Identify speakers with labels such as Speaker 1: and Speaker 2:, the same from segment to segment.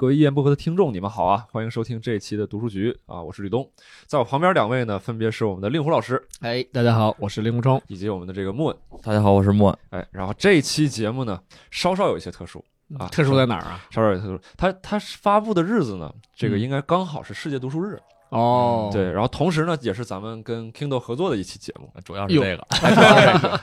Speaker 1: 各位一言不合的听众，你们好啊！欢迎收听这一期的读书局啊，我是吕东，在我旁边两位呢，分别是我们的令狐老师
Speaker 2: 哎，大家好，我是林鸿冲。
Speaker 1: 以及我们的这个莫
Speaker 3: 大家好，我是莫。
Speaker 1: 哎，然后这一期节目呢，稍稍有一些特殊啊，
Speaker 2: 特殊在哪儿啊？
Speaker 1: 稍稍有一些特殊，它它发布的日子呢，这个
Speaker 2: 嗯
Speaker 1: 应该刚好是世界读书日，
Speaker 2: 哦，
Speaker 1: 嗯对，然后同时呢，也是咱们跟 Kindle 合作的一期节 目，
Speaker 3: 主要是
Speaker 2: 哟哦
Speaker 3: 这个，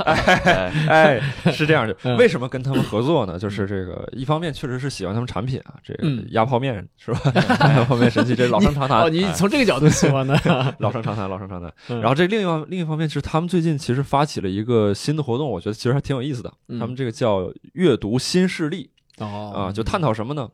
Speaker 1: 哎，是这样的，
Speaker 2: 嗯
Speaker 1: 为什么跟他们合作呢？就是这个，一方面确实是喜欢他们产品啊，这个
Speaker 2: 嗯
Speaker 1: 压泡面是 吧？压泡面神器，这老生常谈。
Speaker 2: 哦，你
Speaker 1: 哎
Speaker 2: 从这个角度喜欢 的，
Speaker 1: 老生常谈，老生常谈。
Speaker 2: 嗯
Speaker 1: 然后这另一方另一方面是，他们最近其实发起了一个新的活动，我觉得其实还挺有意思的。
Speaker 2: 嗯
Speaker 1: 他们这个叫“阅读新势力”
Speaker 2: 哦
Speaker 1: 啊，就探讨什么呢？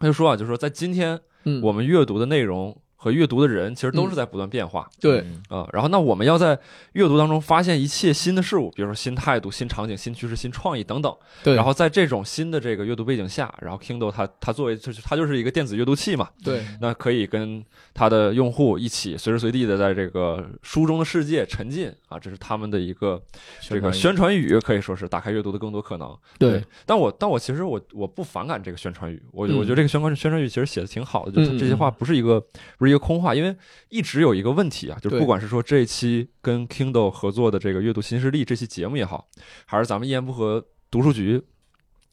Speaker 1: 他就说啊，就是说在今天
Speaker 2: 嗯
Speaker 1: 我们阅读的内容和阅读的人，其实都是在不断变化。
Speaker 2: 对，
Speaker 3: 嗯
Speaker 1: 啊、然后那我们要在阅读当中发现一切新的事物，比如说新态度、新场景、新趋势、新创意等等。
Speaker 2: 对
Speaker 1: 然后在这种新的这个阅读背景下，然后 Kindle 它它作为就是它就是一个电子阅读器嘛，
Speaker 2: 对，
Speaker 1: 那可以跟它的用户一起随时随地的在这个书中的世界沉浸啊，这是他们的一个这个宣传语，可以说是打开阅读的更多可能。
Speaker 2: 对，
Speaker 1: 但我但我其实我我不反感这个宣传语，我、
Speaker 2: 嗯
Speaker 1: 我觉得这个宣传宣传语其实写的挺好的，就
Speaker 2: 嗯
Speaker 1: 是这些话不是一个、不是一个空话，因为一直有一个问题啊，就是
Speaker 2: 对
Speaker 1: 不管是说这一期跟 Kindle 合作的这个阅读新势力这期节目也好，还是咱们一言不合读书局，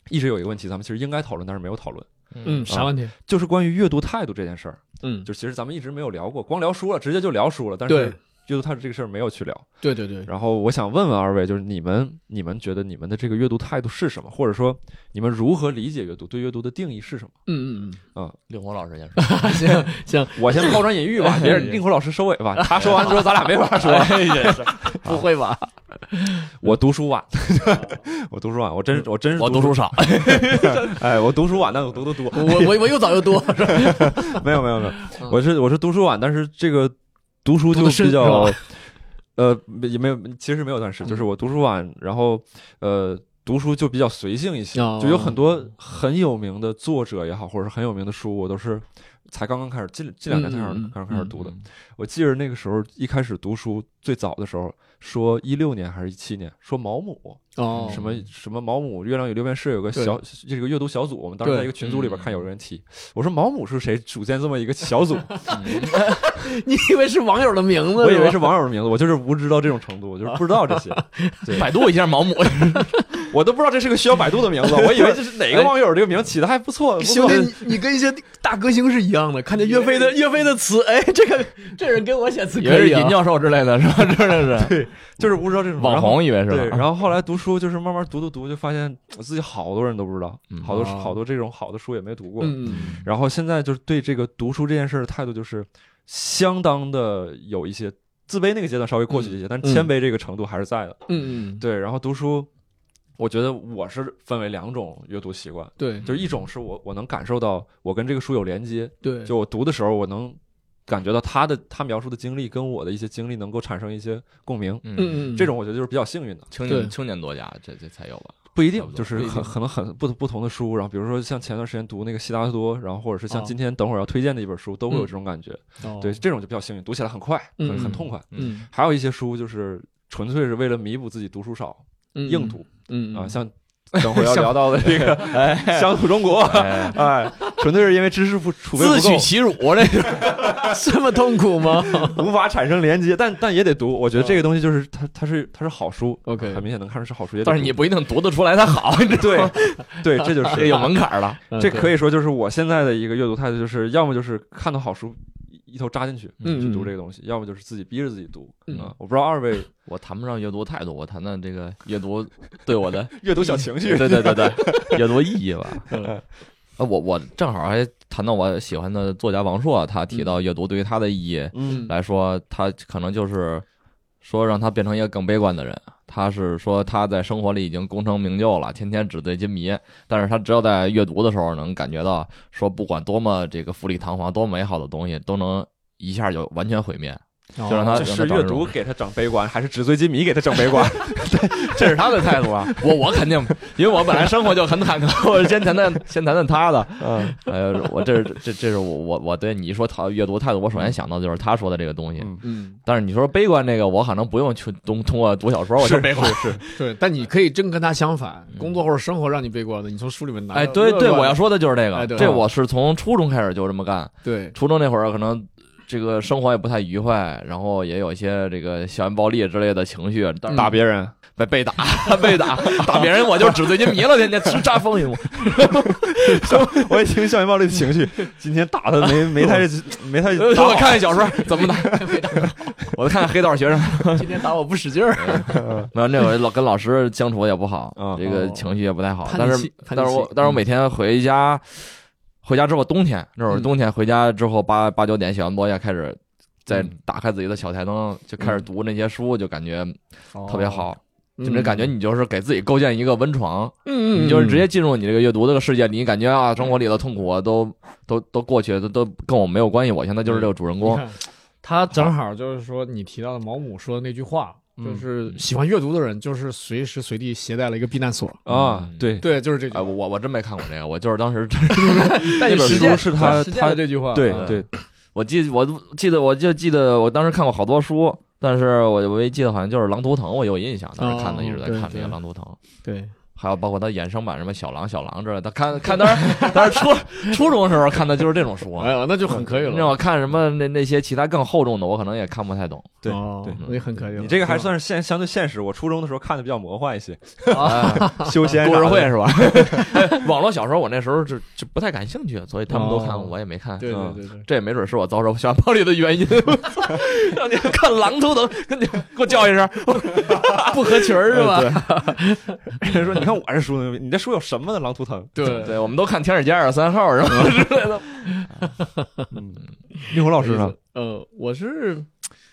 Speaker 1: 一直有一个问题，咱们其实应该讨论，但是没有讨论，
Speaker 2: 嗯，
Speaker 1: 啊
Speaker 2: 啥问题？
Speaker 1: 就是关于阅读态度这件事儿，
Speaker 2: 嗯，
Speaker 1: 就其实咱们一直没有聊过，光聊书了，直接就聊书了，但是
Speaker 2: 对
Speaker 1: 阅读态度这个事儿没有去聊。
Speaker 2: 对对对，
Speaker 1: 然后我想问问二位，就是你们你们觉得你们的这个阅读态度是什么，或者说你们如何理解阅读，对阅读的定义是什么？
Speaker 2: 嗯嗯
Speaker 1: 啊
Speaker 3: 令狐老师先说。
Speaker 2: 嗯， 行行，
Speaker 1: 我先抛砖引玉吧，别人令狐老师收尾吧，他说完之后咱俩没法说。
Speaker 2: 不会吧？
Speaker 1: 啊我读书晚， 我读书晚，我真我真是
Speaker 3: 我读书，少，
Speaker 1: 哎，我读书晚，但 我读的多。
Speaker 2: 我我我又早 又多，
Speaker 1: 没有没有没有，我是我是读书晚，但是这个读书就
Speaker 2: 读得深
Speaker 1: 比较
Speaker 2: 是，嗯
Speaker 1: 呃，也没有，其实没有段时，就是我读书晚，然后呃，读书就比较随性一些，
Speaker 2: 哦
Speaker 1: 就有很多很有名的作者也好，或者是很有名的书，我都是才刚刚开始，近近两年才开
Speaker 2: 嗯嗯
Speaker 1: 始
Speaker 2: 嗯
Speaker 1: 刚开始读的。我记着那个时候一开始读书最早的时候，说一六年还是一七年，说毛姆
Speaker 2: 哦，
Speaker 1: 什么什么毛姆《月亮与六便士》有个
Speaker 2: 对
Speaker 1: 小这个阅读小组，我们当时
Speaker 2: 对
Speaker 1: 在一个群组里边
Speaker 3: 嗯
Speaker 1: 看有人提，我说毛姆是谁组建这么一个小 组？
Speaker 3: 嗯
Speaker 2: 你以为是网友的名字？
Speaker 1: 我以为
Speaker 2: 是
Speaker 1: 是网友的名字，我就是无知到这种程度，我就是不知道这 些，
Speaker 3: 百度一下毛姆，
Speaker 1: 我都不知道这是个需要百度的名字，我以为这是 哪个网友这个名起的还不错。
Speaker 2: 吧。
Speaker 1: 不
Speaker 2: 哎兄
Speaker 1: 错
Speaker 2: 弟，你你跟一些大歌星是一样的，看见岳飞的岳飞的词，哎，这个这人给我写词
Speaker 3: 以为
Speaker 2: 可
Speaker 3: 是
Speaker 2: 以啊
Speaker 3: 尹，教授之类 的，是吧？真的是
Speaker 1: 就是无知道这种
Speaker 3: 网。红，以为
Speaker 1: 然后对，
Speaker 3: 是吧？
Speaker 1: 然后后来读书就是慢慢读读读，就发现我自己好多人都不知道，
Speaker 3: 嗯
Speaker 1: 好多
Speaker 2: 哦
Speaker 1: 好多这种好的书也没读过。
Speaker 2: 嗯，嗯
Speaker 1: 然后现在就是对这个读书这件事儿的态度，就是相当的有一些自卑那个阶段稍微过去一些，但谦卑这个程度还是在的。
Speaker 2: 嗯嗯，
Speaker 1: 对，然后读书，我觉得我是分为两种阅读习惯，
Speaker 2: 对
Speaker 1: 就是一种是我我能感受到我跟这个书有连接，
Speaker 2: 对，
Speaker 1: 就我读的时候我能感觉到他的他描述的经历跟我的一些经历能够产生一些共鸣，
Speaker 3: 嗯，
Speaker 2: 嗯嗯，
Speaker 1: 这种我觉得就是比较幸运的，
Speaker 3: 青
Speaker 2: 对
Speaker 3: 年青年作家，这这才有吧？
Speaker 1: 不一定
Speaker 3: 差不，多
Speaker 1: 就是
Speaker 2: 不一
Speaker 1: 很
Speaker 2: 定
Speaker 1: 可能很不不同的书，然后比如说像前段时间读那个悉达多，然后或者是像
Speaker 2: 啊
Speaker 1: 今天等会儿要推荐的一本书，都会有这种感觉。
Speaker 2: 哦
Speaker 1: 对，，这种就比较幸运，读起来很快，很
Speaker 2: 嗯
Speaker 1: 很痛快。
Speaker 2: 嗯
Speaker 1: 还有一些书就是纯粹是为了弥补自己读书少，
Speaker 2: 嗯，
Speaker 1: 硬读
Speaker 2: 嗯
Speaker 1: 啊，像等会儿要聊到的这 个《乡土中国》，
Speaker 3: 哎
Speaker 1: 哎，纯粹是因为知识不储备
Speaker 3: 自
Speaker 1: 不
Speaker 3: 取 其辱，啊这是
Speaker 2: 这么痛苦吗
Speaker 1: 够，无法产生连接，但但也得读。我觉得这个东西就是它，它是它是好书，
Speaker 2: ？OK，
Speaker 1: 很明显能看出是好书，也得
Speaker 3: 但是
Speaker 1: 读
Speaker 3: 你不一定读得出来它好，你知道
Speaker 1: 对
Speaker 3: 吗？
Speaker 1: 对，这就
Speaker 3: 这个
Speaker 1: 是
Speaker 3: 有门槛了。
Speaker 1: 这可
Speaker 2: 以，
Speaker 1: 以说就是我现在的一个阅读态度，就是要么就是看到好书一一头扎进去
Speaker 2: 嗯
Speaker 1: 去读这个东西，要么就是自己逼着自己读
Speaker 2: 嗯
Speaker 1: 啊。我不知道二位
Speaker 3: 我谈不上阅读态度，我谈谈这个阅读对我的
Speaker 1: 阅读小情绪
Speaker 3: 对对对对， 阅读意义吧。啊，我我正好还谈到我喜欢的作家王朔，他提到阅读对于他的意义，
Speaker 1: 嗯
Speaker 3: 来说，他可能就是说让他变成一个更悲观的人。他是说他在生活里已经功成名就了，天天纸醉金迷，但是他只有在阅读的时候能感觉到，说不管多么这个富丽堂皇、多么美好的东西，都能一下就完全毁灭。
Speaker 4: 就
Speaker 3: 让他
Speaker 1: 这哦是阅读给他整悲观，还是纸醉金迷给他整悲观？
Speaker 3: 这是他的态度啊。我我肯定，因为我本来生活就很坎坷，我先谈谈先谈谈他的。
Speaker 1: 嗯
Speaker 3: 哎呀，我这是这这是我我我对你一说讨阅读态度，我首先想到就是他说的这个东西。
Speaker 1: 嗯
Speaker 4: 嗯，
Speaker 3: 但是你说悲观这个，我可能不用去通通过读小说，我就是悲观。
Speaker 1: 是，
Speaker 4: 对，但你可以真跟他相反，工作或者生活让你悲观的，你从书里面拿。
Speaker 3: 嗯哎，对对，我要说的就是这
Speaker 4: 哎
Speaker 3: 个，
Speaker 4: 对
Speaker 3: 这我是从初中开始就这么干。
Speaker 4: 对，
Speaker 3: 初中那会儿可能这个生活也不太愉快，然后也有一些这个校园暴力之类的情绪，但
Speaker 4: 嗯
Speaker 1: 打别人，
Speaker 3: 被被打 被打打别人，我就纸醉金迷了，天天吃炸 风云。
Speaker 1: 我也听校园暴力的情绪，今天打的没没太没太
Speaker 3: 我
Speaker 1: 打
Speaker 3: 呃
Speaker 1: 好
Speaker 3: 我看看小说怎 么打，我看看黑道学生。
Speaker 4: 今天打我不使劲
Speaker 3: 啊
Speaker 4: 儿，
Speaker 3: 然后那会儿老跟老师相处也不好
Speaker 1: 嗯，
Speaker 3: 这个
Speaker 4: 哦
Speaker 3: 情绪也不太好。
Speaker 4: 叛逆
Speaker 3: 但是
Speaker 4: 期叛逆
Speaker 3: 但是我
Speaker 4: 期
Speaker 3: 但是我每天回家，回家之后冬天那会儿
Speaker 4: 嗯
Speaker 3: 冬天回家之后八八九点写完作业开始。再
Speaker 1: 嗯
Speaker 3: 打开自己的小台灯，就开始读那些书，就感觉特别好，
Speaker 4: 嗯，
Speaker 3: 就这感觉，你就是给自己构建一个温床，
Speaker 4: 嗯，嗯，
Speaker 3: 你就是直接进入你这个阅读这个世界，你感觉啊，生活里的痛苦啊都都都过去，都都跟我没有关系，我现在就是这个主人
Speaker 4: 嗯你
Speaker 3: 公。
Speaker 4: 看他正好就是说你提到的毛姆说的那句话，
Speaker 1: 嗯
Speaker 4: 就是喜欢阅读的人就是随时随地携带了一个避难所。
Speaker 1: 啊，对，
Speaker 4: 对，就是这句
Speaker 3: 哎，
Speaker 4: 话。
Speaker 3: 我我真没看过这个，我就是当 时
Speaker 4: 那
Speaker 1: 那本书是他他
Speaker 4: 这句话，
Speaker 1: 对
Speaker 4: 嗯
Speaker 1: 对，
Speaker 3: 我记我记得我就记得我当时看过好多书，但是我唯一记得好像就是《狼图腾》，我有印象，当时看的
Speaker 4: 哦
Speaker 3: 一直在
Speaker 4: 对
Speaker 3: 看这个
Speaker 4: 对
Speaker 3: 《狼图腾》，
Speaker 4: 对，
Speaker 3: 还有包括它衍生版什么《小狼》《小狼》之类的。看 看当时当时初初中的时候看的就是这种书，
Speaker 4: 哎呀，那就很可以
Speaker 3: 让
Speaker 4: 了，
Speaker 3: 我看什么那那些其他更厚重的，我可能也看不 太懂。
Speaker 1: 对
Speaker 4: 哦
Speaker 1: 对，
Speaker 4: 那也很可以了。
Speaker 1: 你这个还
Speaker 4: 对吧
Speaker 1: 算是现相对现实。我初中的时候看的比较魔幻一些，
Speaker 3: 哎
Speaker 1: 修仙
Speaker 3: 故
Speaker 1: 啥
Speaker 3: 事
Speaker 1: 的
Speaker 3: 会是吧？ 网络小说我那时候就就不太感兴趣，所以他们都看，
Speaker 4: 哦
Speaker 3: 我也没看。
Speaker 4: 对
Speaker 1: 嗯
Speaker 4: 对对对，
Speaker 3: 这也没准是我遭受校园暴力的原因。 让你看《狼图腾》，跟你给我叫一声，
Speaker 4: 不合群儿是吧？
Speaker 1: 人说你看我这书，你这书有什么呢？狼图腾，
Speaker 4: 对
Speaker 3: 对，我们都看《天使街二十三号》然后 之类的。
Speaker 1: 嗯，令狐老师呢？
Speaker 4: 呃，我是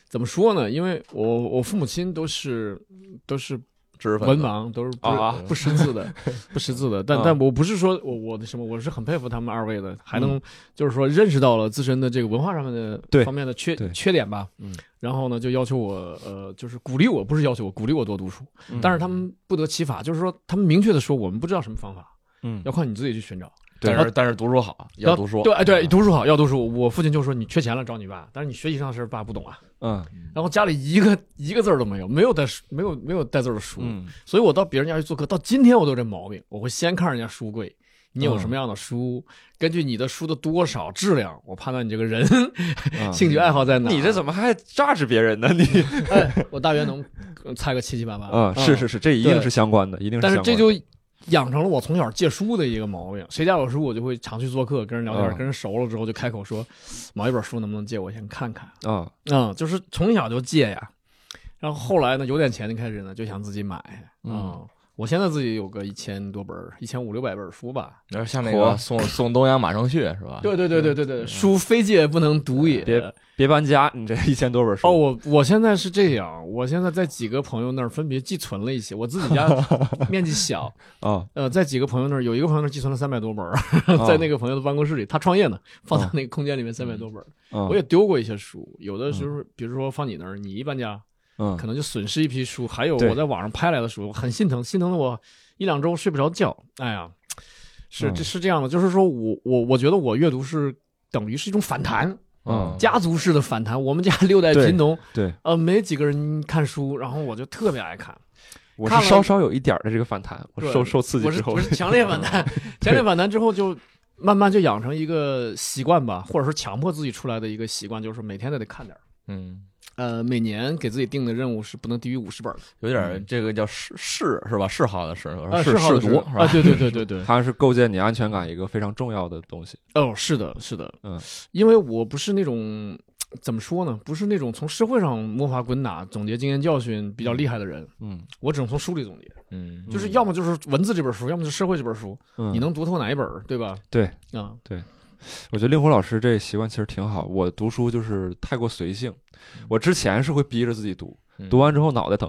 Speaker 4: 怎么说呢？因为我我父母亲都是都是
Speaker 3: 知识分
Speaker 4: 文
Speaker 3: 子
Speaker 4: 盲，都是不
Speaker 1: 啊
Speaker 4: 不识字 的，不识字的。但
Speaker 1: 啊
Speaker 4: 但我不是说我我的什么，我是很佩服他们二位的，还能就是说认识到了自身的这个文化上面
Speaker 1: 嗯对
Speaker 4: 的方面的缺
Speaker 1: 对
Speaker 4: 缺点吧。
Speaker 1: 嗯，
Speaker 4: 然后呢，就要求我呃，就是鼓励我，不是要求我，鼓励我多读书。
Speaker 1: 嗯
Speaker 4: 但是他们不得其法，就是说他们明确的说，我们不知道什么方法，
Speaker 1: 嗯
Speaker 4: 要靠你自己去寻找。
Speaker 3: 但
Speaker 4: 然
Speaker 3: 是但是读书好，要读书。
Speaker 4: 对，
Speaker 1: 嗯
Speaker 4: 哎对，读书好，要读书。我父亲就说你缺钱了找你爸，但是你学习上的事儿爸不懂啊。
Speaker 1: 嗯
Speaker 4: 然后家里一个一个字儿都没有，没有带书，没有没有带字儿的书，
Speaker 1: 嗯
Speaker 4: 所以我到别人家去做客，到今天我都有这毛病，我会先看人家书柜，你有什
Speaker 1: 嗯
Speaker 4: 么样的书，根据你的书的多少质量，我判断你这个人
Speaker 1: 嗯，
Speaker 4: 兴趣爱好在哪。
Speaker 1: 你这怎么还榨制别人呢？你
Speaker 4: 哎，我大约能呃猜个七七八八。
Speaker 1: 啊，是是是，这一定是相关的，一定是相
Speaker 4: 但是
Speaker 1: 关的。
Speaker 4: 这就养成了我从小借书的一个毛病。谁家有书，我就会常去做客，跟人聊天，
Speaker 1: 嗯
Speaker 4: 跟人熟了之后就开口说，某一本书能不能借我先看看？
Speaker 1: 啊，
Speaker 4: 嗯，就是从小就借呀。然后后来呢，有点钱就开始呢，就想自己买。
Speaker 1: 嗯
Speaker 4: 嗯，我现在自己有个一千多本儿，一千五六百本儿书吧。
Speaker 3: 你说像那
Speaker 1: 活
Speaker 3: 个宋宋东阳马胜旭是吧？
Speaker 4: 对对对对对对，书非借不能读也。
Speaker 1: 啊嗯别别搬家，你这一千多本书
Speaker 4: 哦，我我现在是这样，我现在在几个朋友那儿分别寄存了一些，我 自己家面积小，
Speaker 1: 啊，
Speaker 4: 呃，在几个朋友那儿，有一个朋友那儿寄存了三百多本儿，
Speaker 1: 啊
Speaker 4: 在那个朋友的办公室里，他创业呢，放
Speaker 1: 哦
Speaker 4: 在那个空间里面三百多本儿。
Speaker 1: 啊
Speaker 4: 我也丢过一些书，有的时候，比如说放你那儿，你一搬家，
Speaker 1: 嗯
Speaker 4: 可能就损失一批书。还有
Speaker 1: 对
Speaker 4: 我在网上拍来的书，我很心疼，心疼的我一两周睡不着觉。哎呀，是
Speaker 1: 嗯
Speaker 4: 这是这样的，就是说我我我觉得我阅读是等于是一种反弹，
Speaker 1: 嗯
Speaker 4: 家族式的反弹。我们家 六代
Speaker 1: 对
Speaker 4: 贫农，
Speaker 1: 对，
Speaker 4: 呃，没几个人看书，然后我就特别爱看。
Speaker 1: 我
Speaker 4: 看
Speaker 1: 是
Speaker 4: 了
Speaker 1: 稍稍有一点儿的这个反弹，我
Speaker 4: 对
Speaker 1: 受受刺激
Speaker 4: 我
Speaker 1: 之
Speaker 4: 是
Speaker 1: 后
Speaker 4: 我，是强烈反弹， 强烈反弹之后就慢慢就养成一个习惯吧，或者说强迫自己出来的一个习惯，就是每天都得看点儿。
Speaker 3: 嗯，
Speaker 4: 呃，每年给自己定的任务是不能低于五十本儿的，
Speaker 3: 有点这个叫嗜嗜是吧？嗜好的嗜，
Speaker 1: 呃
Speaker 4: 啊
Speaker 3: 嗜
Speaker 4: 好
Speaker 3: 嗜
Speaker 4: 的
Speaker 3: 读
Speaker 4: 是
Speaker 3: 是
Speaker 4: 啊，
Speaker 3: 吧？
Speaker 4: 对对对对对，
Speaker 1: 它是构建你安全感一个非常重要的东西。
Speaker 4: 哦，是的，是的，
Speaker 1: 嗯，
Speaker 4: 因为我不是那种怎么说呢，不是那种从社会上摸爬滚打、总结经验教训比较厉害的人，
Speaker 1: 嗯，
Speaker 4: 我只能从书里总结，
Speaker 3: 嗯，
Speaker 4: 就是
Speaker 1: 嗯
Speaker 4: 要么就是文字这本书，要么就是社会这本书，
Speaker 1: 嗯
Speaker 4: 你能读透哪一本儿，对吧？
Speaker 1: 对
Speaker 4: 啊，
Speaker 1: 我觉得令狐老师
Speaker 4: 嗯
Speaker 1: 这习惯其实挺好。我读书就是太过随性，我之前是会逼着自己读，
Speaker 3: 嗯
Speaker 1: 读完之后脑袋疼。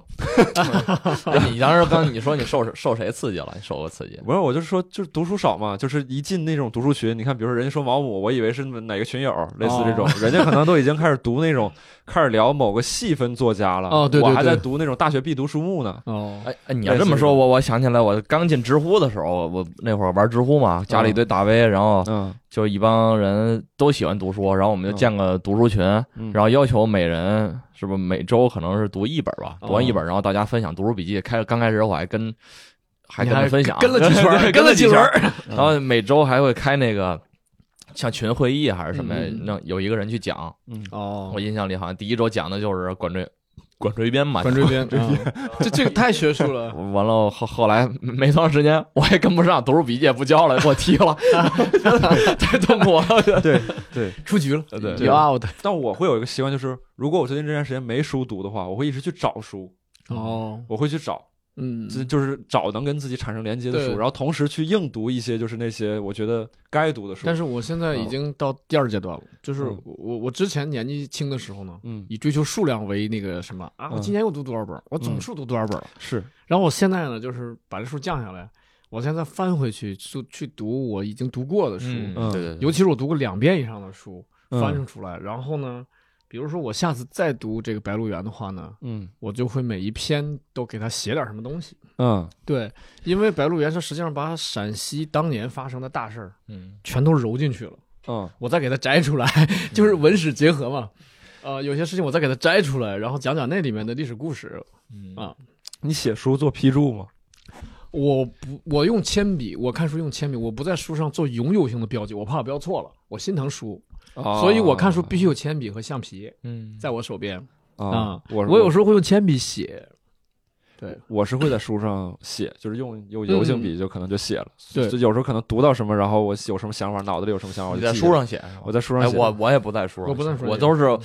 Speaker 3: 你当时刚你说你受受谁刺激了？你受过刺激？
Speaker 1: 不是，我就说，就是读书少嘛，就是一进那种读书群，你看，比如说人家说毛姆，我以为是哪个群友，类似这
Speaker 4: 哦
Speaker 1: 种，人家可能都已经开始读那种，开始聊某个细分作家了。
Speaker 4: 哦对对
Speaker 1: 我还
Speaker 4: 对
Speaker 1: 在读那种大学必读书目呢。
Speaker 4: 哦，
Speaker 3: 哎哎，你要这么说，我我想起来，我刚进知乎的时候，我那会儿玩知乎嘛，加了一堆大 V，然后
Speaker 1: 嗯
Speaker 3: 就一帮人都喜欢读书，然后我们就建个读书群，
Speaker 1: 嗯，
Speaker 3: 然后要求每人是不是每周可能是读一本吧，
Speaker 4: 哦
Speaker 3: 读完一本，然后大家分享读书笔记。开刚开始我还跟还
Speaker 4: 你
Speaker 3: 跟
Speaker 4: 还
Speaker 3: 着分享，
Speaker 4: 跟了几圈儿
Speaker 3: 对
Speaker 4: 跟
Speaker 3: 跟
Speaker 4: 了几
Speaker 3: 圈
Speaker 4: 轮
Speaker 3: 儿
Speaker 4: 儿，
Speaker 3: 然后每周还会开那个像群会议还是什么
Speaker 4: 嗯嗯，嗯
Speaker 3: 让有一个人去讲。
Speaker 1: 嗯
Speaker 4: 哦
Speaker 3: 我，印象里好像第一周讲的就是管锥管锥编嘛，
Speaker 4: 管锥编，啊这这个太学术 了。
Speaker 3: 完了后后来 没多长时间，我也跟不上，读书笔记也不交了，给我踢 了，太痛苦了。
Speaker 1: 对对。
Speaker 4: 出局了，
Speaker 3: 对
Speaker 4: 有 out
Speaker 1: 但我会有一个习惯，就是如果我最近这段时间没书读的话，我会一直去找书，
Speaker 4: 哦，
Speaker 1: 我会去找，
Speaker 4: 嗯，
Speaker 1: 就就是找能跟自己产生连接的书，
Speaker 4: 对
Speaker 1: 然后同时去硬读一些就是那些我觉得该读的书。
Speaker 4: 但是我现在已经到第二阶段了，就是
Speaker 1: 嗯
Speaker 4: 我我之前年纪轻的时候呢，
Speaker 1: 嗯，
Speaker 4: 以追求数量为那个什么啊，我
Speaker 1: 嗯
Speaker 4: 今年又读多少本儿，我总
Speaker 1: 嗯
Speaker 4: 数读多少本儿，
Speaker 1: 是
Speaker 4: 然后我现在呢，就是把这数降下来，我现在翻回去去去读我已经读过的书，
Speaker 1: 嗯
Speaker 3: 对对对，
Speaker 4: 尤其是我读过两遍以上的书，翻
Speaker 1: 嗯
Speaker 4: 整出来。然后呢，比如说我下次再读这个《白鹿原》的话呢，
Speaker 1: 嗯
Speaker 4: 我就会每一篇都给它写点什么东西。
Speaker 1: 嗯
Speaker 4: 对，因为《白鹿原》是实际上把陕西当年发生的大事儿
Speaker 3: 嗯
Speaker 4: 全都揉进去了，
Speaker 1: 嗯
Speaker 4: 我再给它摘出来，
Speaker 3: 嗯
Speaker 4: 就是文史结合嘛。呃，有些事情我再给它摘出来，然后讲讲那里面的历史故事。
Speaker 3: 嗯
Speaker 4: 啊
Speaker 1: 你写书做批注吗？
Speaker 4: 我不，我用铅笔，我看书用铅笔，我不在书上做永久性的标记，我怕我标错了，我心疼书，啊
Speaker 3: 哦
Speaker 4: 所以我看书必须有铅笔和橡皮
Speaker 3: 嗯
Speaker 4: 在我手边
Speaker 1: 啊，我
Speaker 4: 我有时候会用铅笔写，对，
Speaker 1: 我是会在书上写，就是用用油性笔就可能就写了。
Speaker 4: 嗯对
Speaker 1: 就有时候可能读到什么，然后我有什么想法，脑子里有什么想法，我
Speaker 3: 你
Speaker 1: 就
Speaker 3: 在
Speaker 1: 记
Speaker 3: 书
Speaker 1: 着，
Speaker 3: 上写，
Speaker 1: 我在书
Speaker 3: 哎，
Speaker 1: 上写。
Speaker 3: 我我也不在书上写，
Speaker 4: 我不在书上
Speaker 3: 我
Speaker 4: 写
Speaker 3: 都是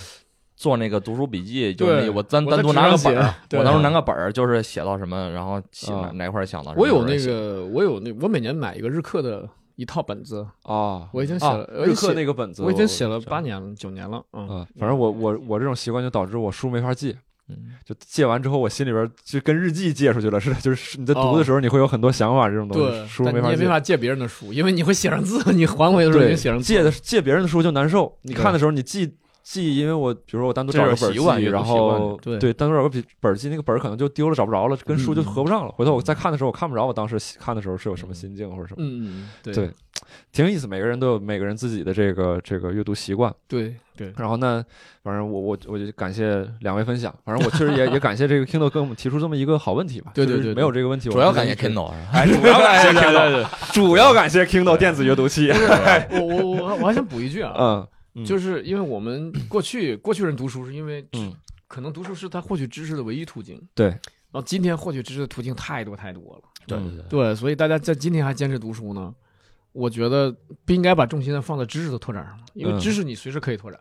Speaker 3: 做那个读书笔记，就是
Speaker 4: 对
Speaker 3: 那我单
Speaker 4: 我在
Speaker 3: 单独
Speaker 4: 纸
Speaker 3: 拿个
Speaker 4: 上写
Speaker 3: 本儿，啊
Speaker 4: 对
Speaker 3: 我当时拿个本儿，就是写到什么，然后写
Speaker 1: 啊
Speaker 3: 哪块儿想到什么。
Speaker 4: 我有
Speaker 3: 哪块
Speaker 4: 那
Speaker 3: 儿写
Speaker 4: 个，我有那，我每年买一个日课的一套本子，
Speaker 1: 啊，
Speaker 4: 我已经写
Speaker 1: 啊
Speaker 4: 了，我已
Speaker 1: 日
Speaker 4: 经
Speaker 1: 课
Speaker 4: 写
Speaker 1: 那个本子，
Speaker 4: 我已经写了
Speaker 1: 知道
Speaker 4: 八年了，九年了，嗯，
Speaker 1: 嗯，反正我我我这种习惯就导致我书没法借，
Speaker 3: 嗯
Speaker 1: 就借完之后我心里边就跟日记借出去了似的，就是你在读
Speaker 4: 哦
Speaker 1: 的时候你会有很多想法这种东西，
Speaker 4: 对，
Speaker 1: 书
Speaker 4: 但
Speaker 1: 没
Speaker 4: 你
Speaker 1: 法
Speaker 4: 也没
Speaker 1: 借。
Speaker 4: 法借别人的书，因为你会写上字，你还回的时候
Speaker 1: 对，
Speaker 4: 已经写上字
Speaker 1: 借的借别人的书就难受，你
Speaker 4: 对
Speaker 1: 看的时候你记记，因为我比如说我单独
Speaker 3: 这
Speaker 1: 找
Speaker 3: 是
Speaker 1: 个本儿
Speaker 3: 习惯
Speaker 1: 记
Speaker 3: 阅读
Speaker 1: 然
Speaker 3: 习惯
Speaker 1: 后
Speaker 4: 对
Speaker 1: 单独找个笔本儿记，那个本儿可能就丢了找不着了，跟书就
Speaker 4: 嗯
Speaker 1: 合不上了。回头我再看的时候，我看不着我当时看的时候是有什么心境或者什么，
Speaker 4: 嗯，嗯对
Speaker 1: 对挺有意思。每个人都有每个人自己的这个这个阅读习惯。
Speaker 4: 对对，
Speaker 1: 然后呢，反正我我我就感谢两位分享，反正我确实也也感谢这个 Kindle 给我们提出这么一个好问题吧。
Speaker 4: 对
Speaker 1: 就
Speaker 4: 对
Speaker 1: 是
Speaker 4: 对对
Speaker 1: 没有这个问题，
Speaker 3: 主要感谢
Speaker 1: 我们
Speaker 3: Kindle 啊是吧？
Speaker 1: 哎，主要 感谢 Kindle，
Speaker 3: 对
Speaker 1: 主要感谢 Kindle 电子阅读器。
Speaker 4: 我我我我还想补一句啊，
Speaker 1: 嗯哎嗯
Speaker 4: 就是因为我们过去过去人读书是因为
Speaker 1: 嗯，
Speaker 4: 可能读书是他获取知识的唯一途径，
Speaker 1: 对
Speaker 4: 然后今天获取知识的途径太多太多了，
Speaker 3: 对
Speaker 1: 嗯
Speaker 3: 对对，
Speaker 4: 对，所以大家在今天还坚持读书呢，我觉得不应该把重心呢放在知识的拓展上，因为
Speaker 1: 嗯
Speaker 4: 知识你随时可以拓展。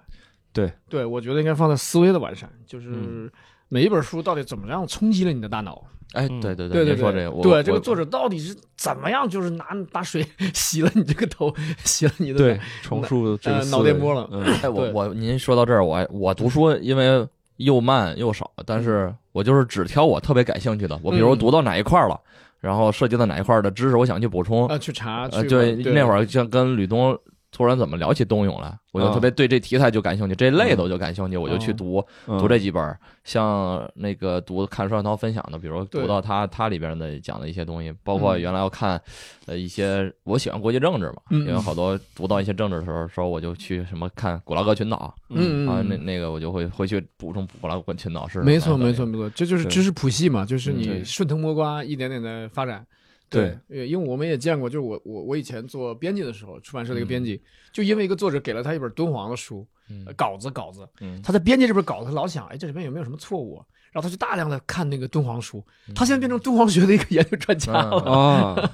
Speaker 1: 对，
Speaker 4: 对我觉得应该放在思维的完善，就是
Speaker 1: 嗯
Speaker 4: 每一本书到底怎么样冲击了你的大脑。
Speaker 3: 哎
Speaker 1: 嗯
Speaker 3: 对对
Speaker 4: 对
Speaker 3: 您
Speaker 4: 对，
Speaker 3: 说这个，我
Speaker 4: 对这个
Speaker 3: 我
Speaker 4: 作者到底是怎么样，就是拿拿水 洗了你这个头， 洗了你的
Speaker 1: 对
Speaker 4: 脑，
Speaker 1: 重塑这
Speaker 4: 呃
Speaker 1: 个
Speaker 4: 脑
Speaker 1: 思维
Speaker 4: 电波了
Speaker 1: 嗯
Speaker 3: 哎，我
Speaker 4: 对
Speaker 3: 我您说到这儿，我还我读书因为又慢又少，但是我就是只挑我特别感兴趣的。我比如
Speaker 4: 嗯
Speaker 3: 读到哪一块儿了，然后涉及到哪一块儿的知识，我想去补充。
Speaker 4: 啊去查
Speaker 3: 呃，
Speaker 4: 去
Speaker 3: 对，那会
Speaker 4: 儿
Speaker 3: 儿像跟吕东突然怎么聊起冬泳来，我就
Speaker 1: 啊
Speaker 3: 特别对这题材就感兴趣，这类的我就感兴趣，我就
Speaker 4: 嗯
Speaker 3: 去
Speaker 4: 哦
Speaker 3: 读
Speaker 1: 嗯
Speaker 3: 读这几本儿。像那个读看双雪涛分享的，比如
Speaker 4: 对
Speaker 3: 读到他他里边的讲的一些东西，包括
Speaker 4: 嗯
Speaker 3: 原来我看呃一些我喜欢国际政治嘛，
Speaker 4: 嗯
Speaker 3: 因为好多读到一些政治的时候，说我就去什么看古拉格群岛。
Speaker 4: 嗯
Speaker 3: 啊，那
Speaker 4: 嗯。
Speaker 3: 那个我就会回去补充古拉格群岛是
Speaker 4: 没错，
Speaker 3: 什么
Speaker 4: 没
Speaker 3: 样的
Speaker 4: 错，没错，这就是
Speaker 1: 对
Speaker 4: 知识谱系嘛，就是
Speaker 3: 嗯
Speaker 4: 你
Speaker 3: 对
Speaker 4: 顺藤摸瓜，一点点的发展。
Speaker 1: 对
Speaker 4: 呃因为我们也见过，就是我我我以前做编辑的时候，出版社的一个编辑，
Speaker 3: 嗯
Speaker 4: 就因为一个作者给了他一本敦煌的书呃稿子稿子，
Speaker 3: 嗯
Speaker 4: 他在编辑这本稿子，他老想，哎，这里面有没有什么错误啊？然后他就大量的看那个敦煌书，他现在变成敦煌学的一个研究专家了。
Speaker 3: 嗯，
Speaker 1: 啊，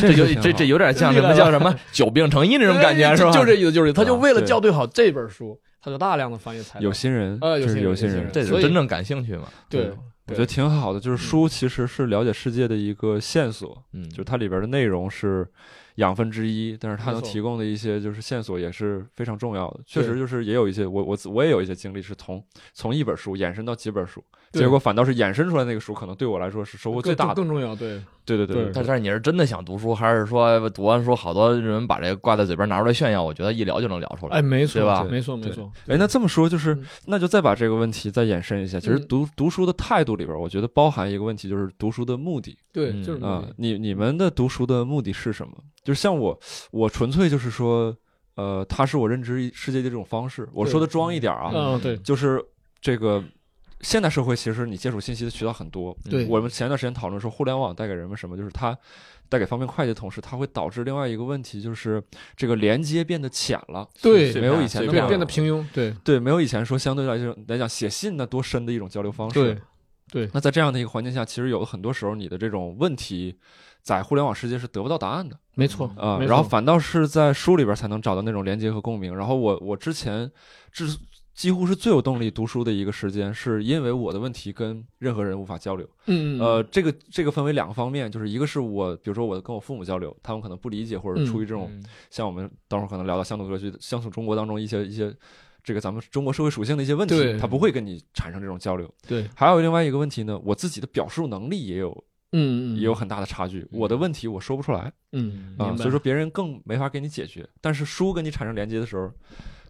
Speaker 3: 这
Speaker 1: 就
Speaker 3: 有这这有点像什
Speaker 4: 厉害
Speaker 3: 么
Speaker 4: 吧
Speaker 3: 叫什么 久病成医那种感觉
Speaker 4: 哎
Speaker 3: 是吧？
Speaker 4: 就这意思，就是他就为了
Speaker 1: 对
Speaker 4: 校对好这本书，他就大量的翻阅材料
Speaker 1: 有。心人
Speaker 4: 呃有
Speaker 1: 就是
Speaker 4: 心人
Speaker 1: 有
Speaker 4: 有
Speaker 1: 心
Speaker 4: 心
Speaker 1: 人
Speaker 4: 人，
Speaker 3: 这
Speaker 4: 所
Speaker 3: 是
Speaker 4: 以
Speaker 3: 真正感兴趣嘛？
Speaker 4: 对，
Speaker 1: 我觉得挺好的，就是书其实是了解世界的一个线索，
Speaker 3: 嗯，
Speaker 1: 就是它里边的内容是养分之一，但是它能
Speaker 4: 没错
Speaker 1: 提供的一些就是线索也是非常重要的。确
Speaker 4: 对
Speaker 1: 实就是也有一些我我自我也有一些经历是从从一本书延伸到几本书，
Speaker 4: 对
Speaker 1: 结果反倒是衍生出来那个书，可能对我来说是收获最
Speaker 4: 更
Speaker 1: 大的。
Speaker 4: 更更重要，对，
Speaker 1: 对对对
Speaker 4: 对
Speaker 3: 但但是你是真的想读书，还是说读完书好多人把这个挂在嘴边拿出来炫耀？我觉得一聊就能聊出来。
Speaker 4: 哎，没错，
Speaker 3: 对吧
Speaker 4: 没错，没
Speaker 1: 对
Speaker 4: 错。
Speaker 1: 哎，那这么说就是
Speaker 4: 嗯，
Speaker 1: 那就再把这个问题再延伸一下。其实
Speaker 4: 嗯
Speaker 1: 读读书的态度里边，我觉得包含一个问题，就是读书的目的。
Speaker 4: 对
Speaker 3: 嗯
Speaker 4: 就是目
Speaker 1: 啊
Speaker 4: 的，
Speaker 1: 你你们的读书的目的是什么？就是像我，我纯粹就是说，呃，它是我认知世界的这种方式。我
Speaker 4: 对
Speaker 1: 说的装一点儿啊，
Speaker 4: 嗯，对，
Speaker 1: 就是这个现代社会，其实你接触信息的渠道很多。
Speaker 4: 对
Speaker 1: 我们前段时间讨论说，互联网带给人们什么，就是它带给方便快捷的同时，它会导致另外一个问题，就是这个连接变得浅了，
Speaker 4: 对
Speaker 1: 没有以前
Speaker 3: 随
Speaker 1: 那么
Speaker 3: 便
Speaker 4: 对，
Speaker 3: 了
Speaker 4: 变得平庸，对，
Speaker 1: 对，没有以前说相对来讲来讲写信呢多深的一种交流方式。
Speaker 4: 对，
Speaker 1: 那在这样的一个环境下，其实有很多时候你的这种问题，在互联网世界是得不到答案的
Speaker 4: 没错
Speaker 1: 啊、
Speaker 4: 没
Speaker 1: 然后
Speaker 4: 错
Speaker 1: 反倒是在书里边才能找到那种连接和共鸣。然后我我之前之几乎是最有动力读书的一个时间，是因为我的问题跟任何人无法交流。
Speaker 4: 嗯，嗯
Speaker 1: 呃，，这个这个分为两个方面，就是一个是我，比如说我跟我父母交流，他们可能不理解，或者
Speaker 4: 嗯
Speaker 1: 出于这种、
Speaker 3: 嗯
Speaker 1: 像我们等会儿可能聊到乡土社区、乡土中国当中一些一些这个咱们中国社会属性的一些问题
Speaker 4: 对，
Speaker 1: 他不会跟你产生这种交流。
Speaker 4: 对，
Speaker 1: 还有另外一个问题呢，我自己的表述能力也有
Speaker 4: 嗯，嗯
Speaker 1: 也有，很大的差距，我的问题我说不出来
Speaker 4: 嗯，
Speaker 1: 啊，
Speaker 4: 明白
Speaker 1: 所以说别人更没法给你解决。但是书跟你产生连接的时候，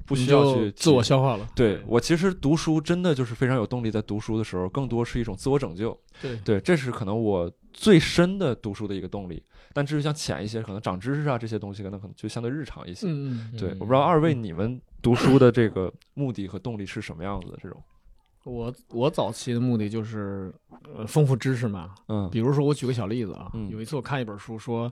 Speaker 1: 不
Speaker 4: 你
Speaker 1: 需要
Speaker 4: 就
Speaker 1: 去
Speaker 4: 自我
Speaker 1: 提。
Speaker 4: 消化了，
Speaker 1: 对我其实读书真的就是非常有动力，在读书的时候更多是一种自我拯救。
Speaker 4: 对，
Speaker 1: 对，这是可能我最深的读书的一个动力。但至于像浅一些，可能长知识啊这些东西，可能可能就相对日常一些。
Speaker 4: 嗯，嗯
Speaker 1: 对，
Speaker 3: 嗯
Speaker 1: 我不知道二位你们读书的这个目的和动力是什么样子的这种。
Speaker 4: 我我早期的目的就是呃丰富知识嘛，
Speaker 1: 嗯
Speaker 4: 比如说我举个小例子啊，
Speaker 1: 嗯
Speaker 4: 有一次我看一本书说。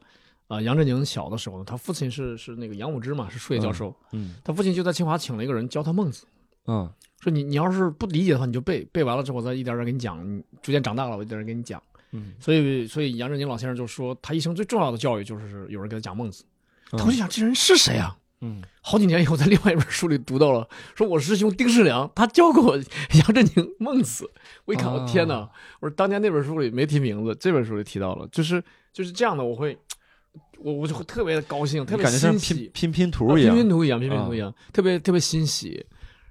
Speaker 4: 啊、杨振宁小的时候呢，他父亲是是那个杨武之嘛，是数学教授。
Speaker 1: 嗯
Speaker 4: 他父亲就在清华请了一个人教他《孟子》，
Speaker 1: 嗯
Speaker 4: 说你你要是不理解的话，你就背背完了之后，我再一点点给你讲。你逐渐长大了，我一点点给你讲。
Speaker 1: 嗯，
Speaker 4: 所以，所以杨振宁老先生就说，他一生最重要的教育就是有人给他讲孟子。他我就想，这人是谁啊？
Speaker 1: 嗯
Speaker 4: 好几年以后，在另外一本书里读到了，说我师兄丁世良，他教过我杨振宁《孟子》。我一看，我、
Speaker 1: 啊
Speaker 4: 天哪！我说当年那本书里没提名字，这本书里提到了，就是就是这样的，我会，我我就会特别的高兴，特
Speaker 1: 你
Speaker 4: 别
Speaker 1: 感觉像
Speaker 4: 欣
Speaker 1: 拼
Speaker 4: 喜，
Speaker 1: 拼拼图
Speaker 4: 啊
Speaker 1: 一
Speaker 4: 拼
Speaker 1: 样。
Speaker 4: 拼图一样，拼拼图一样，特别特别欣喜。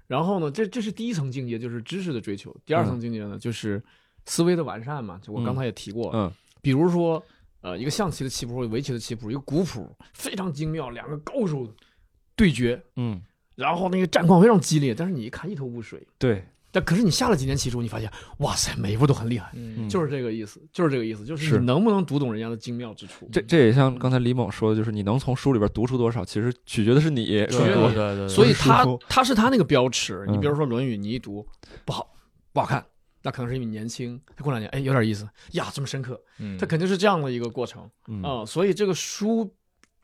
Speaker 4: 然后呢，这这是第一层境界，就是知识的追求；第
Speaker 1: 嗯
Speaker 4: 二层境界呢，就是思维的完善嘛。就我刚才也提过，
Speaker 1: 嗯
Speaker 4: 比如说，呃，一个象棋的棋谱，围棋的棋谱，一个古谱，非常精妙，两个高手对决，
Speaker 1: 嗯，
Speaker 4: 然后那个战况非常激烈，但是你一看一头雾水。
Speaker 1: 对，
Speaker 4: 但可是你下了几年棋之后，你发现，哇塞，每一步都很厉害，
Speaker 3: 嗯
Speaker 4: 就是这个意思，就是这个意思，就是
Speaker 1: 是
Speaker 4: 你能不能读懂人家的精妙之处。
Speaker 1: 这这也像刚才李猛说的，就是你能从书里边读出多少，其实取决的是你。
Speaker 4: 取
Speaker 3: 对
Speaker 4: 决
Speaker 3: 对
Speaker 4: 于
Speaker 3: 对对，
Speaker 4: 所以他
Speaker 1: 很舒服
Speaker 4: 他是他那个标尺。
Speaker 1: 呃嗯
Speaker 4: 你比如说《论语》，你一读不好不好看，那可能是因为你年轻。他过两年，哎，有点意思呀，这么深刻，
Speaker 3: 嗯
Speaker 4: 他肯定是这样的一个过程
Speaker 1: 嗯
Speaker 4: 啊、所以这个书，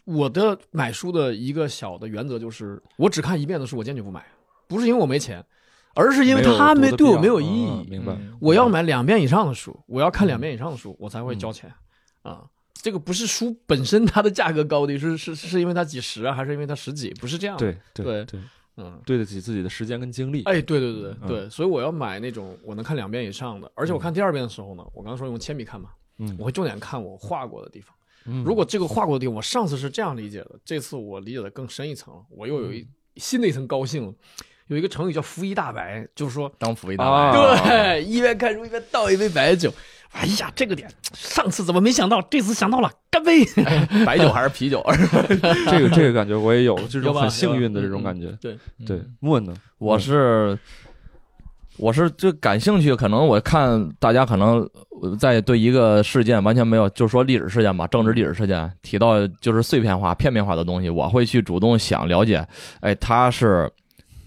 Speaker 4: 我的买书的一个小的原则就是，我只看一遍的书，我坚决不买，不是因为我没钱，而是因为它
Speaker 1: 没
Speaker 4: 没
Speaker 1: 有读的
Speaker 4: 对我
Speaker 1: 必
Speaker 4: 没有
Speaker 1: 要
Speaker 4: 意
Speaker 1: 嗯
Speaker 4: 义。
Speaker 1: 明白嗯
Speaker 3: 嗯
Speaker 4: 我要买两遍以上的书，我要看两遍以上的书，我才会交钱啊。这个不是书本身它的价格高低，是是是因为它几十啊，还是因为它十几？不是这样的。，
Speaker 1: 对对
Speaker 4: 对
Speaker 1: 对，
Speaker 4: 嗯，
Speaker 1: 对得起自己的时间跟精 力。
Speaker 4: 哎，对对对
Speaker 1: 嗯
Speaker 4: 对对，所以我要买那种我能看两遍以上的，而且我
Speaker 3: 嗯
Speaker 4: 看第二遍的时候呢，我刚刚说用铅笔看嘛，
Speaker 1: 嗯
Speaker 4: 我会重点看我画过的地方。
Speaker 1: 嗯
Speaker 4: 如果这个画过的地方，我上次是这样理解的，这次我理解的更深一层了，我又
Speaker 3: 嗯
Speaker 4: 有一新的一层高兴了。有一个成语叫“拂衣大白”，就是 说，
Speaker 3: 当辅一大
Speaker 1: 啊
Speaker 4: 对，一边看书一边倒一杯白酒。哎呀，这个点，上次怎么没想到，这次想到了，干杯！
Speaker 3: 白酒还是啤酒？
Speaker 1: 这个这个感觉我也有，这
Speaker 4: 有
Speaker 1: 种
Speaker 4: 吧嗯
Speaker 1: 很幸运的
Speaker 4: 有吧
Speaker 1: 这种感觉。
Speaker 4: 对，
Speaker 1: 对，
Speaker 4: 嗯
Speaker 1: 莫呢？
Speaker 3: 我是我是就感兴趣，可能我看大家可能呃在对一个事件完全没有，就是说历史事件吧，政治历史事件提到就是碎片化、片面化的东西，我会去主动想了解，哎，它是。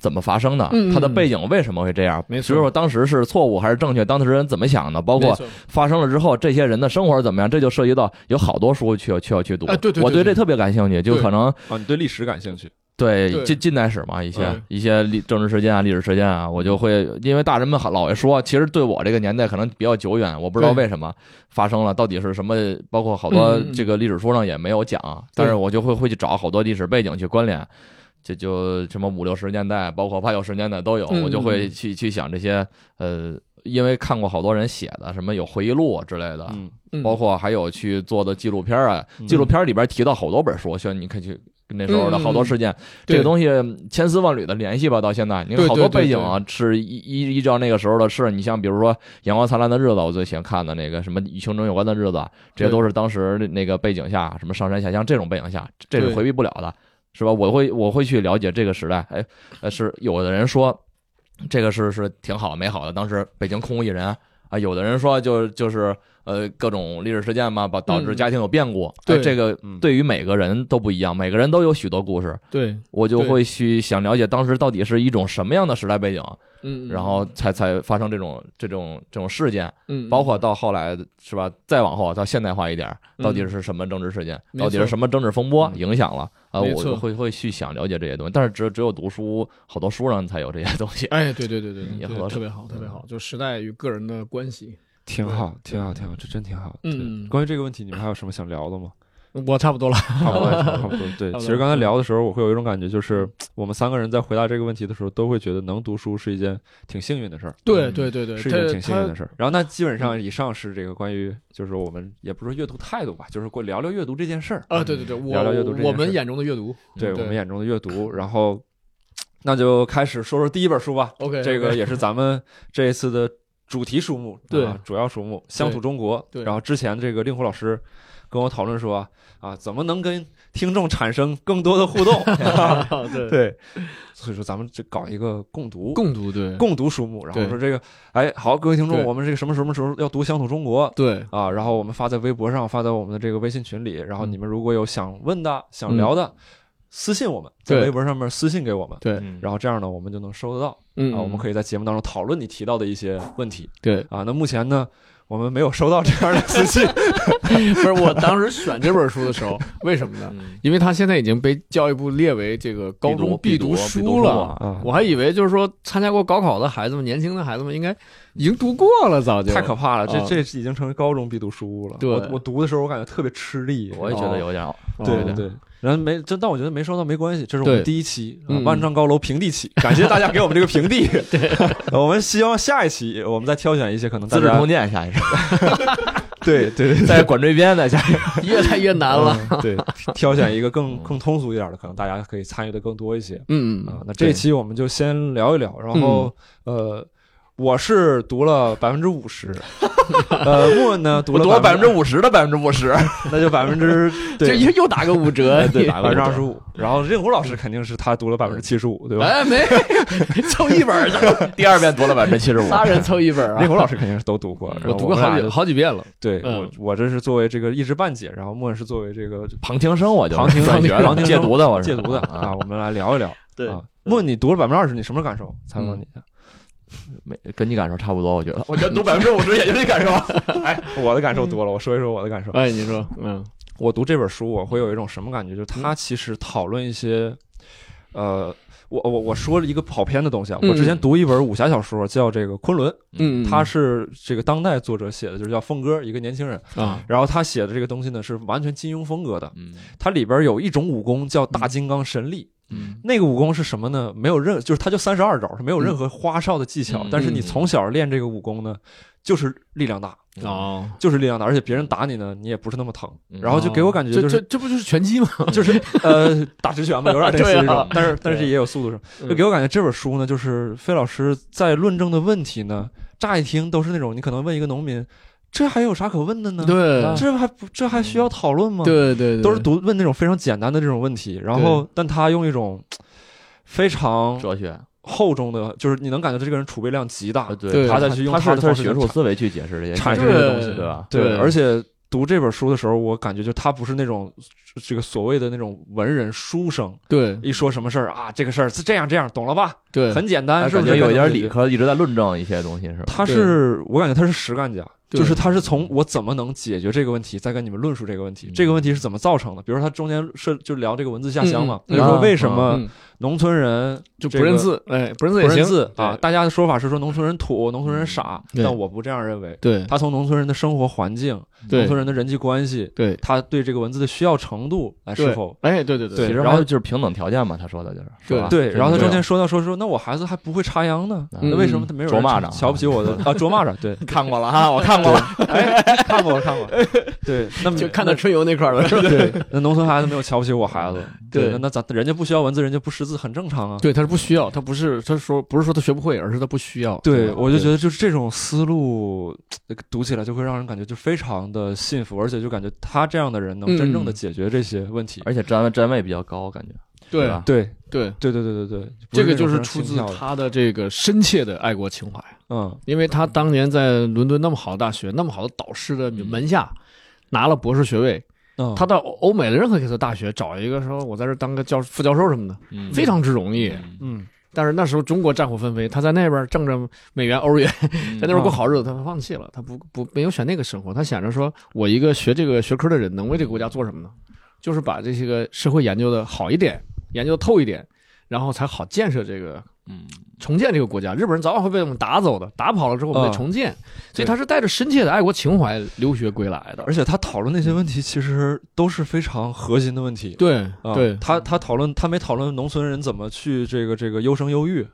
Speaker 3: 怎么发生的
Speaker 4: 嗯？
Speaker 3: 它的背景为什么会这样？
Speaker 4: 没错
Speaker 3: 比如说当时是错误还是正确？当时人怎么想的？包
Speaker 4: 包
Speaker 3: 括发生了之后，这些人的生活是怎么样？这就涉及到有好多书去去要去读。
Speaker 4: 哎对对对
Speaker 3: 我对
Speaker 4: 对
Speaker 3: 这特别感兴趣，就
Speaker 4: 对
Speaker 3: 可能
Speaker 1: 啊，你对历史感兴趣？
Speaker 3: 对
Speaker 4: 对
Speaker 3: 近近代史嘛，一些
Speaker 4: 嗯
Speaker 3: 一些历政治事件啊、历史事件啊，我就会因为大人们老也说，其实对我这个年代可能比较久远，我不知道
Speaker 4: 对
Speaker 3: 为什么发生了，到底是什么，包括好多
Speaker 4: 嗯嗯嗯
Speaker 3: 这个历史书上也没有讲，啊但是我就会会去找好多历史背景去关联，这就什么五六十年代，包括八九十年代都有，
Speaker 4: 嗯嗯
Speaker 3: 我就会去去想这些呃因为看过好多人写的什么有回忆录之类
Speaker 4: 啊
Speaker 3: 的，
Speaker 1: 嗯
Speaker 2: 嗯
Speaker 3: 包括还有去做的纪录片啊，
Speaker 1: 嗯
Speaker 3: 纪录片里边提到好多本书，像你可以去那时候的好多事件，
Speaker 2: 嗯对
Speaker 3: 这个东西千丝万缕的联系吧，到现在你
Speaker 2: 对
Speaker 3: 好多
Speaker 2: 对对
Speaker 3: 背景啊，是依依依照那个时候的事，你像比如说《阳光灿烂的日子》，我最喜欢看的那个什么与青春有关的日子，这些都是当时的那个背景下，什么上山下乡这种背景下，这是
Speaker 2: 对
Speaker 3: 回避不了的，是吧？我会我会去了解这个时代，哎，呃，是有的人说这个是是挺好美好的，当时北京空无一人啊，有的人说就就是呃各种历史事件嘛，把导致
Speaker 2: 嗯
Speaker 3: 家庭有变故，
Speaker 2: 对
Speaker 3: 哎这个
Speaker 1: 嗯
Speaker 3: 对于每个人都不一样，每个人都有许多故事，
Speaker 2: 对，
Speaker 3: 我就
Speaker 2: 对
Speaker 3: 会去想了解当时到底是一种什么样的时代背景，
Speaker 2: 嗯，嗯
Speaker 3: 然后才才发生这种这种这种事件，
Speaker 2: 嗯，
Speaker 3: 包括到后来是吧，再往后到现代化一点，
Speaker 2: 嗯
Speaker 3: 到底是什么政治事件，
Speaker 2: 没错
Speaker 3: 到底是什么政治风波
Speaker 1: 嗯
Speaker 3: 影响了啊？
Speaker 2: 没
Speaker 3: 我
Speaker 2: 错
Speaker 3: 就会会去想了解这些东西，但是只只有读书，好多书上才有这些东西。
Speaker 2: 哎，对对对对，
Speaker 3: 也
Speaker 2: 对
Speaker 3: 合适嗯
Speaker 2: 特别好，特别好，就时代与个人的关系。
Speaker 1: 挺好，挺
Speaker 4: 嗯
Speaker 1: 好，挺好，这真挺好。对
Speaker 2: 嗯嗯
Speaker 1: 关于这个问题，你们还有什么想聊 的吗？
Speaker 2: 我差不多了，
Speaker 1: 差不多，差不多。对，
Speaker 2: 多
Speaker 1: 其实刚
Speaker 4: 嗯
Speaker 1: 才聊的时候，我会有一种感觉，就是我们三个人在回答这个问题的时候，都会觉得能读书是一件挺幸运的事儿，
Speaker 2: 对对对对，
Speaker 1: 嗯是一件
Speaker 2: 他嗯
Speaker 1: 挺幸运的事儿。然后，那基本上以上是这个关于，就是我们也不是说阅读态度吧，就是过聊聊阅读这件事儿。
Speaker 2: 他啊，对对对，
Speaker 1: 聊
Speaker 2: 我
Speaker 1: 聊阅读这件
Speaker 2: 我
Speaker 1: 事
Speaker 2: 们眼中的阅读
Speaker 1: 对
Speaker 2: 对
Speaker 1: 我们眼中的阅读。然后，那就开始说说第一本书吧。
Speaker 2: ，OK，
Speaker 1: 这 个也是咱们这一次的主题书目，
Speaker 2: 对
Speaker 1: 啊主要书目《乡土中国》。
Speaker 2: 对
Speaker 1: 然后之前这个令狐老师跟我讨论说啊啊，怎么能跟听众产生更多的互动？
Speaker 2: 对
Speaker 1: 对，所以说咱们就搞一个共读。
Speaker 2: 共读对
Speaker 1: 共读书目，然后
Speaker 2: 对
Speaker 1: 说这个，哎，好，各位听众，
Speaker 2: 对
Speaker 1: 我们这个什么什么时候要读《乡土中国》
Speaker 2: 对
Speaker 1: 啊？然后我们发在微博上，发在我们的这个微信群里，然后
Speaker 3: 嗯
Speaker 1: 你们如果有想问的、想聊的，私信我们，在
Speaker 2: 嗯对
Speaker 1: 微博上面私信给我们，
Speaker 2: 对，
Speaker 1: 然后这样呢，我们就能收得到。
Speaker 2: 嗯，
Speaker 1: 啊，我们可以在节目当中讨论你提到的一些问题
Speaker 2: 对，
Speaker 1: 啊。那目前呢，我们没有收到这样的私信，
Speaker 2: 不是我当时选这本书的时候，为什么呢？
Speaker 3: 嗯
Speaker 2: 因为它现在已经被教育部列为这个高中
Speaker 3: 必读
Speaker 2: 读
Speaker 3: 必读
Speaker 2: 书
Speaker 3: 书
Speaker 2: 了
Speaker 3: 啊。
Speaker 1: 啊
Speaker 2: 我还以为就是说参加过高考的孩子们，年轻的孩子们应该已经读过了，早就
Speaker 1: 太可怕了，这
Speaker 2: 啊
Speaker 1: 这已经成为高中必读书物了。
Speaker 2: 对
Speaker 1: 我我读的时候我感觉特别吃力，
Speaker 3: 我也觉得有点儿，
Speaker 2: 哦
Speaker 1: 对对对。然后没，这但我觉得没收到没关系，这是我
Speaker 2: 对
Speaker 1: 们第一期啊
Speaker 2: 嗯
Speaker 1: 万丈高楼平地起， 感谢大家给我们这个平地。对， 我们希望下一期我们再挑选一些可能
Speaker 3: 《资
Speaker 1: 大
Speaker 3: 治
Speaker 1: 家
Speaker 3: 通鉴》下一首，
Speaker 1: 对对对
Speaker 3: 在管锥编再下一首。
Speaker 2: 越来越难了。
Speaker 1: 对，挑选一个更更通俗一点的，可能大家可以参与的更多一些。
Speaker 2: 嗯
Speaker 1: 啊
Speaker 2: 嗯，，
Speaker 1: 那这一期我们就先聊一聊，然后、呃，我是读了百分之五十，呃，莫文呢读
Speaker 3: 我
Speaker 1: 了
Speaker 3: 读了百
Speaker 1: 百
Speaker 3: 分之五十的百分之五十，
Speaker 1: 那就百分之
Speaker 2: 这
Speaker 1: 对
Speaker 2: 又又打个五折，
Speaker 3: 对
Speaker 2: 你
Speaker 3: 打
Speaker 1: 百分之二
Speaker 3: 个五折
Speaker 1: 十五，然后令狐老师肯定是他读了百分之七十五，对吧？
Speaker 2: 哎，没凑一本儿去，
Speaker 3: 第二遍读了百分之七 十五。
Speaker 2: 仨人凑一本儿
Speaker 1: 令
Speaker 2: 啊！
Speaker 1: 狐老师肯定是都读过，然后
Speaker 2: 嗯我读过
Speaker 1: 们
Speaker 2: 好
Speaker 1: 俩
Speaker 2: 几
Speaker 1: 就
Speaker 2: 好几遍了，
Speaker 1: 对
Speaker 2: 嗯
Speaker 1: 我我这是作为这个一知半解，然后莫文是作为这个
Speaker 3: 旁听生，我就
Speaker 1: 旁听
Speaker 3: 转学了
Speaker 1: 旁听生
Speaker 3: 戒毒的，我是
Speaker 1: 戒 毒的
Speaker 3: 啊
Speaker 1: 啊，，我们来聊一聊。
Speaker 2: 对嗯
Speaker 1: 啊，莫文你读了百分之二十，你什么感受？采访
Speaker 3: 嗯
Speaker 1: 你一下，
Speaker 3: 没跟你感受差不多，我觉得。
Speaker 2: 我觉得读百分之五十也就这感受。
Speaker 1: 我的感受多了，我说一说我的感受。
Speaker 2: 哎，你说，嗯
Speaker 1: 我读这本书，我会有一种什么感觉？就是它其实讨论一些，呃，我我我说了一个跑偏的东西啊。
Speaker 2: 嗯
Speaker 1: 我之前读一本武侠小说，叫这个《昆仑》，
Speaker 2: 嗯，
Speaker 1: 它是这个当代作者写的，就是叫凤哥，一个年轻人。
Speaker 2: 啊，
Speaker 1: 然后他写的这个东西呢，是完全金庸风格的。
Speaker 3: 嗯
Speaker 1: 它里边有一种武功叫大金刚神力，
Speaker 3: 嗯
Speaker 1: 那个武功是什么呢？没有任，就是它就三十二招，是没有
Speaker 2: 嗯
Speaker 1: 任何花哨的技巧。
Speaker 3: 嗯
Speaker 1: 但是你从小练这个武功呢，就是力量大，
Speaker 2: 哦，
Speaker 1: 就是力量大，而且别人打你呢，你也不是那么 疼。
Speaker 3: 嗯
Speaker 1: 然后就给我感觉就是
Speaker 2: 这这这不就是拳击吗？
Speaker 1: 就是呃打直 拳吧，有点类似于这
Speaker 2: 嗯对
Speaker 1: 种
Speaker 2: 啊，
Speaker 1: 但是
Speaker 2: 对
Speaker 1: 但是也有速度上，
Speaker 2: 嗯
Speaker 1: 就给我感觉这本书呢，就是费老师在论证的问题呢，乍一听都是那种你可能问一个农民，这还有啥可问的呢？
Speaker 2: 对
Speaker 1: 啊这还不这还需要讨论吗？，
Speaker 2: 对对对，
Speaker 1: 都是读问那种非常简单的这种问题，然后但他用一种非常
Speaker 3: 嗯哲学，
Speaker 1: 厚重的，就是你能感觉到这个人储备量极
Speaker 3: 呃
Speaker 1: 大，
Speaker 2: 对
Speaker 1: 他再去用
Speaker 3: 他
Speaker 1: 他的
Speaker 3: 是他
Speaker 1: 方
Speaker 3: 是
Speaker 1: 式
Speaker 3: 学
Speaker 1: 去
Speaker 3: 术
Speaker 1: 阐
Speaker 3: 思维去解释这些
Speaker 1: 产
Speaker 3: 东
Speaker 1: 生这个东
Speaker 3: 西，
Speaker 1: 西
Speaker 3: 对吧？
Speaker 1: 对，
Speaker 2: 对
Speaker 1: 而且读这本书的时候，我感觉就他不是那种这个所谓的那种文人书生，
Speaker 2: 对
Speaker 1: 一说什么事儿啊，这个事儿是这样这样，懂了吧？
Speaker 2: 对
Speaker 1: 很简单，
Speaker 3: 哎
Speaker 1: 是不
Speaker 3: 感
Speaker 1: 是
Speaker 3: 觉有一点
Speaker 1: 理
Speaker 3: 理科一直在论证一些东西，是吧？
Speaker 1: 他是我感觉他是实干家，
Speaker 2: 对
Speaker 1: 就是他是从我怎么能解决这个问题，再跟你们论述这个问题。
Speaker 3: 嗯
Speaker 1: 这个问题是怎么造成的？比如说他中间是就聊这个文字下乡嘛，
Speaker 2: 嗯嗯
Speaker 1: 他就说
Speaker 3: 嗯
Speaker 1: 为什么
Speaker 2: 嗯
Speaker 1: 农村人
Speaker 2: 就
Speaker 1: 这
Speaker 2: 不认
Speaker 1: 个
Speaker 2: 字，哎，不认
Speaker 1: 不
Speaker 2: 字也
Speaker 1: 认
Speaker 2: 行。
Speaker 1: 字啊，
Speaker 2: 对
Speaker 1: 大家的说法是说农村人土，农村人傻，
Speaker 2: 对
Speaker 1: 但我不这样认为。
Speaker 2: 对
Speaker 1: 他从农村人的生活环境、农
Speaker 2: 对
Speaker 3: 嗯
Speaker 1: 村人的人际关系，
Speaker 2: 对
Speaker 1: 他对这个文字的需要程度来是
Speaker 2: 对
Speaker 1: 否，
Speaker 2: 哎，对对
Speaker 1: 对
Speaker 3: 其实
Speaker 1: 然
Speaker 3: 还
Speaker 1: 后
Speaker 3: 是就是平等条件嘛，他说的啊就是，是
Speaker 2: 对
Speaker 3: 吧？
Speaker 1: 对，然后他中
Speaker 3: 中
Speaker 1: 间说到说说，那我孩子还不会插秧呢，
Speaker 3: 嗯
Speaker 1: 那为什么他没有人
Speaker 3: 啄蚂蚱
Speaker 1: 瞧不起我的啊？啄蚂蚱，对，
Speaker 3: 看过了哈，我看过了，
Speaker 1: 哎，看过了看过了，对，那么
Speaker 2: 就看到春游那块儿了，是吧？
Speaker 1: 对，那农村孩子没有瞧不起我孩子，
Speaker 2: 对
Speaker 1: 那那咱人家不需要文字，人家不识字，很正常啊。
Speaker 2: 对，他是不需要，他不是，他说不是说他学不会，而是他不需要。
Speaker 1: 对，
Speaker 2: 吧
Speaker 1: 我就觉得就是这种思路呃读起来就会让人感觉就非常的信服，而且就感觉他这样的人能真正的
Speaker 2: 嗯
Speaker 1: 解决这些问题。
Speaker 3: 而且站位站位比较高，感觉
Speaker 2: 对
Speaker 3: 是吧
Speaker 1: 对
Speaker 2: 对，
Speaker 1: 对对对对对，不
Speaker 2: 这个
Speaker 1: 那种
Speaker 2: 就是
Speaker 1: 非常
Speaker 2: 出
Speaker 1: 轻
Speaker 2: 自
Speaker 1: 佻的
Speaker 2: 他的这个深切的爱国情怀，
Speaker 1: 嗯
Speaker 2: 因为他当年在伦敦那么好的大学，那么好的导师的门下。拿了博士学位，
Speaker 1: 嗯，
Speaker 2: 他到欧美的任何一所大学找一个说我在这儿当个教副教授什么的，
Speaker 3: 嗯
Speaker 2: 非常之容易。
Speaker 3: 嗯
Speaker 1: 嗯
Speaker 2: 但是那时候中国战火纷飞，他在那边挣着美元、欧元，
Speaker 3: 嗯
Speaker 2: 在那边过好日子，他放弃了，他不不没有选那个生活，他想着说，我一个学这个学科的人，能为这个国家做什么呢？就是把这些个社会研究的好一点，研究透一点，然后才好建设这个
Speaker 3: 嗯
Speaker 2: 重建这个国家。日本人早晚会被我们打走的，打跑了之后我们
Speaker 1: 啊
Speaker 2: 再重建，所以他是带着深切的爱国情怀留学归来的
Speaker 1: 而。且他讨论那些问题其实都是非常核心的问题。
Speaker 2: 对
Speaker 1: 啊
Speaker 2: 对
Speaker 1: 他他讨论他没讨论农村人怎么去这个这个优生优育，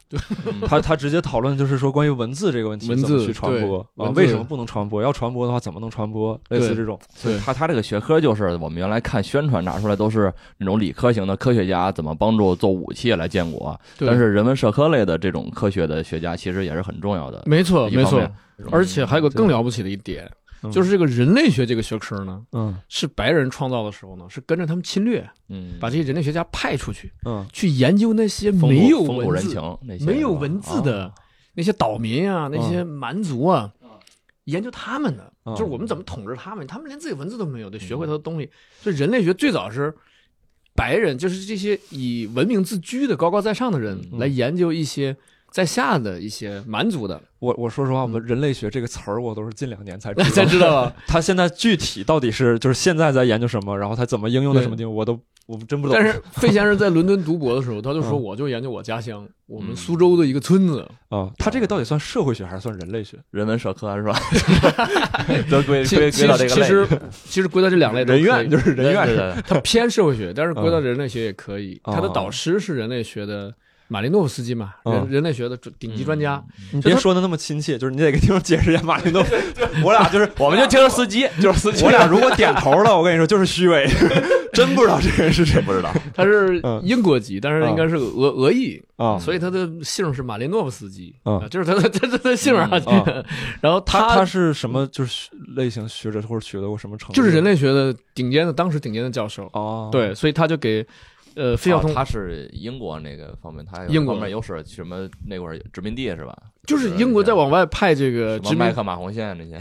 Speaker 1: 他他直接讨论就是说关于文字这个问题
Speaker 2: 文字
Speaker 1: 怎么去传播
Speaker 2: 对
Speaker 1: 啊，
Speaker 2: 文字
Speaker 1: 为什么不能传播？要传播的话怎么能传播？类
Speaker 2: 对
Speaker 1: 似这种，
Speaker 2: 对
Speaker 3: 他他这个学科就是我们原来看宣传拿出来都是那种理科型的科学家怎么帮助做武器来建国，
Speaker 2: 对
Speaker 3: 但是人文社科类的这种科学的学家其实也是很重要的。
Speaker 2: 没错
Speaker 3: 一
Speaker 2: 没
Speaker 3: 方
Speaker 2: 错
Speaker 3: 面，
Speaker 2: 而且还有个更了不起的一点
Speaker 1: 嗯。
Speaker 2: 就是这个人类学这个学科呢，
Speaker 1: 嗯
Speaker 2: 是白人创造的时候呢，是跟着他们侵略，
Speaker 3: 嗯，
Speaker 2: 把这些人类学家派出去，
Speaker 1: 嗯
Speaker 2: 去研究那些
Speaker 3: 风土
Speaker 2: 没有
Speaker 3: 风土
Speaker 2: 文
Speaker 3: 人
Speaker 2: 字、
Speaker 3: 情那些
Speaker 2: 没有
Speaker 3: 是吧
Speaker 2: 文字
Speaker 3: 啊
Speaker 1: 哦
Speaker 2: 的那些岛民啊，那些蛮族啊，研究他们的，
Speaker 1: 嗯
Speaker 2: 就是我们怎么统治他们，他们连自己文字都没有，得学会他的东西。所以人类学最早是白人，就是这些以文明自居的高高在上的人
Speaker 1: 嗯
Speaker 2: 来研究一些在下的一些蛮族的，
Speaker 1: 我我说实话，我
Speaker 2: 嗯
Speaker 1: 们人类学这个词儿我都是近两年 才
Speaker 2: 才
Speaker 1: 知
Speaker 2: 知
Speaker 1: 道，
Speaker 2: 道啊。
Speaker 1: 他现在具体到底是就是现在在研究什么，然后他怎么应用在
Speaker 2: 对
Speaker 1: 什么地方，我都我们真不懂。
Speaker 2: 但是费先生在伦敦读博的时候，他就说
Speaker 1: 嗯
Speaker 2: 我就研究我家乡，我们
Speaker 3: 嗯
Speaker 2: 苏州的一个村子，
Speaker 1: 啊，他这个到底算社会学还是算人类学？
Speaker 3: 人文社科是 吧？都归
Speaker 2: 其
Speaker 3: 归归到这个
Speaker 2: 其
Speaker 3: 类，
Speaker 2: 实哎其实归到这两类都可以，
Speaker 1: 人院就是人院
Speaker 3: 对
Speaker 1: 是吧
Speaker 3: 对对
Speaker 2: 它偏社会学，但是归到人类学也可以。
Speaker 1: 嗯
Speaker 2: 他的导师是人类学的马林诺夫斯基嘛，
Speaker 1: 嗯
Speaker 2: 人人类学的顶级专家。
Speaker 1: 你别说的那么亲切，就是你得给听众解释一下马林诺夫。我俩就是
Speaker 3: 我们就听着司机，就是司机，
Speaker 1: 我俩如果点头了，我跟你说就是虚伪， 真不知道这人是谁
Speaker 3: 不知道，
Speaker 2: 他是
Speaker 1: 嗯
Speaker 2: 英国籍，但是应该是俄俄裔，
Speaker 1: 啊
Speaker 2: 所以他的姓是马林诺夫斯基
Speaker 1: 嗯
Speaker 2: 啊，这是他的 这是他的姓啊
Speaker 3: 嗯。
Speaker 1: 啊
Speaker 2: 然后
Speaker 1: 他
Speaker 2: 他
Speaker 1: 是什么就是学类型学者或者取得过什么成就？
Speaker 2: 就是人类学的顶尖的，当时顶尖的教授。
Speaker 1: 哦，
Speaker 2: 对，所以他就给呃费孝
Speaker 3: 啊
Speaker 2: 通，
Speaker 3: 他是英国那个方面，他有
Speaker 2: 英国
Speaker 3: 方面优势，什么那会儿殖民地是吧？
Speaker 2: 就是英国在往外派这个
Speaker 3: 什
Speaker 2: 殖
Speaker 3: 么麦
Speaker 2: 民
Speaker 3: 克马洪线这些，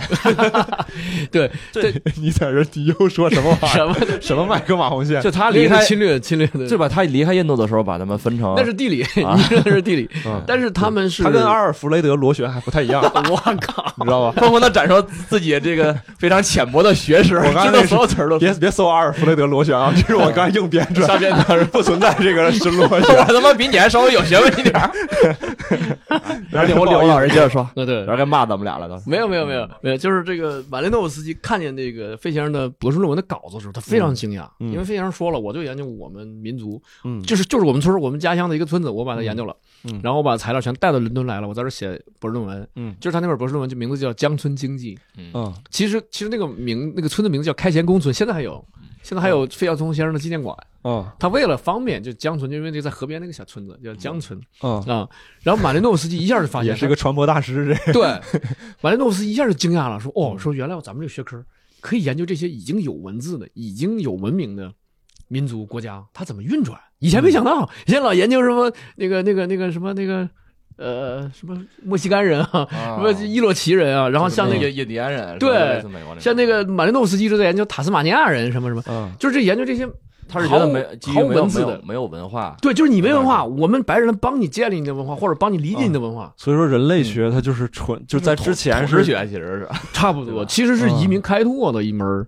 Speaker 1: 你在这你又说什么玩意
Speaker 2: 什么的，
Speaker 1: 儿？什么麦克马洪线？
Speaker 3: 就他
Speaker 2: 那
Speaker 3: 离
Speaker 2: 个
Speaker 3: 开，
Speaker 2: 侵略侵略 的，
Speaker 3: 就把他离开印度的时候，把他们分成
Speaker 2: 那是地理，
Speaker 3: 啊
Speaker 2: 你说的是地理，
Speaker 1: 哦嗯
Speaker 2: 但是他们是
Speaker 1: 他跟阿尔弗雷德螺旋还不太一样，
Speaker 2: 我靠，
Speaker 1: 你知道吧？
Speaker 3: 疯狂的展示自己这个非常浅薄的学识，
Speaker 1: 我刚才
Speaker 3: 知
Speaker 1: 那
Speaker 3: 道
Speaker 1: 是
Speaker 3: 所有词儿都
Speaker 1: 别别搜阿尔弗雷德螺旋啊，这是我刚硬编出来的，
Speaker 3: 瞎编的。
Speaker 1: 不存在这个是螺
Speaker 3: 我
Speaker 1: 旋。
Speaker 3: 他妈比你还稍微有学问一 点儿。 然后我刘老师接着说，
Speaker 2: 那啊对
Speaker 3: 然，后该骂咱们俩了都。
Speaker 2: 没有没有没有
Speaker 1: 嗯
Speaker 2: 没有，就是这个马林诺夫斯基看见这个费先生的博士论文的稿子的时候，他非常惊讶，
Speaker 1: 嗯嗯
Speaker 2: 因为费先生说了，我就研究我们民族，
Speaker 1: 嗯
Speaker 2: 就是就是我们村儿我们家乡的一个村子，我把它研究了，
Speaker 1: 嗯嗯
Speaker 2: 然后我把材料全带到伦敦来了，我在这儿写博士论文，
Speaker 1: 嗯
Speaker 2: 就是他那本博士论文就名字叫《江村经济》，
Speaker 1: 嗯
Speaker 2: 其实其实那个名那个村的名字叫开贤公村，现在还有，现在还
Speaker 1: 哦
Speaker 2: 有费孝通先生的纪念馆，
Speaker 1: 嗯
Speaker 2: 他为了方便就江村，就因为这在河边那个小村子叫江村
Speaker 1: 嗯，
Speaker 2: 啊，然后马林诺夫斯基一下就发现
Speaker 1: 也是个传播大师，这
Speaker 2: 对，马林诺夫斯基一下就惊讶了，说：“哦，
Speaker 1: 嗯
Speaker 2: 说原来咱们这个学科可以研究这些已经有文字的、已经有文明的民族国家，它怎么运转？以
Speaker 3: 嗯
Speaker 2: 前没想到，以前老研究什么那个、那个、那个什么那个，呃，什么墨西干人啊，
Speaker 3: 啊
Speaker 2: 什么伊洛奇人啊，然后
Speaker 4: 哦
Speaker 2: 像那个
Speaker 3: 印第安人，
Speaker 2: 对
Speaker 3: 是吧类似美国那种
Speaker 2: 像那个马林诺夫斯基就在研究塔斯马尼亚人什么什么，
Speaker 1: 嗯
Speaker 2: 就是这研究这些，
Speaker 3: 他是觉得没基于
Speaker 2: 毫
Speaker 3: 没
Speaker 2: 无
Speaker 3: 有
Speaker 2: 文
Speaker 3: 没
Speaker 2: 字
Speaker 3: 有
Speaker 2: 的。”
Speaker 3: 没有文化，
Speaker 2: 对，就是你没文化，我们白人帮你建立你的文化，或者帮你理解你
Speaker 3: 嗯
Speaker 2: 的文化，
Speaker 1: 所以说人
Speaker 2: 嗯
Speaker 1: 类学它就是纯，就在之前
Speaker 3: 统治
Speaker 1: 是
Speaker 3: 学其实是
Speaker 2: 差不
Speaker 3: 对吧
Speaker 2: 多，其实是移民开拓的一门儿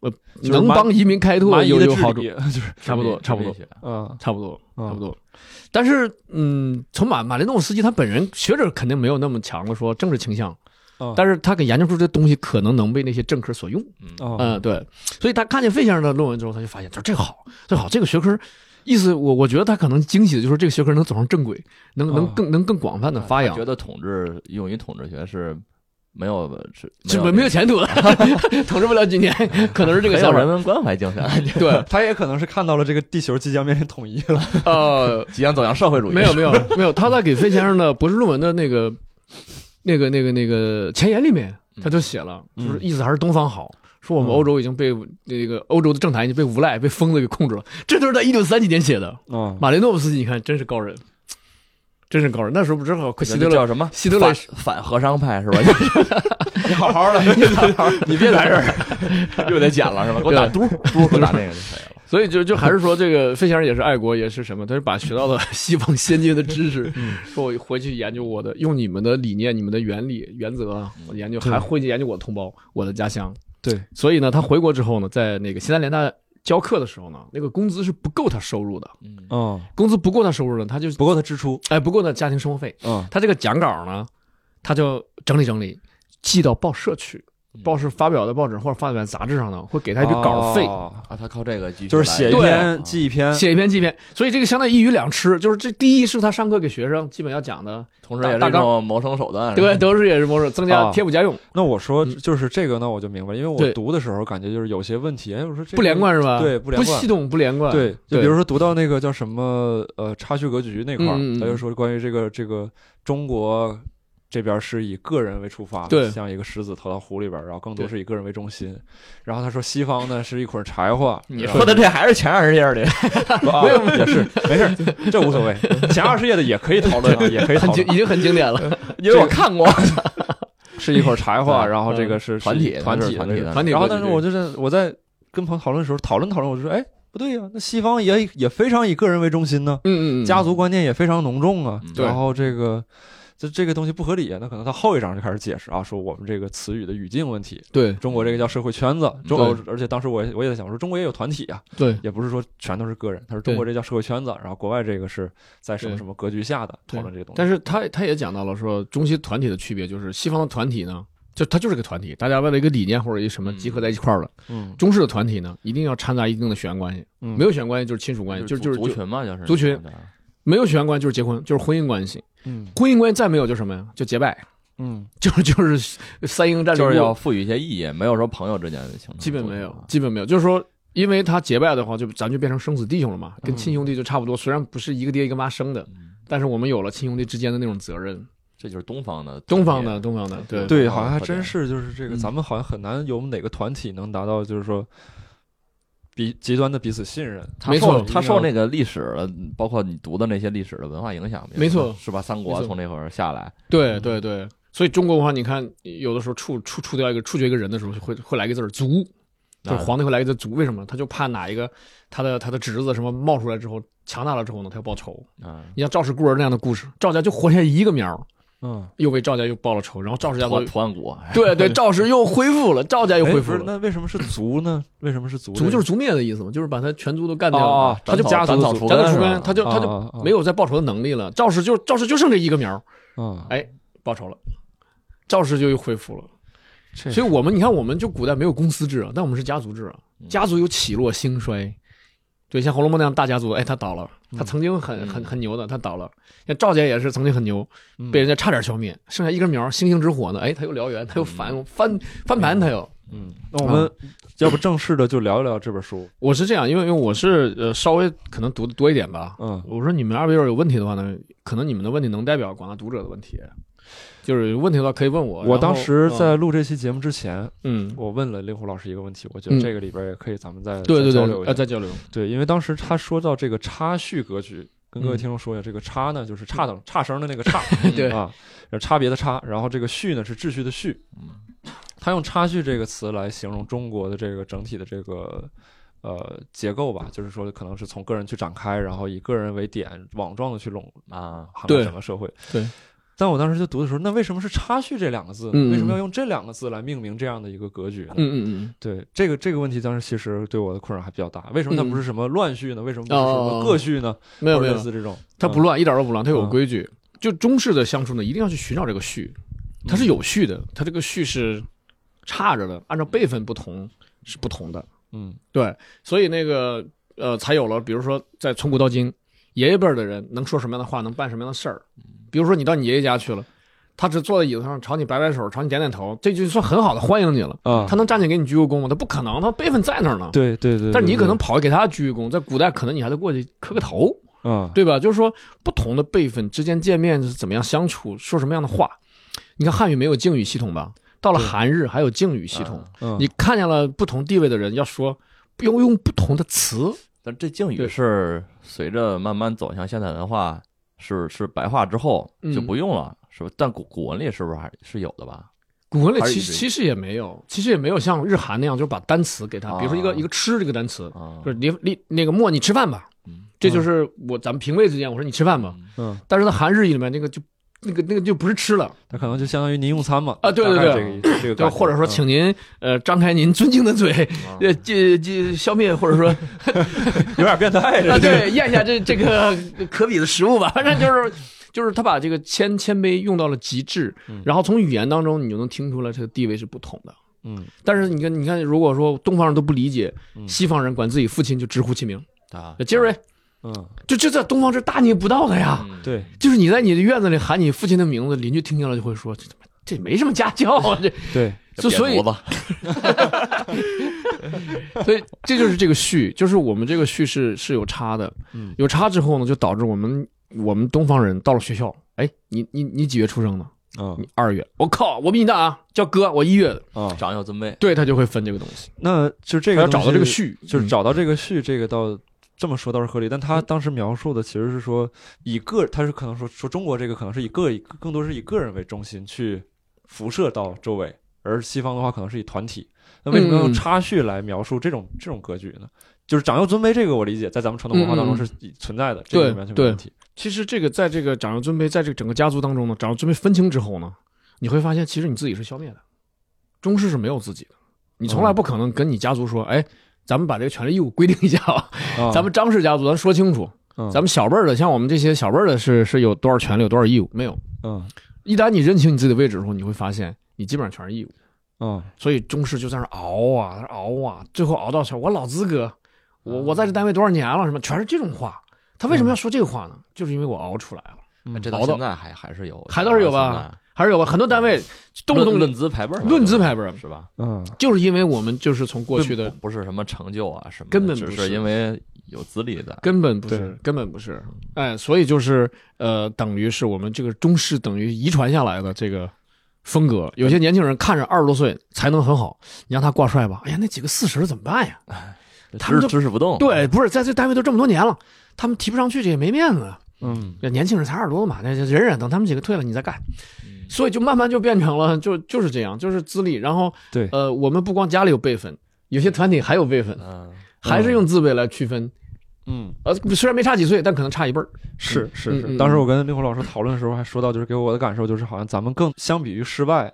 Speaker 2: 呃
Speaker 1: 就是
Speaker 2: 能
Speaker 1: 蛮
Speaker 2: 帮移民开拓
Speaker 1: 蛮夷
Speaker 2: 有
Speaker 1: 的
Speaker 2: 有
Speaker 1: 治
Speaker 2: 好处
Speaker 1: 理，，就是
Speaker 2: 差不多，差不多，
Speaker 1: 嗯
Speaker 2: 差不多，
Speaker 1: 嗯
Speaker 2: 差不多。但是，嗯，从马马林诺夫斯基他本人学者肯定没有那么强的说政治倾向，
Speaker 1: 嗯
Speaker 2: 但是他给研究出这东西可能能被那些政客所用。
Speaker 1: 嗯
Speaker 2: 嗯，对，所以他看见费先生的论文之后，他就发现，他说这个好，这个好，这个学科儿，意思我我觉得他可能惊喜的就是这个学科能走上正轨，能能
Speaker 1: 啊
Speaker 2: 更能更广泛
Speaker 3: 嗯
Speaker 2: 的发扬
Speaker 3: 觉，得统治用于统治学是没有是
Speaker 2: 这没没有前途 了，统治不了几年，可能是这个
Speaker 3: 很
Speaker 2: 想
Speaker 3: 有
Speaker 2: 法
Speaker 3: 人。文关怀精神，
Speaker 2: 对，
Speaker 1: 嗯他也可能是看到了这个地球即将面临统一了，
Speaker 2: 呃，
Speaker 3: 即将走向社会主义。
Speaker 2: 没有没有没有，他在给费先生的博士论文的那个那个那个那个前言里面，他就写了，
Speaker 1: 嗯
Speaker 2: 就是意思还是东方好。说我
Speaker 1: 嗯
Speaker 2: 们欧洲已经被那个欧洲的政坛已经被无赖、被疯子给控制了，这都是在一九三几年写的。
Speaker 1: 嗯
Speaker 2: 马林诺夫斯基，你看真是高人，真是高人。那时候不正好快希特
Speaker 3: 叫
Speaker 2: 勒
Speaker 3: 什么？
Speaker 2: 希特勒
Speaker 3: 反反和商派是吧？你好好的， 你别在这儿，又得剪了是吧？给我打嘟嘟，给我打那个就可以了。
Speaker 2: 所以就就还是说，这个费先生也是爱国，也是什么？他是把学到的西方先进的 知识，
Speaker 1: 嗯
Speaker 2: 说我回去研究我的，用你们的理念、你们的原理、原则啊，我研究，
Speaker 1: 对
Speaker 2: 还回去研究我的同胞、我的家乡。
Speaker 1: 对，
Speaker 2: 所以呢，他回国之后呢，在那个西南联大教课的时候呢，那个工资是不够他收入的，
Speaker 3: 嗯，
Speaker 1: 嗯，
Speaker 2: 工资不够他收入呢，他就
Speaker 1: 不够他支出，
Speaker 2: 哎不够他家庭生活费。
Speaker 1: 嗯
Speaker 2: 他这个讲稿呢，他就整理整理，寄到报社去。
Speaker 3: 嗯
Speaker 2: 报社发表的报纸或者发表在杂志上呢，会给他一笔稿费，
Speaker 1: 哦
Speaker 3: 啊，他靠这个继续
Speaker 1: 就是
Speaker 3: 来啊
Speaker 1: 写一
Speaker 2: 对啊
Speaker 1: 篇记一篇，
Speaker 2: 写一篇记一篇，所以这个相当于一鱼两吃，就是这第一是他上课给学生基本要讲的，
Speaker 3: 同时也是
Speaker 2: 大
Speaker 3: 一种谋生手段。
Speaker 2: 对，都是也是模式增加
Speaker 1: 啊
Speaker 2: 贴补家用，
Speaker 1: 那我说
Speaker 2: 嗯
Speaker 1: 就是这个，那我就明白了，因为我
Speaker 2: 对
Speaker 1: 读的时候感觉就是有些问题，哎，我说这个
Speaker 2: 不连贯是吧？
Speaker 1: 对不
Speaker 2: 不
Speaker 1: 连贯
Speaker 2: 系统不连贯，
Speaker 1: 对，就
Speaker 2: 对
Speaker 1: 比如说读到那个叫什么呃差距格局那块儿
Speaker 2: 嗯嗯嗯，
Speaker 1: 他就说关于这个这个中国这边是以个人为出发，
Speaker 2: 对
Speaker 1: 像一个石子投到湖里边儿，然后更多
Speaker 2: 对
Speaker 1: 是以个人为中心。然后他说西方呢是一捆柴火，
Speaker 3: 你
Speaker 1: 然
Speaker 3: 说
Speaker 1: 后
Speaker 3: 的这还是前二十页 的，
Speaker 1: 啊 也是没事儿，这无所谓，前二十页的也可以讨 论啊，也可以
Speaker 2: 很
Speaker 1: 讨
Speaker 2: 经已
Speaker 1: 论。
Speaker 2: 经很经 典了，
Speaker 3: 因为我看 过。
Speaker 1: 是一捆柴火，然后这个
Speaker 2: 嗯
Speaker 1: 是是
Speaker 3: 团体
Speaker 1: 团
Speaker 3: 它是
Speaker 1: 体的
Speaker 3: 团
Speaker 1: 那
Speaker 3: 体
Speaker 1: 个
Speaker 3: 的
Speaker 2: 团体
Speaker 1: 然后，
Speaker 2: 格
Speaker 1: 但
Speaker 2: 局
Speaker 1: 是
Speaker 2: 这
Speaker 1: 我就是我在跟朋友讨论的时候，讨论讨论，我就说，哎，不对呀、那西方也也非常以个人为中心呢，
Speaker 2: 嗯嗯嗯，
Speaker 1: 家族观念也非常浓重啊
Speaker 3: 嗯。对
Speaker 1: 然后这个这这个东西不合理啊，那可能他后一章就开始解释啊，说我们这个词语的语境问题。
Speaker 2: 对
Speaker 1: 中国这个叫社会圈子，中哦
Speaker 2: 对
Speaker 1: 而且当时我也我也在想，我说中国也有团体啊，
Speaker 2: 对
Speaker 1: 也不是说全都是个人。他说中国这叫社会圈子，然后国外这个是在什么
Speaker 2: 对
Speaker 1: 什么格局下的
Speaker 2: 对
Speaker 1: 讨论这个东西。
Speaker 2: 但是他他也讲到了说中西团体的区别，就是西方的团体呢，就它就是个团体，大家为了一个理念或者一个什么
Speaker 3: 嗯
Speaker 2: 集合在一块儿了。
Speaker 1: 嗯，
Speaker 2: 中式的团体呢，一定要掺杂一定的血缘关系，
Speaker 1: 嗯
Speaker 2: 没有血缘关系就是亲属关系，就
Speaker 3: 就是
Speaker 2: 就
Speaker 3: 族
Speaker 2: 是
Speaker 3: 群嘛，就是
Speaker 2: 族群，没有血缘关系就是结婚，就是婚姻关系，
Speaker 1: 嗯
Speaker 2: 婚姻关系再没有就是什么呀，就结拜，
Speaker 1: 嗯
Speaker 2: 就是就是三英战略
Speaker 3: 就
Speaker 2: 部
Speaker 3: 是要啊赋予一些意义，没有说朋友之间的情感，
Speaker 2: 基本没有，基本没有。就是说，因为他结拜的话，就咱就变成生死弟兄了嘛，跟
Speaker 1: 嗯
Speaker 2: 亲兄弟就差不多。虽然不是一个爹一个妈生的，但是我们有了亲兄弟之间的那种责任。
Speaker 3: 嗯这就是东方的
Speaker 2: 东方的，东方的，对
Speaker 3: 对
Speaker 1: 对，
Speaker 3: 好
Speaker 1: 好像还
Speaker 3: 特点
Speaker 1: 真是，就是这个，
Speaker 2: 嗯
Speaker 1: 咱们好像很难有哪个团体能达到，就是说，彼极端的彼此信任。
Speaker 3: 他
Speaker 2: 没错
Speaker 3: 受他受那个历史的，包括你读的那些历史的文化影响，
Speaker 2: 没错
Speaker 3: 是吧？三国
Speaker 2: 没错
Speaker 3: 从那会儿下来，
Speaker 2: 对对对。所以中国文化，你看，有的时候触触触掉一个触觉一个人的时候，会会来一个字儿“族”，就是
Speaker 3: 那
Speaker 2: 皇帝会来一个字“族”。为什么？他就怕哪一个他的他的侄子什么冒出来之后强大了之后呢，他要报仇。
Speaker 3: 啊，
Speaker 2: 你像赵氏孤儿那样的故事，赵家就活下一个苗儿，
Speaker 1: 嗯，
Speaker 2: 又为赵家又报了仇，然后赵氏家
Speaker 3: 图
Speaker 2: 族
Speaker 3: 图案谷，
Speaker 2: 对对，赵氏又恢复了，赵家又
Speaker 1: 哎
Speaker 2: 恢
Speaker 1: 不
Speaker 2: 复
Speaker 1: 是，
Speaker 2: 了。
Speaker 1: 那为什么是族呢？为什么是族这
Speaker 2: 族
Speaker 1: 个？
Speaker 2: 就是族灭的意思嘛，就是把他全族都干掉
Speaker 3: 哦
Speaker 2: 了
Speaker 3: 哦，
Speaker 2: 他就
Speaker 3: 斩草斩
Speaker 2: 斩
Speaker 3: 草
Speaker 2: 除
Speaker 3: 除
Speaker 2: 斩
Speaker 3: 根
Speaker 2: 除
Speaker 3: 是吧
Speaker 2: 根，他就他就
Speaker 1: 啊啊啊
Speaker 2: 没有再报仇的能力了。赵氏就赵氏就剩这一个苗儿
Speaker 1: 啊，
Speaker 2: 哎报仇了，赵氏就又恢复了。
Speaker 1: 这
Speaker 2: 所以我们你看，我们就古代没有公司制啊，但我们是家族制啊，
Speaker 3: 嗯
Speaker 2: 家族有起落兴衰。对，像《红楼梦》那样大家族，哎，他倒了，他曾经很很很牛的，他倒了。像赵家也是曾经很牛，被人家差点消灭，剩下一根苗儿，星星之火呢，哎，他又燎原，他又翻翻翻盘，他又。
Speaker 1: 嗯，那我们要不正式的就聊一聊这本书。
Speaker 2: 我是这样，因为因为我是呃稍微可能读的多一点吧。
Speaker 1: 嗯，
Speaker 2: 我说你们二位要是有问题的话呢，可能你们的问题能代表广大读者的问题，就是有问题的话可以问我。
Speaker 1: 我
Speaker 2: 然后
Speaker 1: 当时在录这期节目之前，
Speaker 2: 嗯，
Speaker 1: 我问了令狐老师一个问题，我觉得
Speaker 2: 嗯
Speaker 1: 这个里边也可以咱们再
Speaker 2: 对
Speaker 1: 再
Speaker 2: 对
Speaker 1: 交
Speaker 2: 对，
Speaker 1: 流一
Speaker 2: 呃，
Speaker 1: 下。
Speaker 2: 在交流，
Speaker 1: 对，因为当时他说到这个差序格局，跟各位
Speaker 2: 嗯
Speaker 1: 听众说一下，这个差呢就是差等差声的那个差
Speaker 2: 对
Speaker 1: 啊，有差别的差，然后这个序呢是秩序的序。
Speaker 3: 嗯
Speaker 1: 他用差序这个词来形容中国的这个整体的这个呃结构吧，就是说可能是从个人去展开，然后以个人为点，网状的去笼
Speaker 3: 啊，
Speaker 1: 涵盖
Speaker 2: 对
Speaker 1: 整个社会。
Speaker 2: 对
Speaker 1: 但我当时就读的时候，那为什么是插叙这两个字呢？
Speaker 2: 嗯嗯
Speaker 1: 为什么要用这两个字来命名这样的一个格局呢？
Speaker 2: 嗯嗯
Speaker 1: 对这个这个问题，当时其实对我的困扰还比较大。为什么它不是什么乱序呢？为什么不是什么个序呢？
Speaker 2: 嗯，没有
Speaker 1: 或
Speaker 2: 没
Speaker 1: 者
Speaker 2: 有
Speaker 1: 类，似这种，
Speaker 2: 它不乱，一点都不乱，它有
Speaker 1: 嗯
Speaker 2: 规矩。就中式的相处呢，一定要去寻找这个序，它
Speaker 1: 嗯
Speaker 2: 是有序的，它这个序是差着的，按照辈分不同是不同的。
Speaker 1: 嗯，
Speaker 2: 对，所以那个呃，才有了，比如说在从古到今，爷爷辈儿的人能说什么样的话，能办什么样的事儿。
Speaker 1: 嗯
Speaker 2: 比如说你到你爷爷家去了，他只坐在椅子上朝你摆摆手，朝你点点头，这就算很好的欢迎你了。
Speaker 1: 嗯啊，
Speaker 2: 他能站起来给你鞠个躬吗？他不可能，他辈分在那儿呢。
Speaker 1: 对对对对，
Speaker 2: 但你可能
Speaker 1: 对
Speaker 2: 跑去给他鞠个躬，在古代可能你还得过去磕个头，
Speaker 1: 啊，
Speaker 2: 对吧？就是说不同的辈分之间见面是怎么样相处，说什么样的话。你看汉语没有敬语系统吧？到了
Speaker 1: 对
Speaker 2: 韩日还有敬语系
Speaker 3: 啊
Speaker 2: 统，
Speaker 1: 嗯
Speaker 2: 你看见了不同地位的人，要说要用不同的词，
Speaker 3: 但这敬
Speaker 2: 对
Speaker 3: 语是随着慢慢走向现代文化，是是白话之后
Speaker 2: 嗯
Speaker 3: 就不用了，是吧？但古古文里是不是还是有的吧？
Speaker 2: 古文里
Speaker 3: 还是
Speaker 2: 其
Speaker 3: 一
Speaker 2: 实
Speaker 3: 堆
Speaker 2: 其实也没有，其实也没有像日韩那样，就是把单词给他，
Speaker 3: 啊
Speaker 2: 比如说一个一个吃这个单词，
Speaker 3: 啊，
Speaker 2: 就是你你那个莫你吃饭吧
Speaker 3: 嗯，
Speaker 2: 这就是我咱们平辈之间，我说你吃饭吧，
Speaker 1: 嗯，
Speaker 2: 但是在韩日语里面那个就那个那个就不是吃了，
Speaker 1: 它可能就相当于您用餐嘛
Speaker 2: 啊对对
Speaker 1: 大概嗯这
Speaker 2: 对
Speaker 1: 个意思这个
Speaker 2: 就
Speaker 1: 感觉，
Speaker 2: 或者说
Speaker 3: 嗯
Speaker 2: 请您呃张开您尊敬的嘴，
Speaker 3: 啊
Speaker 2: 呃这这消灭或者 说啊
Speaker 1: 嗯有点变态，这是
Speaker 2: 对咽下这这个可比的食物吧，反正就是。就是他把这个谦谦卑用到了极致
Speaker 1: 嗯，
Speaker 2: 然后从语言当中你就能听出来这个地位是不同的。
Speaker 1: 嗯
Speaker 2: 但是你看，你看，如果说东方人都不理解，
Speaker 1: 嗯
Speaker 2: 西方人管自己父亲就直呼其名，
Speaker 3: 啊，
Speaker 2: 杰瑞，
Speaker 1: 嗯，
Speaker 2: 就这在东方这大逆不道的呀！
Speaker 3: 嗯，
Speaker 1: 对
Speaker 2: 就是你在你的院子里喊你父亲的名字，邻居听见了就会说这他妈这没什么家教啊，这
Speaker 1: 对，
Speaker 2: 所所以
Speaker 3: 这瘪犊子
Speaker 2: 所以这就是这个序，就是我们这个序是是有差的
Speaker 1: 嗯，
Speaker 2: 有差之后呢，就导致我们我们东方人到了学校，哎，你你你几月出生的？
Speaker 1: 嗯
Speaker 2: 你二月，我靠，我比你大啊，叫哥，我一月的，
Speaker 1: 啊，
Speaker 3: 长幼尊卑，
Speaker 2: 对他就会分这个东西，
Speaker 1: 那就这
Speaker 2: 哦他
Speaker 1: 个
Speaker 2: 要找到这个
Speaker 1: 序。
Speaker 2: 序，
Speaker 1: 就是
Speaker 2: 嗯
Speaker 1: 找到这个序，这个倒这么说倒是合理。但他当时描述的其实是说，以个他是可能说说中国这个可能是以个以更多是以个人为中心去辐射到周围，而西方的话可能是以团体。那为什么要
Speaker 2: 嗯
Speaker 1: 用插叙来描述这种这种格局呢？就是长幼尊卑这个我理解，在咱们传统文化当中
Speaker 2: 嗯嗯
Speaker 1: 是存在的，这个完全没
Speaker 2: 对
Speaker 1: 问题。
Speaker 2: 其实这个在这个长幼尊卑，在这个整个家族当中呢，长幼尊卑分清之后呢，你会发现其实你自己是消灭的，中式是没有自己的，你从来不可能跟你家族说，哎，咱们把这个权利义务规定一下吧，
Speaker 1: 啊
Speaker 2: 咱们张氏家族咱说清楚，
Speaker 1: 嗯
Speaker 2: 咱们小辈儿的，像我们这些小辈儿的是是有多少权利，有多少义务，没有。
Speaker 1: 嗯
Speaker 2: 一旦你认清你自己的位置的时候，你会发现你基本上全是义务，
Speaker 1: 嗯
Speaker 2: 所以中式就在那儿熬啊熬啊，最后熬到什么我老资格，我我在这单位多少年了，什么全是这种话。他为什么要说这个话呢？就是因为我熬出来了。
Speaker 1: 嗯，
Speaker 3: 这到
Speaker 2: 熬到
Speaker 3: 现在还还是有，
Speaker 2: 还倒是有吧还是有吧很多单位
Speaker 3: 到现在？
Speaker 2: 动不
Speaker 3: 论
Speaker 2: 动
Speaker 3: 论资排辈儿嘛，
Speaker 2: 论资排辈儿
Speaker 3: 是吧？
Speaker 1: 嗯
Speaker 2: 就是因为我们就是从过去的
Speaker 3: 不不是什么成就啊什么的，
Speaker 2: 根本不
Speaker 3: 只
Speaker 2: 是
Speaker 3: 是因为有资历在。
Speaker 2: 根本不
Speaker 1: 对
Speaker 2: 是，根本不是，哎，所以就是呃，等于是我们这个中式等于遗传下来的这个风格。有些年轻人看着二十多岁才能很好，你让他挂帅吧，哎呀，那几个四十的怎么办呀？他们
Speaker 3: 知
Speaker 2: 就
Speaker 3: 知识不动，
Speaker 2: 对，不是在这单位都这么多年了，他们提不上去，这也没面子。
Speaker 1: 嗯
Speaker 2: 年轻人才二十多嘛，那就忍忍，等他们几个退了你再干。
Speaker 3: 嗯，
Speaker 2: 所以就慢慢就变成了，就就是这样，就是资历。然后
Speaker 1: 对
Speaker 2: 呃，我们不光家里有辈分，有些团体还有辈分，
Speaker 3: 嗯，
Speaker 2: 还是用字辈来区分。
Speaker 1: 嗯，
Speaker 2: 呃，虽然没差几岁，但可能差一辈儿。
Speaker 1: 是是
Speaker 2: 嗯嗯
Speaker 1: 是，当时我跟令狐老师讨论的时候还说到，就是给我的感受就是，好像咱们更相比于失败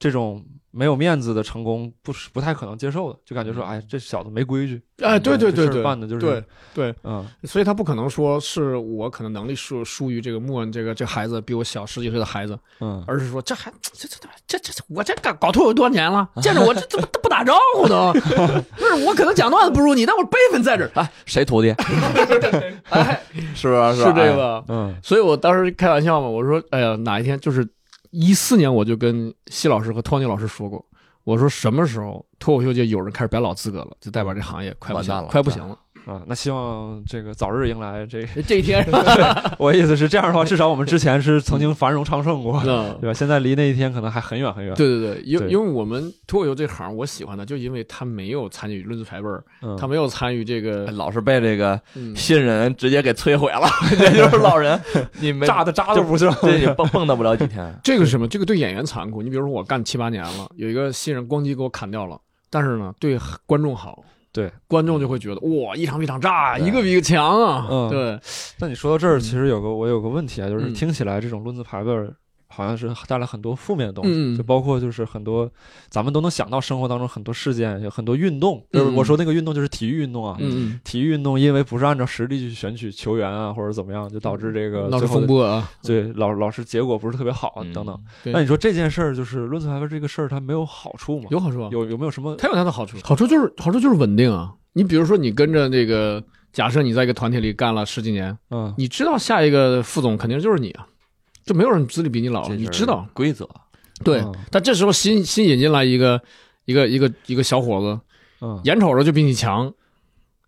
Speaker 1: 这种没有面子的成功，不是不太可能接受的，就感觉说，哎，这小子没规矩，
Speaker 2: 哎，嗯对对
Speaker 1: 这
Speaker 2: 对
Speaker 1: 事儿
Speaker 2: 对，
Speaker 1: 办嗯的就是
Speaker 2: 对对，
Speaker 1: 嗯
Speaker 2: 所以他不可能说是我可能能力输输于这个莫恩这个这孩子比我小十几岁的孩子，
Speaker 1: 嗯
Speaker 2: 而是说这还这这这这这我这搞搞脱口秀多少年了，见着我这这 不不打招呼都， 不是我可能讲段子不如你，但我辈分在这儿，
Speaker 3: 哎，谁徒弟？
Speaker 2: 哎，
Speaker 3: 是不是？
Speaker 2: 是
Speaker 3: 吧哎
Speaker 2: 这个。吧？
Speaker 1: 嗯
Speaker 2: 所以我当时开玩笑嘛，我说，哎呀，哪一天就是一四年，我就跟西老师和托尼老师说过，我说什么时候脱口秀界有人开始摆老资格了，就代表这行业快不行
Speaker 3: 完蛋了
Speaker 2: 快不行了。
Speaker 1: 啊，那希望这个早日迎来 这个。
Speaker 2: 这一天是
Speaker 1: 我意思是这样的话，至少我们之前是曾经繁荣昌盛过，
Speaker 2: 吧？
Speaker 1: 对吧？现在离那一天可能还很远很远。
Speaker 2: 对对对，
Speaker 1: 嗯
Speaker 2: 因
Speaker 1: 对
Speaker 2: 因为我们脱口秀这行，我喜欢它，就因为它没有参与论资排辈儿，
Speaker 1: 嗯，
Speaker 2: 它没有参与这个，
Speaker 3: 老是被这个
Speaker 2: 嗯，
Speaker 3: 新人直接给摧毁了， 这就是老 人，你没
Speaker 1: 炸的渣都不剩。
Speaker 3: 这也蹦蹦跶不了几天。
Speaker 2: 这个是什么？这个对演员残酷。你比如说，我干七八年了，有一个新人咣叽给我砍掉了，但是呢，对观众好，
Speaker 1: 对
Speaker 2: 观众就会觉得哇，一场比一场炸，
Speaker 3: 对
Speaker 2: 一个比一个强啊，
Speaker 1: 嗯
Speaker 2: 对，
Speaker 1: 那你说到这儿，其实有个我有个问题啊，就是
Speaker 2: 嗯
Speaker 1: 听起来这种论资排辈儿好像是带来很多负面的东西，
Speaker 2: 嗯嗯
Speaker 1: 就包括就是很多咱们都能想到生活当中很多事件，有很多运动，就是
Speaker 2: 嗯
Speaker 1: 我说那个运动就是体育运动啊，
Speaker 2: 嗯
Speaker 1: 体育运动因为不是按照实力去选取球员啊，或者怎么样，就导致这个
Speaker 2: 嗯，闹出
Speaker 1: 最后
Speaker 2: 风
Speaker 1: 的
Speaker 2: 波啊，
Speaker 1: 对老老师结果不是特别好啊
Speaker 3: 嗯
Speaker 1: 等等。
Speaker 2: 对
Speaker 1: 那你说这件事儿就是论裁判这个事儿，它没有好处吗？
Speaker 2: 有好处啊，
Speaker 1: 有有没有什么？
Speaker 2: 它有它的好处，好处就是好处就是稳定啊。你比如说，你跟着那个，假设你在一个团体里干了十几年，
Speaker 1: 嗯，
Speaker 2: 你知道下一个副总肯定就是你啊，就没有人资历比你老，
Speaker 3: 这
Speaker 2: 你
Speaker 3: 就是
Speaker 2: 知道。
Speaker 3: 规则，
Speaker 2: 对，
Speaker 1: 嗯
Speaker 2: 但这时候新新引进来一个一个一个一个小伙子，
Speaker 1: 嗯，
Speaker 2: 眼瞅着就比你强。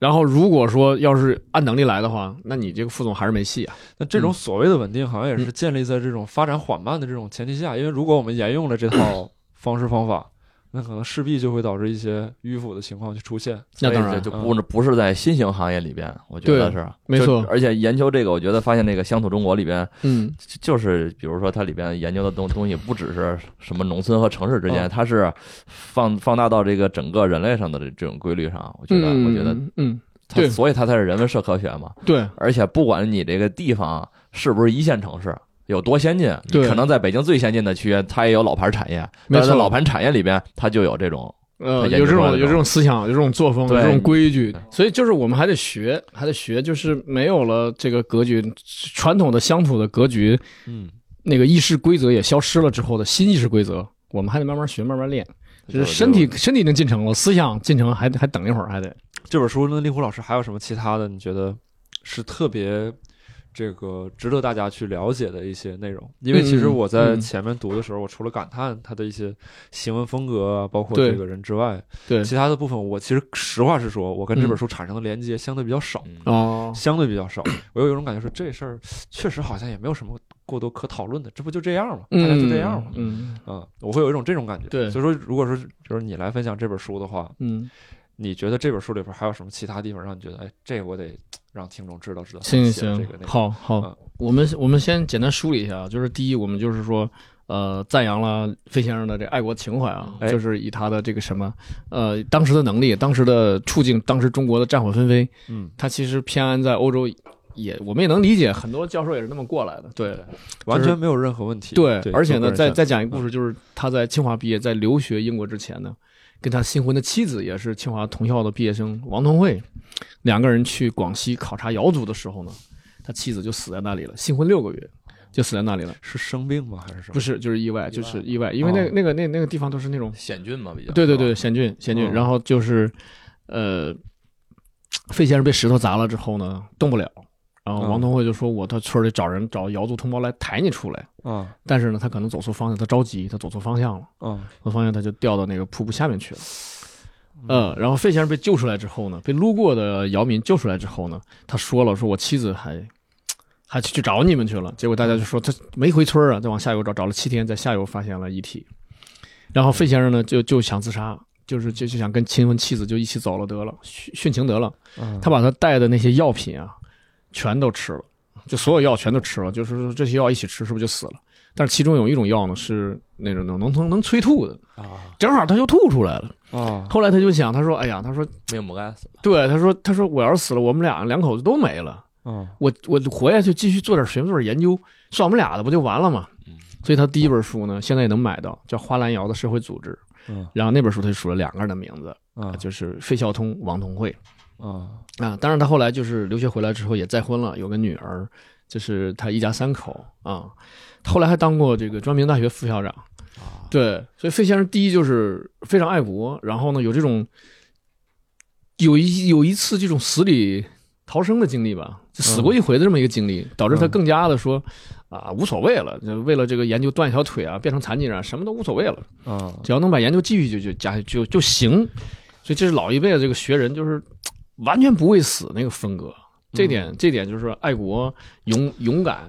Speaker 2: 然后，如果说要是按能力来的话，那你这个副总还是没戏啊。
Speaker 1: 那这种
Speaker 2: 嗯
Speaker 1: 所谓的稳定，好像也是建立在这种发展缓慢的这种前提下，因为如果我们沿用了这 套方式方法，那可能势必就会导致一些迂腐的情况去出现。
Speaker 2: 那
Speaker 3: 所
Speaker 2: 当
Speaker 3: 以
Speaker 2: 然嗯
Speaker 3: 这就不是不是在新型行业里边，我觉得是
Speaker 2: 没
Speaker 3: 就
Speaker 2: 错
Speaker 3: 而且研究这个，我觉得发现这个乡土中国里边，
Speaker 2: 嗯，
Speaker 3: 就就是比如说它里边研究的东东西，不只是什么农村和城市之间，
Speaker 1: 嗯
Speaker 3: 它是放放大到这个整个人类上的这这种规律上。我觉得，我觉得
Speaker 2: 嗯嗯，
Speaker 3: 它
Speaker 2: 对
Speaker 3: 所以它才是人文社科学嘛。
Speaker 2: 对，
Speaker 3: 而且不管你这个地方是不是一线城市。有多先进？你
Speaker 2: 对
Speaker 3: 可能在北京最先进的区，它也有老牌产业，
Speaker 2: 没
Speaker 3: 但是在
Speaker 2: 错
Speaker 3: 老牌产业里边，它就有这种
Speaker 2: 呃，
Speaker 3: 他研
Speaker 2: 有这
Speaker 3: 究出来
Speaker 2: 种
Speaker 3: 的
Speaker 2: 有这种思想，有这种作风，有
Speaker 3: 对
Speaker 2: 这种规矩
Speaker 3: 对，
Speaker 2: 所以就是我们还得学，还得学，就是没有了这个格局，传统的乡土的格局，
Speaker 1: 嗯，
Speaker 2: 那个议事规则也消失了之后的新议事规则，我们还得慢慢学，慢慢练。就是身体身体已经进城了，思想进城还得还等一会儿，还得
Speaker 1: 这本书，那令狐老师还有什么其他的？你觉得是特别这个值得大家去了解的一些内容？因为其实
Speaker 2: 嗯
Speaker 1: 我在
Speaker 2: 嗯
Speaker 1: 前面读的时候，我除了感叹他的一些行文风格啊，包括
Speaker 2: 对
Speaker 1: 这个人之外，
Speaker 2: 对
Speaker 1: 其他的部分，我其实实话实说，我跟这
Speaker 2: 嗯
Speaker 1: 本书产生的连接相对比较少。
Speaker 3: 嗯
Speaker 2: 哦，
Speaker 1: 相对比较少。我有一种感觉说，这事儿 确实好像也没有什么过多可讨论的，这不就这样吗？大家就这样吗？
Speaker 2: 嗯
Speaker 1: 嗯，我会有一种这种感觉。
Speaker 2: 对
Speaker 1: 所以说，如果说就是你来分享这本书的话，
Speaker 2: 嗯，
Speaker 1: 你觉得这本书里边还有什么其他地方让你觉得，哎，这我得让听众知道知道他
Speaker 2: 行
Speaker 1: 写的
Speaker 2: 行
Speaker 1: 这
Speaker 2: 行
Speaker 1: 个内，容？
Speaker 2: 好好
Speaker 1: 嗯，
Speaker 2: 我们我们先简单梳理一下，啊，就是第一，我们就是说。呃，赞扬了费先生的这爱国情怀啊，
Speaker 1: 哎
Speaker 2: 就是以他的这个什么，呃，当时的能力，当时的处境，当时中国的战火纷飞，
Speaker 1: 嗯，
Speaker 2: 他其实偏安在欧洲也，我们也能理解，很多教授也是那么过来的，对，
Speaker 1: 完全没有任何问题。
Speaker 2: 对，而且呢，再
Speaker 1: 在
Speaker 2: 再讲一个故事，就是他在清华毕业，在留学英国之前呢，跟他新婚的妻子也是清华同校的毕业生王同慧，两个人去广西考察瑶族的时候呢，他妻子就死在那里了，新婚六个月就死在那里了，
Speaker 1: 是生病吗？还是什么？
Speaker 2: 不是就是意外，就是意外，因为那个
Speaker 1: 哦
Speaker 2: 那个那那个地方都是那种，
Speaker 3: 险峻嘛，比较
Speaker 2: 对对对，，险峻险峻，
Speaker 1: 嗯
Speaker 2: 然后就是，呃，费先生被石头砸了之后呢，动不了。然后王
Speaker 1: 嗯
Speaker 2: 同慧就说：“我到村里找人，找瑶族同胞来抬你出来。”
Speaker 1: 啊
Speaker 2: 但是呢，他可能走错方向，他着急，他走错方向了，
Speaker 1: 啊
Speaker 2: 走错方向他就掉到那个瀑布下面去了。呃，然后费先生被救出来之后呢，被路过的姚民救出来之后呢，他说了，说我妻子还还去去找你们去了。结果大家就说他没回村儿啊，再往下游找，找了七天，在下游发现了遗体。然后费先生呢，就就想自杀，就是就就想跟亲婚妻子就一起走了得了，殉殉情得了。
Speaker 1: 啊！
Speaker 2: 他把他带的那些药品啊，全都吃了，就所有药全都吃了，就是说这些药一起吃，是不是就死了？但是其中有一种药呢，是那种能能能催吐的，
Speaker 1: 啊
Speaker 2: 正好他就吐出来了。
Speaker 1: 啊
Speaker 2: 后来他就想，他说：“哎呀，他说
Speaker 3: 命不该死，
Speaker 2: 对，他说他说我要是死了，我们俩两口子都没了，
Speaker 1: 啊！
Speaker 2: 我我活下去继续做点学术做点研究，算我们俩的不就完了吗
Speaker 3: 嗯？”
Speaker 2: 所以他第一本书呢，现在也能买到，叫《花兰瑶的社会组织》。
Speaker 1: 嗯
Speaker 2: 然后那本书他就数了两个人的名字，
Speaker 1: 啊
Speaker 2: 就是费孝通、王同慧。
Speaker 1: 啊！
Speaker 2: 啊，当然他后来就是留学回来之后也再婚了，有个女儿，就是他一家三口啊。后来还当过这个中央民族大学副校长，对，所以费先生第一就是非常爱国，然后呢有这种有一有一次这种死里逃生的经历吧，就死过一回的这么一个经历，导致他
Speaker 1: 嗯
Speaker 2: 更加的说啊无所谓了，就为了这个研究断一条腿啊，变成残疾人啊，什么都无所谓了。
Speaker 1: 啊，
Speaker 2: 只要能把研究继续就就加就就行。所以这是老一辈的这个学人，就是嘖完全不会死那个风格。这点这点就是爱国勇勇敢。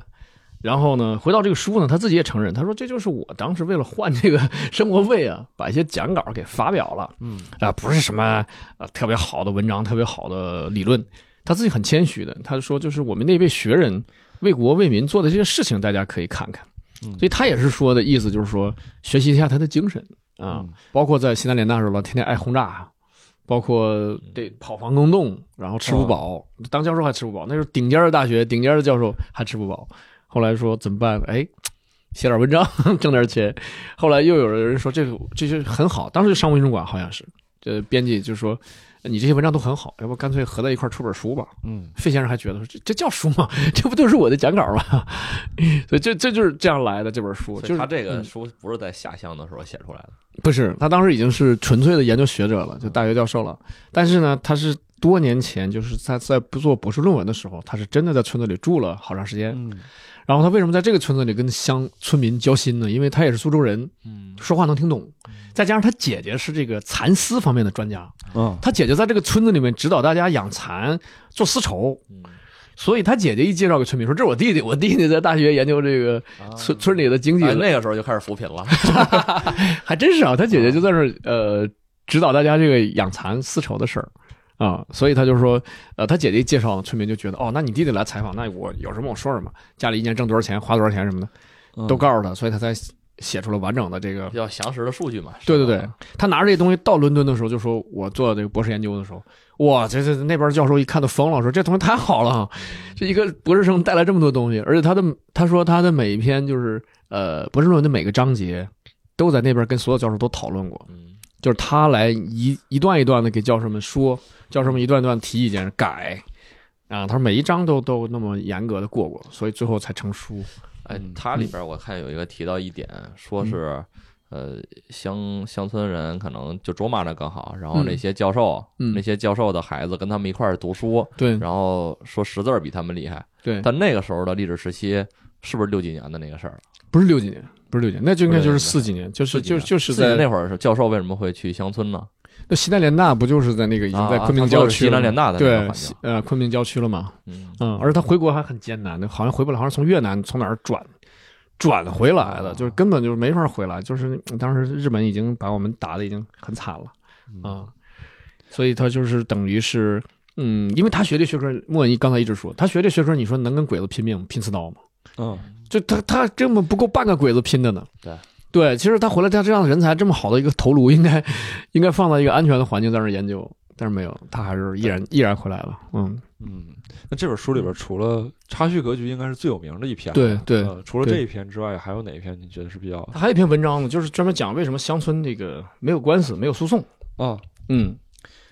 Speaker 2: 然后呢，回到这个书呢，他自己也承认，他说这就是我当时为了换这个 生活费啊，把一些讲稿给发表了
Speaker 1: 嗯
Speaker 2: 啊、不是什么啊、特别好的文章，特别好的理论，他自己很谦虚的，他说就是我们那位学人为国为民做的这些事情，大家可以看看。
Speaker 1: 嗯
Speaker 2: 所以他也是说的意思，就是说学习一下他的精神啊，
Speaker 1: 嗯
Speaker 2: 包括在西南联大时候，老天天挨轰炸，包
Speaker 1: 嗯
Speaker 2: 括得跑防空洞，然后吃
Speaker 1: 啊
Speaker 2: 不饱，当教授还吃不饱，那时候顶尖的大学顶尖的教授还吃不饱。后来说怎么办？哎，写点文章挣点钱。后来又有人说这个这些很好，当时就上过运动馆好像是，这编辑就说你这些文章都很好，要不干脆合在一块儿出本书吧。
Speaker 1: 嗯，
Speaker 2: 费先生还觉得说这这叫书吗？ 这不就是我的讲稿吗？ 所以这这就是这样来的这本书，
Speaker 3: 所
Speaker 2: 就
Speaker 3: 以
Speaker 2: 是
Speaker 3: 他这个
Speaker 2: 嗯
Speaker 3: 书不是在下乡的时候写出来的，
Speaker 2: 不是，他当时已经是纯粹的研究学者了，就大学教授了。但是呢，他是多年前，就是他在不做博士论文的时候，他是真的在村子里住了好长时间。
Speaker 1: 嗯
Speaker 2: 然后他为什么在这个村子里跟乡村民交心呢？因为他也是苏州人，
Speaker 1: 嗯
Speaker 2: 说话能听懂，再加上他姐姐是这个蚕丝方面的专家，
Speaker 1: 嗯
Speaker 2: 他姐姐在这个村子里面指导大家养蚕、做丝绸。所以他姐姐一介绍给村民说：“这是我弟弟，我弟弟在大学研究这个村村里的经济
Speaker 3: 哎
Speaker 2: 了。
Speaker 3: 那个时候就开始扶贫了。
Speaker 2: 还真是啊，他姐姐就在那儿呃指导大家这个养蚕丝绸的事儿啊，所以他就说，呃，他姐姐一介绍村民就觉得，哦，那你弟弟来采访，那我有什么我说什么，家里一年挣多少钱，花多少钱什么的
Speaker 1: 嗯
Speaker 2: 都告诉他，所以他才写出了完整的这个。
Speaker 3: 比较详实的数据嘛。哎
Speaker 2: 对对对，他拿着这东西到伦敦的时候，就说我做这个博士研究的时候，哇，这这那边教授一看都疯了，说这东西太好了啊， 这一个博士生带来这么多东西，而且他的他说他的每一篇就是呃博士论文的每个章节，都在那边跟所有教授都讨论过，
Speaker 3: 嗯，
Speaker 2: 就是他来一一段一段的给教授们说，教授们一段一段提意见改，啊，他说每一章都都那么严格的过过，所以最后才成书。
Speaker 3: 哎
Speaker 1: 嗯，
Speaker 3: 它里边我看有一个提到一点，说
Speaker 2: 嗯
Speaker 3: 是呃乡乡村人可能就卓玛那更好，然后
Speaker 2: 嗯
Speaker 3: 那些教授，
Speaker 2: 嗯
Speaker 3: 那些教授的孩子跟他们一块儿读书，
Speaker 2: 对
Speaker 3: 然后说识字儿比他们厉害。
Speaker 2: 嗯对，
Speaker 3: 但那个时候的历史时期是不是六几年的那个事儿？
Speaker 2: 不是六几年，不是六几年，那就应该就是
Speaker 3: 不是
Speaker 2: 四几年，就是
Speaker 3: 四几
Speaker 2: 就
Speaker 3: 年
Speaker 2: 就是
Speaker 3: 四几
Speaker 2: 在
Speaker 3: 年那会儿是教授为什么会去乡村呢？
Speaker 2: 那西南联大不就是在那个已经在
Speaker 3: 啊
Speaker 2: 昆明
Speaker 3: 啊他
Speaker 2: 郊区
Speaker 3: 说的是西南
Speaker 2: 了吗？
Speaker 3: 联大的那个
Speaker 2: 对
Speaker 3: 环，境
Speaker 2: 西呃，昆明郊区了嘛？
Speaker 3: 嗯，
Speaker 2: 嗯，而且他回国还很艰难，那好像回不来，好像从越南从哪儿转转回来的，
Speaker 3: 哦
Speaker 2: 就是根本就是没法回来，就是嗯当时日本已经把我们打的已经很惨了
Speaker 3: 嗯
Speaker 2: 啊、所以他就是等于是嗯，因为他学这学科，莫文一刚才一直说，他学这学科，你说能跟鬼子拼命拼刺刀吗？
Speaker 1: 嗯
Speaker 2: 就他他根本不够半个鬼子拼的呢。
Speaker 3: 对
Speaker 2: 对，其实他回来，他这样的人才，这么好的一个头颅，应该 应该放到一个安全的环境在那儿研究，但是没有，他还是依然依然回来了。嗯，
Speaker 1: 嗯，那这本书里边除了插叙格局应该是最有名的一篇，
Speaker 2: 对对
Speaker 1: 呃除了
Speaker 2: 对
Speaker 1: 这一篇之外，还有哪一篇你觉得是比较
Speaker 2: 他还有一篇文章呢，就是专门讲为什么乡村这个没有官司，没有诉讼。
Speaker 1: 啊？
Speaker 2: 嗯，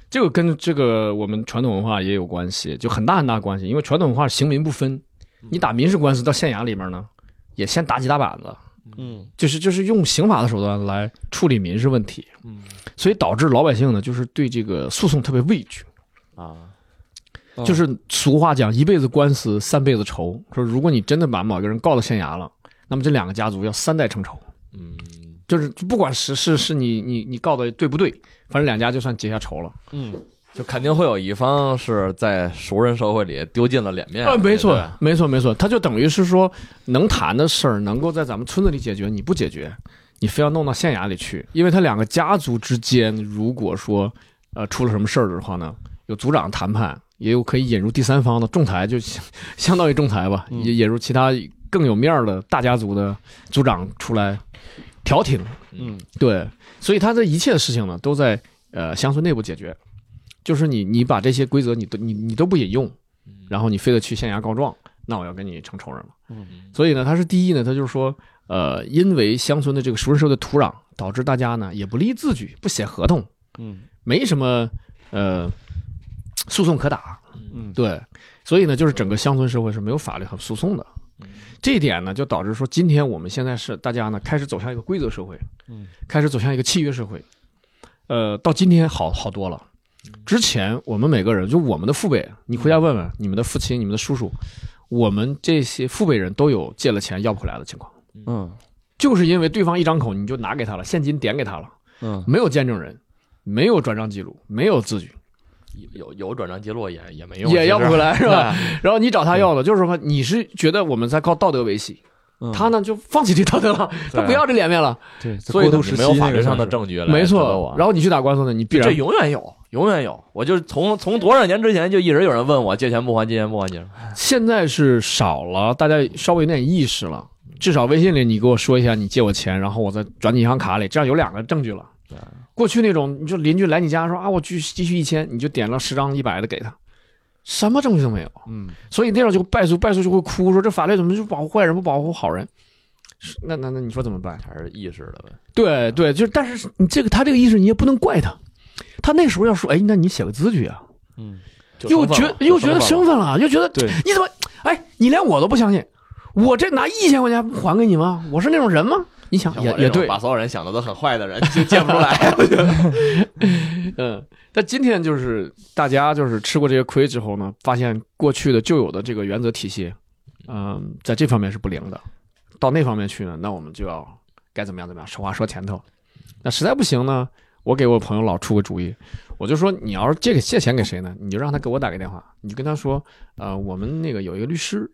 Speaker 2: 这个跟这个我们传统文化也有关系，就很大很大关系。因为传统文化刑民不分，你打民事官司到县衙里面呢，也先打几大板子，
Speaker 1: 嗯
Speaker 2: 就是就是用刑法的手段来处理民事问题。
Speaker 1: 嗯
Speaker 2: 所以导致老百姓呢，就是对这个诉讼特别畏惧。
Speaker 3: 啊，
Speaker 1: 啊
Speaker 2: 就是俗话讲，一辈子官司三辈子仇。说如果你真的把某个人告到县衙了，那么这两个家族要三代成仇。
Speaker 3: 嗯，
Speaker 2: 就是就不管是是是你你你告的对不对，反正两家就算结下仇了。
Speaker 1: 嗯
Speaker 3: 就肯定会有一方是在熟人社会里丢尽了脸面。
Speaker 2: 啊，没错
Speaker 3: 对，
Speaker 2: 没错，没错，他就等于是说，能谈的事儿能够在咱们村子里解决，你不解决，你非要弄到县衙里去，因为他两个家族之间，如果说呃出了什么事儿的话呢，有族长谈判，也有可以引入第三方的仲裁，就相相当于仲裁吧，
Speaker 1: 嗯
Speaker 2: 也引入其他更有面儿的大家族的族长出来调停，
Speaker 1: 嗯
Speaker 2: 对，所以他这一切的事情呢，都在呃乡村内部解决，就是你你把这些规则你都你你都不引用，然后你非得去县衙告状，那我要跟你成仇人了。
Speaker 1: 嗯
Speaker 2: 所以呢，他是第一呢，他就是说，呃，因为乡村的这个熟人社会的土壤，导致大家呢也不立字据，不写合同，
Speaker 1: 嗯
Speaker 2: 没什么呃诉讼可打，
Speaker 1: 嗯
Speaker 2: 对，所以呢，就是整个乡村社会是没有法律和诉讼的。
Speaker 1: 嗯
Speaker 2: 这一点呢，就导致说，今天我们现在是大家呢开始走向一个规则社会，
Speaker 1: 嗯，
Speaker 2: 开始走向一个契约社会。呃，到今天好好多了。
Speaker 1: 嗯
Speaker 2: 之前我们每个人，就我们的父辈，你回家问问你们的父亲、你们的叔叔，我们这些父辈人都有借了钱要不回来的情况，
Speaker 1: 嗯
Speaker 2: 就是因为对方一张口你就拿给他了，现金点给他了，
Speaker 1: 嗯
Speaker 2: 没有见证人，没有转账记录，没有字据，
Speaker 3: 有有转账记录也也没用，
Speaker 2: 也要不回
Speaker 3: 来
Speaker 2: 来是吧？？然后你找他要的，就是说你是觉得我们在靠道德维系，
Speaker 1: 嗯，
Speaker 2: 他呢就放弃这道德了，他
Speaker 3: 对啊
Speaker 2: 不要这脸面了，
Speaker 1: 对，在
Speaker 2: 所以
Speaker 1: 过
Speaker 2: 他
Speaker 1: 渡
Speaker 3: 你
Speaker 1: 时期
Speaker 3: 没有法
Speaker 1: 那个
Speaker 3: 律上的
Speaker 1: 算是
Speaker 3: 证据来
Speaker 2: 没
Speaker 3: 指责
Speaker 2: 错
Speaker 3: 我。啊
Speaker 2: 然后你去打官司呢，你必
Speaker 3: 这
Speaker 2: 然
Speaker 3: 永远有，永远有。我就是从从多少年之前就一直有人问我借钱不还，借钱不还，借钱不还。
Speaker 2: 现在是少了，大家稍微有点意识了。至少微信里你给我说一下你借我钱，然后我再转你银行卡里，这样有两个证据了
Speaker 3: 对。
Speaker 2: 过去那种，你就邻居来你家说啊，我急急需一千，你就点了十张一百的给他，什么证据都没有。
Speaker 1: 嗯
Speaker 2: 所以那样就败诉，败诉就会哭说这法律怎么就保护坏人不保护好人？是那那那你说怎么办？
Speaker 3: 还是意识的呗。
Speaker 2: 对对，就是，但是你这个他这个意识你也不能怪他，他那时候要说，哎，那你写个字据啊，
Speaker 1: 嗯，
Speaker 3: 就
Speaker 2: 又
Speaker 3: 身份
Speaker 2: 觉
Speaker 3: 了
Speaker 2: 又觉得身
Speaker 3: 了
Speaker 2: 份了，又觉得
Speaker 1: 对，
Speaker 2: 你怎么，哎，你连我都不相信，我这拿一千块钱还给你吗？我是那种人吗？你想
Speaker 4: 像
Speaker 2: 也
Speaker 4: 我这
Speaker 2: 也
Speaker 4: 种
Speaker 2: 对，
Speaker 4: 把所有人想的都很坏的人就见不出 来。啊
Speaker 2: 嗯，但今天就是大家就是吃过这些亏之后呢，发现过去的旧有的这个原则体系，嗯，在这方面是不灵的，到那方面去呢，那我们就要该怎么样怎么样，实话说前头。那实在不行呢，我给我朋友老出个主意，我就说你要是借给借钱给谁呢，你就让他给我打个电话，你就跟他说，呃，我们那个有一个律师，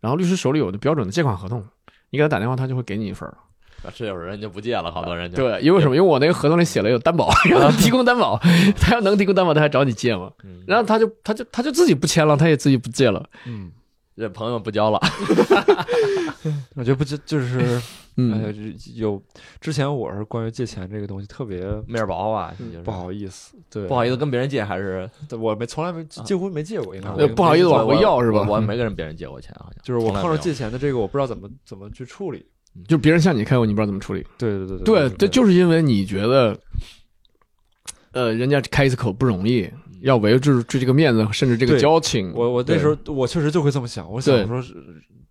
Speaker 2: 然后律师手里有的标准的借款合同，你给他打电话，他就会给你一份儿。
Speaker 4: 这有人就不借了，好多人就
Speaker 2: 对，因为什么？因为我那个合同里写了有担
Speaker 1: 啊
Speaker 2: 保，让他 提供担保，他要能提供担保，他还找你借吗？然后他就他就他就自己不签了，他也自己不借了。
Speaker 1: 嗯，
Speaker 4: 这朋友们不交了。
Speaker 1: 我觉得不就就是，哎
Speaker 2: 嗯
Speaker 1: 呀，这有之前我是关于借钱这个东西特别
Speaker 4: 面儿薄啊，
Speaker 2: 嗯
Speaker 4: 就是
Speaker 1: 不好意思，对，
Speaker 4: 不好意思跟别人借，还是
Speaker 1: 对，我没从来没几乎没借过，应该
Speaker 4: 啊
Speaker 1: 我也
Speaker 2: 呃不好意思往回要是吧
Speaker 4: 我我我没跟别人借过钱，好像
Speaker 1: 就是我
Speaker 4: 从来
Speaker 1: 碰上
Speaker 4: 没有
Speaker 1: 借钱的这个，我不知道怎么怎么去处理。
Speaker 2: 就别人向你开口，你不知道怎么处理。
Speaker 1: 对对对
Speaker 2: 对
Speaker 1: 对，
Speaker 2: 对，就是因为你觉得，呃，人家开一次口不容易，要维持住这个面子，甚至这
Speaker 1: 嗯
Speaker 2: 个
Speaker 1: 对
Speaker 2: 交情。
Speaker 1: 我我那
Speaker 2: 对
Speaker 1: 时候我确实就会这么想，我想
Speaker 2: 对
Speaker 1: 我说是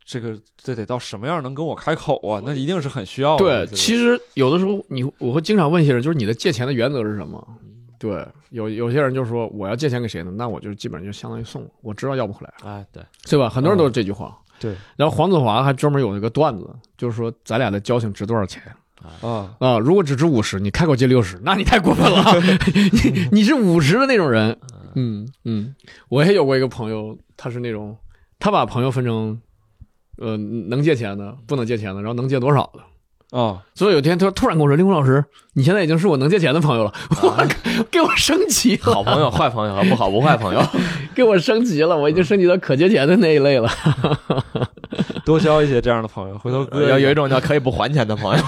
Speaker 1: 这个这得到什么样能跟我开口啊？那一定是很需要的。
Speaker 2: 对，
Speaker 1: 这个
Speaker 2: 其实有的时候你我会经常问一些人，就是你的借钱的原则是什么？
Speaker 1: 嗯
Speaker 2: 对，有有些人就说我要借钱给谁呢？那我就基本上就相当于送了，我知道要不回来。
Speaker 4: 哎，对，
Speaker 2: 对吧？很多人都是这句话。
Speaker 1: 对，
Speaker 2: 然后黄子华还专门有一个段子，就是说咱俩的交情值多少钱
Speaker 1: 啊，
Speaker 2: 啊、如果只值五十，你开口借六十，那你太过分了啊。你你是五十的那种人，嗯嗯。我也有过一个朋友，他是那种，他把朋友分成，呃，能借钱的，不能借钱的，然后能借多少的。
Speaker 1: 啊，
Speaker 2: 所以有一天，他突然跟我说：“令狐老师，你现在已经是我能借钱的朋友了。我给我升级了，
Speaker 4: 好朋友、坏朋友和不好不坏朋友，
Speaker 2: 给我升级了，我已经升级到可借钱的那一类了。
Speaker 1: 多交一些这样的朋友，回头哥
Speaker 4: 有有一种叫可以不还钱的朋友，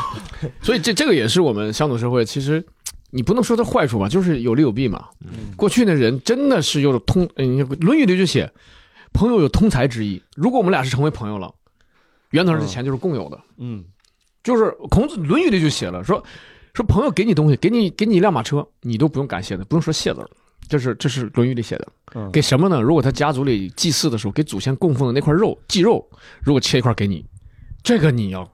Speaker 2: 所以这这个也是我们乡土社会，其实你不能说它坏处吧，就是有利有弊嘛。过去的人真的是有通，嗯，《论语》里就写，朋友有通财之意。如果我们俩是成为朋友了，原则上这钱就是共有的，
Speaker 1: 嗯
Speaker 2: 就是孔子《论语》里就写了，说说朋友给你东西，给你给你一辆马车，你都不用感谢的，不用说谢字儿。这是这是《论语》里写的，
Speaker 1: 嗯
Speaker 2: 给什么呢？如果他家族里祭祀的时候给祖先供奉的那块肉祭肉，如果切一块给你，这个你要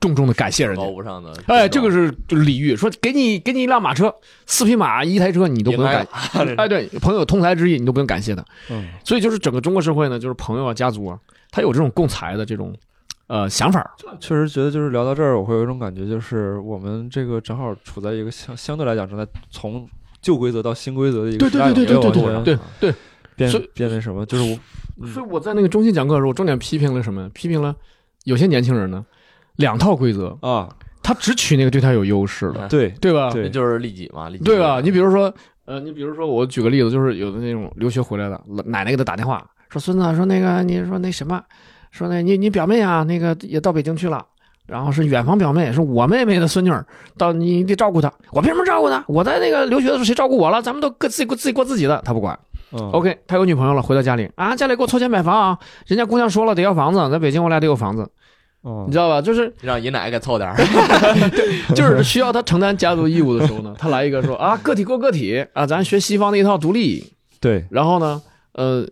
Speaker 2: 重重的感谢人家
Speaker 4: 高。无上的。
Speaker 2: 哎，这个是就是礼遇，说给你给你一辆马车，四匹马一台车，你都不用感，哎，对，朋友通财之意，你都不用感谢的。
Speaker 1: 嗯，
Speaker 2: 所以就是整个中国社会呢，就是朋友啊、家族啊，他有这种共财的这种呃想法儿。
Speaker 1: 确实觉得就是聊到这儿，我会有一种感觉，就是我们这个正好处在一个相相对来讲正在从旧规则到新规则的一个
Speaker 2: 对
Speaker 1: 时
Speaker 2: 对
Speaker 1: 代
Speaker 2: 对
Speaker 1: 有
Speaker 2: 对
Speaker 1: 没有嗯
Speaker 2: 对
Speaker 1: 完全
Speaker 2: 对对对所以
Speaker 1: 变变那什么，就是我
Speaker 2: 对。所以我在那个中心讲课的时候，我重点批评了什么？批评了有些年轻人呢，两套规则，
Speaker 1: 啊，
Speaker 2: 他只取那个对他有优势的，
Speaker 1: 对
Speaker 2: 对吧？
Speaker 1: 对
Speaker 4: 这就是利己嘛，利己
Speaker 2: 对吧？你比如说，呃，你比如说，我举个例子，就是有的那种留学回来的老奶奶给他打电话，说孙子，说那个你说那什么，说那你你表妹啊，那个也到北京去了。然后是远房表妹，是我妹妹的孙女儿，到你得照顾她。我凭什么照顾她？我在那个留学的时候谁照顾我了？咱们都各自己过自己过自己的，他不管。哦
Speaker 1: 嗯
Speaker 2: OK，他有女朋友了，回到家里啊，家里给我凑钱买房啊，人家姑娘说了得要房子，在北京我俩得有房子，
Speaker 1: 嗯
Speaker 2: 你知道吧？就是
Speaker 4: 让姨奶给凑点儿，
Speaker 2: 就是需要他承担家族义务的时候呢，他来一个说啊，个体过个体啊，咱学西方那一套独立。
Speaker 1: 对
Speaker 2: 然后呢，呃，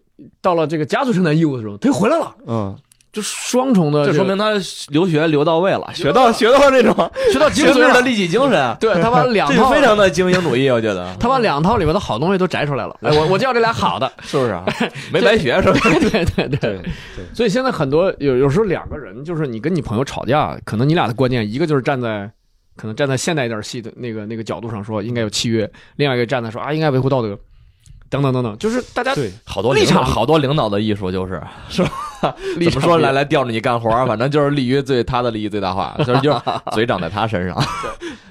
Speaker 2: 到了这个家族承担义务的时候，他又回来了，
Speaker 1: 嗯
Speaker 2: 就双重的
Speaker 4: 这
Speaker 2: 个，
Speaker 4: 说明他留学留到位了，学
Speaker 2: 到
Speaker 4: 到学到这种
Speaker 2: 学到
Speaker 4: 精
Speaker 2: 精
Speaker 4: 致
Speaker 2: 髓
Speaker 4: 的
Speaker 2: 了。
Speaker 4: 利己精神，
Speaker 2: 对 他把两
Speaker 4: 这
Speaker 2: 套
Speaker 4: 非，常的精英主义，我觉得
Speaker 2: 他把两套里面的好东西都摘出来了。哎，我我就要这俩好的。
Speaker 4: 是不是 啊？没白学是吧？
Speaker 2: 对对对
Speaker 1: 对。
Speaker 2: 所以现在很多有有时候两个人，就是你跟你朋友吵架，可能你俩的观念，一个就是站在。可能站在现代一点系的那个那个角度上说，应该有契约；另外一个站在说啊，应该维护道德，等等等等，就是大家
Speaker 1: 对
Speaker 4: 好多
Speaker 2: 立
Speaker 4: 领导
Speaker 2: 场
Speaker 4: 好多领导的艺术就是是吧？
Speaker 2: 立
Speaker 4: 怎
Speaker 2: 场
Speaker 4: 么说
Speaker 2: 不一
Speaker 4: 来
Speaker 2: 样
Speaker 4: 来吊着你干活儿，反正就是利于最他的利益最大化，就是就是嘴长在他身上，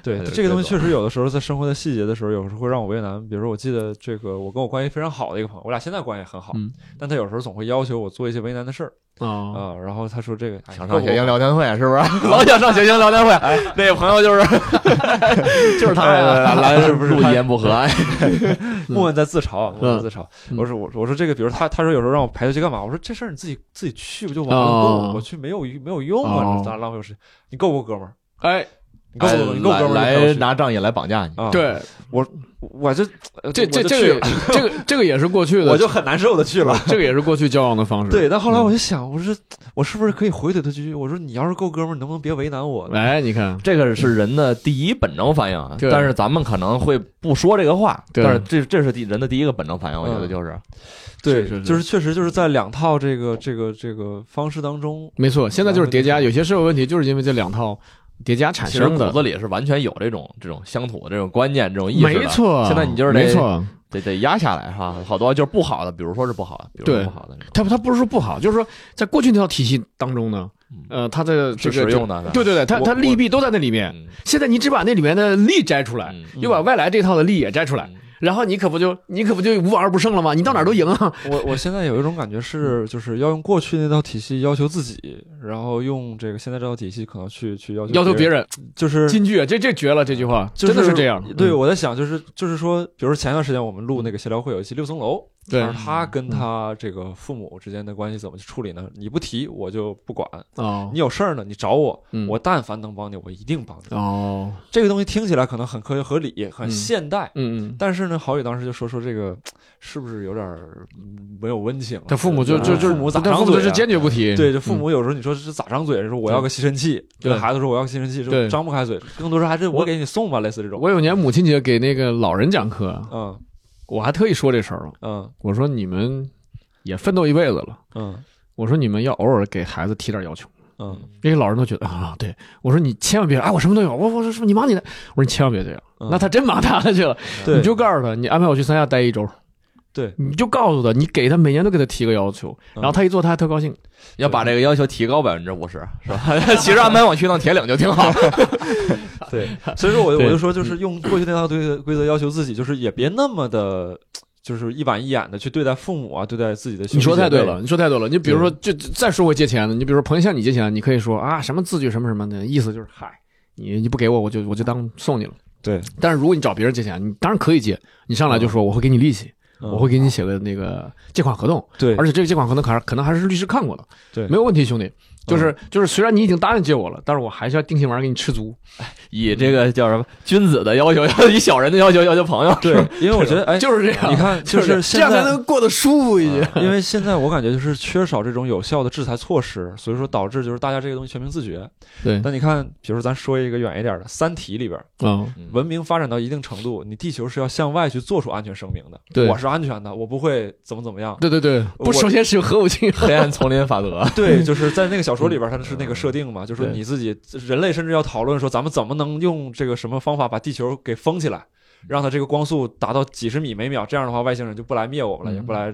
Speaker 1: 对
Speaker 4: 他就
Speaker 1: 这个东西
Speaker 4: 这
Speaker 1: 确实有的时候在生活的细节的时候，有时候会让我为难。比如说，我记得这个我跟我关系非常好的一个朋友，我俩现在关系很好，
Speaker 2: 嗯
Speaker 1: 但他有时候总会要求我做一些为难的事儿
Speaker 2: 啊，
Speaker 1: 啊、然后他说这个哎
Speaker 4: 想上
Speaker 1: 你
Speaker 4: 血
Speaker 2: 嗯
Speaker 1: 够
Speaker 4: 腥聊天会啊是不是？ 老想上血腥聊天会，那个朋友就是哎
Speaker 2: 就是他呀，
Speaker 4: 来
Speaker 1: 是不是
Speaker 4: 一言不合，
Speaker 1: 默默在自嘲，啊默默在自嘲。
Speaker 2: 嗯
Speaker 1: 我说我我说这个，比如他他说有时候让我排队去干嘛，我说这事儿你自己自己去不就完了？
Speaker 2: 哦
Speaker 1: 跟我我去没有没有用啊，
Speaker 2: 哦
Speaker 1: 你咋浪费我时间？你够不够哥们儿？
Speaker 2: 哎，
Speaker 1: 你够不够？你够不够哥们儿就陪我
Speaker 4: 来
Speaker 1: 去？
Speaker 4: 拿仗义来绑架你。
Speaker 1: 啊，，
Speaker 2: 对，
Speaker 1: 我就
Speaker 2: 这这这
Speaker 1: 个
Speaker 2: 个这个这个也是过去的，
Speaker 1: 我就很难受的去了。
Speaker 2: 这个也是过去交往的方式。
Speaker 1: 对，但后来我就想，我说我是不是可以回怼他几句？我说你要是够哥们儿，你能不能别为难我？
Speaker 2: 哎，你看，
Speaker 4: 这个是人的第一本能反应啊，
Speaker 2: 对
Speaker 4: 但是咱们可能会不说这个话，
Speaker 2: 对
Speaker 4: 但是这这是第人的第一个本能反应，我觉得
Speaker 1: 嗯
Speaker 4: 就是
Speaker 1: 对，
Speaker 2: 是是是
Speaker 1: 就是确实就是在两套这个这个这个方式当中，
Speaker 2: 没错，现在就是叠加，有些社会问题就是因为这两套叠加产
Speaker 4: 其实
Speaker 2: 生
Speaker 4: 骨
Speaker 2: 的。
Speaker 4: 子里是完全有这种这种乡土的这种观念、这种意识的。
Speaker 2: 没错，
Speaker 4: 现在你就是得
Speaker 2: 没错，
Speaker 4: 得得压下来哈，好多就是不好的，比如说是不好的，比如说
Speaker 2: 对
Speaker 4: 不好的这种
Speaker 2: 他他不是说不好，就是说在过去那套体系当中呢，呃，他的这
Speaker 4: 是
Speaker 2: 个
Speaker 4: 实用的，是吧
Speaker 2: 对，对对，他
Speaker 4: 我
Speaker 2: 他
Speaker 4: 我
Speaker 2: 利弊都在那里面。
Speaker 4: 嗯
Speaker 2: 现在你只把那里面的利摘出来，
Speaker 4: 嗯
Speaker 2: 又把外来这套的利也摘出来
Speaker 4: 嗯，
Speaker 2: 然后你可不就你可不就无往而不胜了吗？你到哪儿都赢啊！
Speaker 1: 我我现在有一种感觉是，就是要用过去那套体系要求自己，然后用这个现在这套体系可能去去要求
Speaker 2: 要求别
Speaker 1: 人，
Speaker 2: 人
Speaker 1: 就是
Speaker 2: 金句，啊这这绝了，这句话
Speaker 1: 就
Speaker 2: 真的
Speaker 1: 是
Speaker 2: 是这样。
Speaker 1: 对，
Speaker 2: 嗯
Speaker 1: 我在想，就是就是说，比如说前段时间我们录那个闲聊会有一期六层楼，
Speaker 2: 对
Speaker 1: 但是他跟他这个父母之间的关系怎么去处理呢？你不提我就不管，
Speaker 2: 哦
Speaker 1: 你有事儿呢你找我，
Speaker 2: 嗯
Speaker 1: 我但凡能帮你，我一定帮你。
Speaker 2: 哦
Speaker 1: 这个东西听起来可能很科学合理，很
Speaker 2: 嗯
Speaker 1: 现代，
Speaker 2: 嗯嗯，
Speaker 1: 但是呢，郝宇当时就说说这个是不是有点儿嗯没有温情了？
Speaker 2: 他父母就就就
Speaker 1: 父母咋
Speaker 2: 他
Speaker 1: 张
Speaker 2: 父母
Speaker 1: 嘴、
Speaker 2: 就
Speaker 1: 啊？
Speaker 2: 是坚决不提，
Speaker 1: 对，就父
Speaker 2: 嗯
Speaker 1: 母有时候你说是咋张嘴？说我要个吸尘器，
Speaker 2: 对
Speaker 1: 跟孩子说我要个吸尘器，就
Speaker 2: 对
Speaker 1: 张不开嘴。更多时候还是我
Speaker 2: 我
Speaker 1: 给你送吧，类似这种。
Speaker 2: 我有年母亲节给那个老人讲课，
Speaker 1: 嗯
Speaker 2: 我还特意说这事儿了。
Speaker 1: 嗯
Speaker 2: 我说你们也奋斗一辈子了，
Speaker 1: 嗯
Speaker 2: 我说你们要偶尔给孩子提点要求。
Speaker 1: 嗯
Speaker 2: 那些老人都觉得啊，对我说你千万别啊，我什么都有，我我说是不是你忙你的，我说你千万别这样，
Speaker 1: 嗯，
Speaker 2: 那他真忙他的去了。
Speaker 1: 对
Speaker 2: 你就告诉他，你安排我去三亚待一周，
Speaker 1: 对，
Speaker 2: 你就告诉他，你给他每年都给他提个要求，
Speaker 1: 嗯
Speaker 2: 然后他一做他还特高兴。
Speaker 4: 要把这个要求提高百分之五十，是吧？ 其实安排我去趟铁岭就挺好了。
Speaker 1: 对，所以说我就
Speaker 2: 对嗯
Speaker 1: 我就说，就是用过去那套规则规则要求自己，就是也别那么的，就是一板一眼的去对待父母啊，对待自己的。
Speaker 2: 你说太对了，，你说太对了。你比如说，就就再说回借钱的，你比如说朋友向你借钱，你可以说啊什么字据什么什么的，意思就是嗨，你你不给我，我就我就当送你了。
Speaker 1: 对，
Speaker 2: 但是如果你找别人借钱，你当然可以借，你上来就说我会给你利息，
Speaker 1: 嗯
Speaker 2: 我会给你写个那个借款合同，
Speaker 1: 对
Speaker 2: 而且这个借款合同可能可能还是律师看过的，
Speaker 1: 对嗯
Speaker 2: 没有问题，兄弟。就是就是，虽然你已经答应借我了，但是我还是要定心丸给你吃足。
Speaker 4: 以这个叫什么君子的要求， 以小人的要求要求朋友，
Speaker 1: 对，因为我觉得哎，
Speaker 2: 就是这样，
Speaker 1: 你看，
Speaker 2: 就
Speaker 1: 就是
Speaker 2: 这
Speaker 1: 是现
Speaker 2: 样这样才
Speaker 1: 在
Speaker 2: 能过得舒服一些。
Speaker 1: 因为现在我感觉就是缺少这种有效的制裁措施，所以说导致就是大家这个东西全民自觉。
Speaker 2: 对
Speaker 1: 但你看，比如说咱说一个远一点的，《三体》里边，
Speaker 2: 嗯，
Speaker 1: 文明发展到一定程度，你地球是要向外去做出安全声明的。
Speaker 2: 对
Speaker 1: 我是安全的，我不会怎么怎么样。
Speaker 2: 对对对，
Speaker 1: 我
Speaker 2: 不，首先是有核武器，
Speaker 4: 黑暗丛林法则。
Speaker 1: 对，就是在那个小说里边，它是那个设定嘛，就是说
Speaker 2: 嗯对
Speaker 1: 你自己人类甚至要讨论说，咱们怎么能用这个什么方法把地球给封起来，
Speaker 2: 嗯
Speaker 1: 让它这个光速达到几十米每秒，这样的话外星人就不来灭我们了，
Speaker 2: 嗯
Speaker 1: 也不来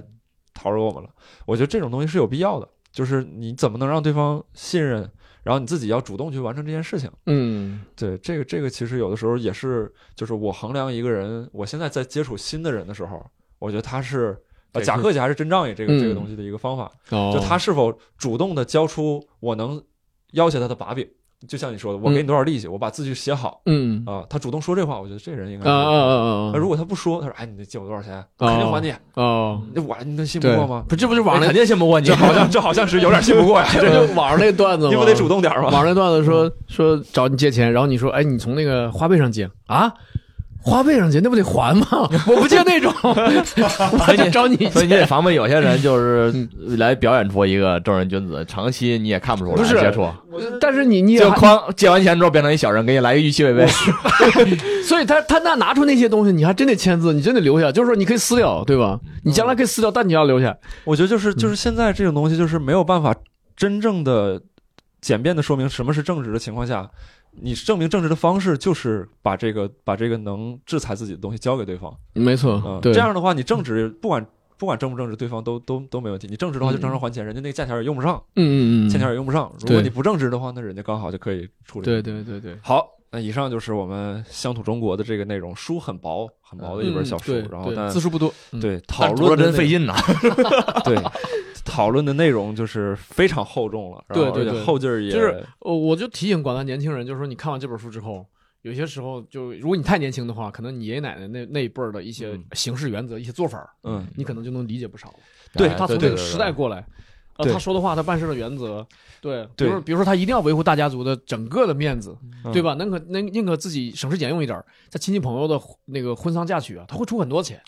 Speaker 1: 讨论我们了。我觉得这种东西是有必要的，就是你怎么能让对方信任，然后你自己要主动去完成这件事情。
Speaker 2: 嗯，
Speaker 1: 对，这个这个其实有的时候也是，就是我衡量一个人，我现在在接触新的人的时候，我觉得他是。呃
Speaker 4: 对
Speaker 1: 假
Speaker 4: 是
Speaker 1: 客气还是真仗义，这个、这个
Speaker 2: 嗯
Speaker 1: 东西的一个方法，
Speaker 2: 哦
Speaker 1: 就他是否主动的交出我能要挟他的把柄。就像你说的，我给你多少利息，我把字据写好
Speaker 2: 嗯
Speaker 1: 啊、他主动说这话，我觉得这人应该
Speaker 2: 啊
Speaker 1: 是。
Speaker 2: 啊啊
Speaker 1: 那
Speaker 2: 啊
Speaker 1: 嗯如果他不说，他说：“哎，你借我多少钱？我肯定还你。
Speaker 2: 啊哦，
Speaker 1: 那我你能信不
Speaker 2: 对
Speaker 1: 过吗，
Speaker 2: 不，这不就 网
Speaker 4: 你
Speaker 2: 上
Speaker 4: 肯定信不过你
Speaker 1: 这，好像这好像是有点信不 过呀，
Speaker 2: 那这哎就网上那段子 吗？
Speaker 1: 你不得主动点儿
Speaker 2: 网
Speaker 1: 吗？
Speaker 2: 上那段子说说找你借钱，然后你说哎，你从那个花呗上借啊。花呗上借那不得还 吗？我不借那种，我就找你
Speaker 4: 所以你
Speaker 2: 借。
Speaker 4: 得防备有些人 就是来表演出一个正人君子，长期你也看不出来
Speaker 2: 嗯不是
Speaker 4: 接触，
Speaker 2: 但是你你也
Speaker 4: 就哐借完钱之后变成一小人，给你来一预期违背。
Speaker 2: 所以他他那拿出那些东西，你还真得签字，你真得留下。就是说你可以撕掉，对吧？
Speaker 1: 嗯
Speaker 2: 你将来可以撕掉，但你要留下。
Speaker 1: 我觉得
Speaker 2: 嗯
Speaker 1: 就是就是现在这种东西，就是没有办法真正的简便的说明什么是正直的情况下，你证明正直的方式就是把这个把这个能制裁自己的东西交给对方。
Speaker 2: 没错
Speaker 1: 嗯，，
Speaker 2: 对，
Speaker 1: 这样的话，你正直不管不管正不正直，对方都都都没问题。你正直的话就正常还钱，人家那个价钱也用不上，
Speaker 2: 嗯嗯嗯嗯，
Speaker 1: 欠钱也用不上。如果
Speaker 2: 对
Speaker 1: 你不正直的话，那人家刚好就可以处理。
Speaker 2: 对，对对对，
Speaker 1: 好，那以上就是我们乡土中国的这个内容，书很薄很薄的一本小书，
Speaker 2: 对
Speaker 1: 然后
Speaker 2: 嗯对
Speaker 1: 但
Speaker 2: 字数不多，嗯，
Speaker 1: 对讨
Speaker 3: 但读了
Speaker 1: 论的
Speaker 3: 真
Speaker 1: 内
Speaker 3: 费劲呐。
Speaker 4: 哎
Speaker 1: 对讨论的内容就是非常厚重了，然后
Speaker 2: 对对
Speaker 1: 而且
Speaker 2: 对
Speaker 1: 后劲儿也
Speaker 2: 就是我呃我就提醒广大年轻人，就是说你看完这本书之后，有些时候就如果你太年轻的话，可能你爷爷奶奶那那一辈儿的一些
Speaker 3: 嗯
Speaker 2: 行事原则、一些做法儿，
Speaker 1: 嗯，
Speaker 2: 你可能就能理解不少。
Speaker 1: 对
Speaker 3: 哎
Speaker 2: 他从
Speaker 3: 对对
Speaker 2: 那个时代过来，呃，
Speaker 1: 对
Speaker 2: 他说的话，他办事的原则，对，比
Speaker 1: 对
Speaker 2: 如说比如说他一定要维护大家族的整个的面子，
Speaker 1: 嗯
Speaker 2: 对吧？宁可宁宁可自己省吃俭用一点儿，在亲戚朋友的婚那个婚丧嫁娶啊，他会出很多钱。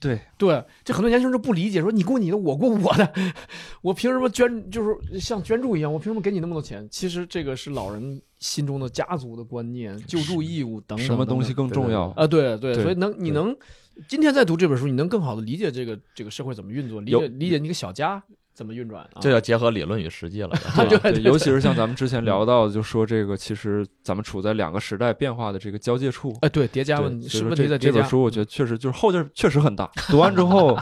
Speaker 1: 对
Speaker 2: 对，这很多年轻人就不理解，说你过你的，我过我的， 我凭什么捐？就是像捐助一样，我凭什么给你那么多钱？其实这个是老人心中的家族的观念、救助义务等等
Speaker 1: 什么东西
Speaker 2: 等等
Speaker 1: 更重要？
Speaker 2: 啊，嗯对对，
Speaker 1: 对
Speaker 2: 所以能你
Speaker 1: 对
Speaker 2: 能今天在读这本书，你能更好的理解这个这个社会怎么运作，理
Speaker 1: 有
Speaker 2: 解理解你个小家怎么运转啊？
Speaker 3: 这要结合理论与实际了。
Speaker 1: 对
Speaker 2: 对
Speaker 1: 对
Speaker 2: 对嗯
Speaker 1: 尤其是像咱们之前聊到，就说这个其实咱们处在两个时代变化的这个交界处。
Speaker 2: 哎，对，叠加
Speaker 1: 对
Speaker 2: 问
Speaker 1: 所
Speaker 2: 题
Speaker 1: 以
Speaker 2: 是
Speaker 1: 说
Speaker 2: 问
Speaker 1: 这
Speaker 2: 题在叠
Speaker 1: 这本
Speaker 2: 加。
Speaker 1: 书，我觉得确实就是后劲儿确实很大。读完 之后，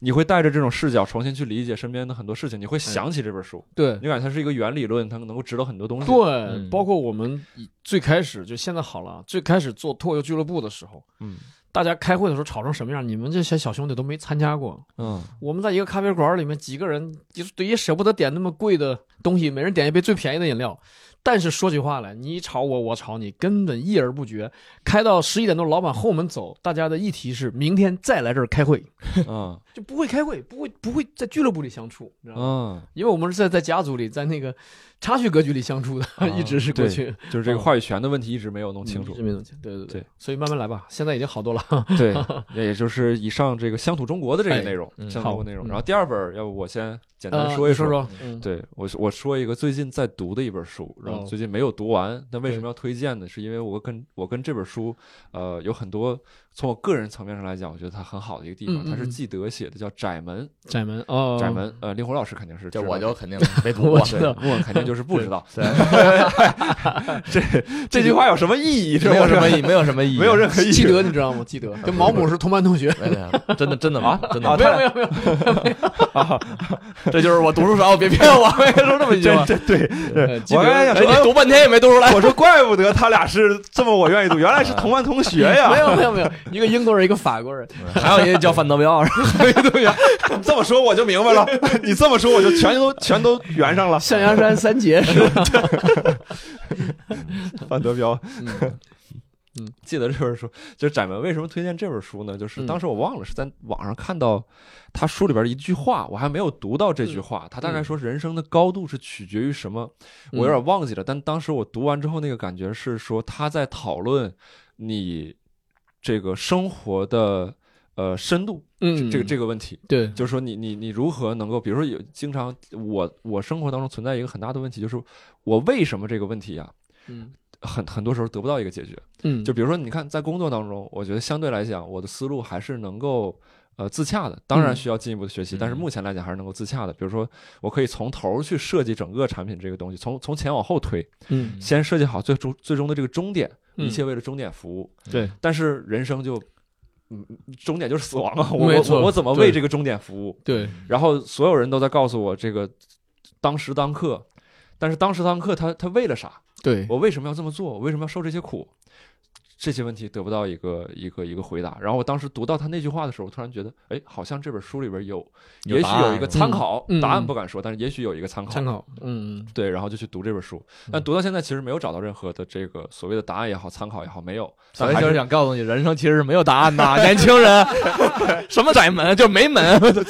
Speaker 1: 你会带着这种视角重新去理解身边的很多事情，你会想起这本书，
Speaker 2: 哎对
Speaker 1: 你感觉它是一个原理论，它能够指导很多东西。
Speaker 3: 嗯
Speaker 2: 对，包括我们以最开始就现在好了啊，最开始做脱口秀俱乐部的时候，
Speaker 1: 嗯
Speaker 2: 大家开会的时候吵成什么样，你们这些小兄弟都没参加过。
Speaker 1: 嗯，
Speaker 2: 我们在一个咖啡馆里面，几个人就是也舍不得点那么贵的东西，每人点一杯最便宜的饮料。但是说起话来，你吵我，我吵你，根本一而不决。开到十一点多，老板轰我们走，大家的议题是明天再来这儿开会，
Speaker 1: 嗯
Speaker 2: 就不会开会，不会不会在俱乐部里相处，你知道吗？
Speaker 1: 嗯，
Speaker 2: 因为我们是在在家族里，在那个插叙格局里相处的，
Speaker 1: 啊
Speaker 2: 一直是过去
Speaker 1: 就是这个话语权的问题一直没有弄清
Speaker 2: 嗯
Speaker 1: 楚
Speaker 2: 一直。没弄清，对对
Speaker 1: 对
Speaker 2: 所以慢慢来吧，现在已经好多了。
Speaker 1: 对，也也就是以上这个乡土中国的这个内容，
Speaker 3: 嗯
Speaker 1: 乡土中国
Speaker 2: 哎好
Speaker 1: 内容。
Speaker 2: 嗯
Speaker 1: 然后第二本儿，要不我先简单
Speaker 2: 呃
Speaker 1: 说一
Speaker 2: 你说说，嗯，
Speaker 1: 对我是我说一个最近在读的一本书，然后
Speaker 2: 哦
Speaker 1: 最近没有读完，但为什么要推荐呢？是因为我跟我跟这本书，呃，有很多从我个人层面上来讲，我觉得它很好的一个地方，
Speaker 2: 嗯嗯
Speaker 1: 它是
Speaker 2: 嗯
Speaker 1: 纪德写的，叫《窄门》。
Speaker 2: 窄门哦，
Speaker 1: 窄门，呃，令狐老师肯定是
Speaker 3: 这
Speaker 1: 知道
Speaker 3: 我
Speaker 1: 的
Speaker 3: 就肯定 没读
Speaker 2: 我
Speaker 3: 过。
Speaker 2: 知道
Speaker 1: 对，莫文肯定就是不知道。
Speaker 3: 对
Speaker 1: 这这句话有什么意义？这
Speaker 3: 没有
Speaker 1: 我
Speaker 3: 什么意，没有什么意义，
Speaker 1: 没有任何意义。
Speaker 2: 记得你知道吗？ 记得跟毛姆是同班同学。
Speaker 3: 没有，真的真的 吗？真的
Speaker 2: 没有没有没有，
Speaker 3: 这就是我读书少，别骗我，没说这么一句
Speaker 1: 真
Speaker 3: 话。
Speaker 1: 真对，对
Speaker 2: 记
Speaker 1: 我
Speaker 2: 得
Speaker 1: 刚才想
Speaker 3: 哎，
Speaker 1: 说哎
Speaker 3: 你，读半天也没读出来。
Speaker 1: 我说怪不得他俩是这么我愿意读，原来是同班同学 呀。
Speaker 2: 没有没有没有，一个英国人，一个法国人，
Speaker 3: 还有一个叫范德彪，是吧
Speaker 1: 这么说我就明白 了，你这么说我就全 都全都圆上了。
Speaker 2: 象牙山三杰是吧？
Speaker 1: 范德彪，
Speaker 2: 嗯
Speaker 1: 记得这本书，就是窄门为什么推荐这本书呢？就是
Speaker 2: 嗯
Speaker 1: 当时我忘了是在网上看到他书里边一句话，我还没有读到这句话，他大概说人生的高度是取决于什么，我有点忘记了。但当时我读完之后，那个感觉是说他在讨论你这个生活的呃深度，
Speaker 2: 嗯，
Speaker 1: 这个这
Speaker 2: 个
Speaker 1: 个问题。
Speaker 2: 对，
Speaker 1: 就是说你你你如何能够，比如说有经常我我生活当中存在一个很大的问题，就是我为什么这个问题啊，
Speaker 2: 嗯
Speaker 1: 很很多时候得不到一个解决。
Speaker 2: 嗯，
Speaker 1: 就比如说你看在工作当中，我觉得相对来讲我的思路还是能够。呃，自洽的，当然
Speaker 2: 嗯
Speaker 1: 需要进一步的学习，但是
Speaker 3: 嗯
Speaker 1: 目前来讲还是能够自洽的。比如说，我可以从头儿去设计整个产品这个东西，从从前往后推，
Speaker 2: 嗯
Speaker 1: 先设计好最终最终的这个终点，一
Speaker 2: 嗯
Speaker 1: 切为了终点服务。
Speaker 2: 对，
Speaker 1: 但是人生就，嗯，终点就是死亡啊！我
Speaker 2: 没
Speaker 1: 我
Speaker 2: 错
Speaker 1: 我我怎么
Speaker 2: 对
Speaker 1: 为这个终点服务？
Speaker 2: 对，
Speaker 1: 然后所有人都在告诉我这个当时当刻，但是当时当刻他他为了啥？
Speaker 2: 对，
Speaker 1: 我为什么要这么做？我为什么要受这些苦？这些问题得不到一个一个一个回答。然后我当时读到他那句话的时候，我突然觉得，哎，好像这本书里边有，
Speaker 3: 有
Speaker 1: 也
Speaker 3: 答
Speaker 1: 许
Speaker 3: 案
Speaker 1: 有一个参考
Speaker 2: 嗯嗯
Speaker 1: 答案不敢说，但是也许有一个参考。
Speaker 2: 参考，嗯嗯
Speaker 1: 对，然后就去读这本书，
Speaker 3: 嗯
Speaker 1: 但读到现在其实没有找到任何的这个所谓的答案也好，参考也好，没有。
Speaker 3: 所
Speaker 1: 但
Speaker 3: 以
Speaker 1: 还
Speaker 3: 就是是想告诉你，人生其实是没有答案 的，年轻人，什么窄门就没门。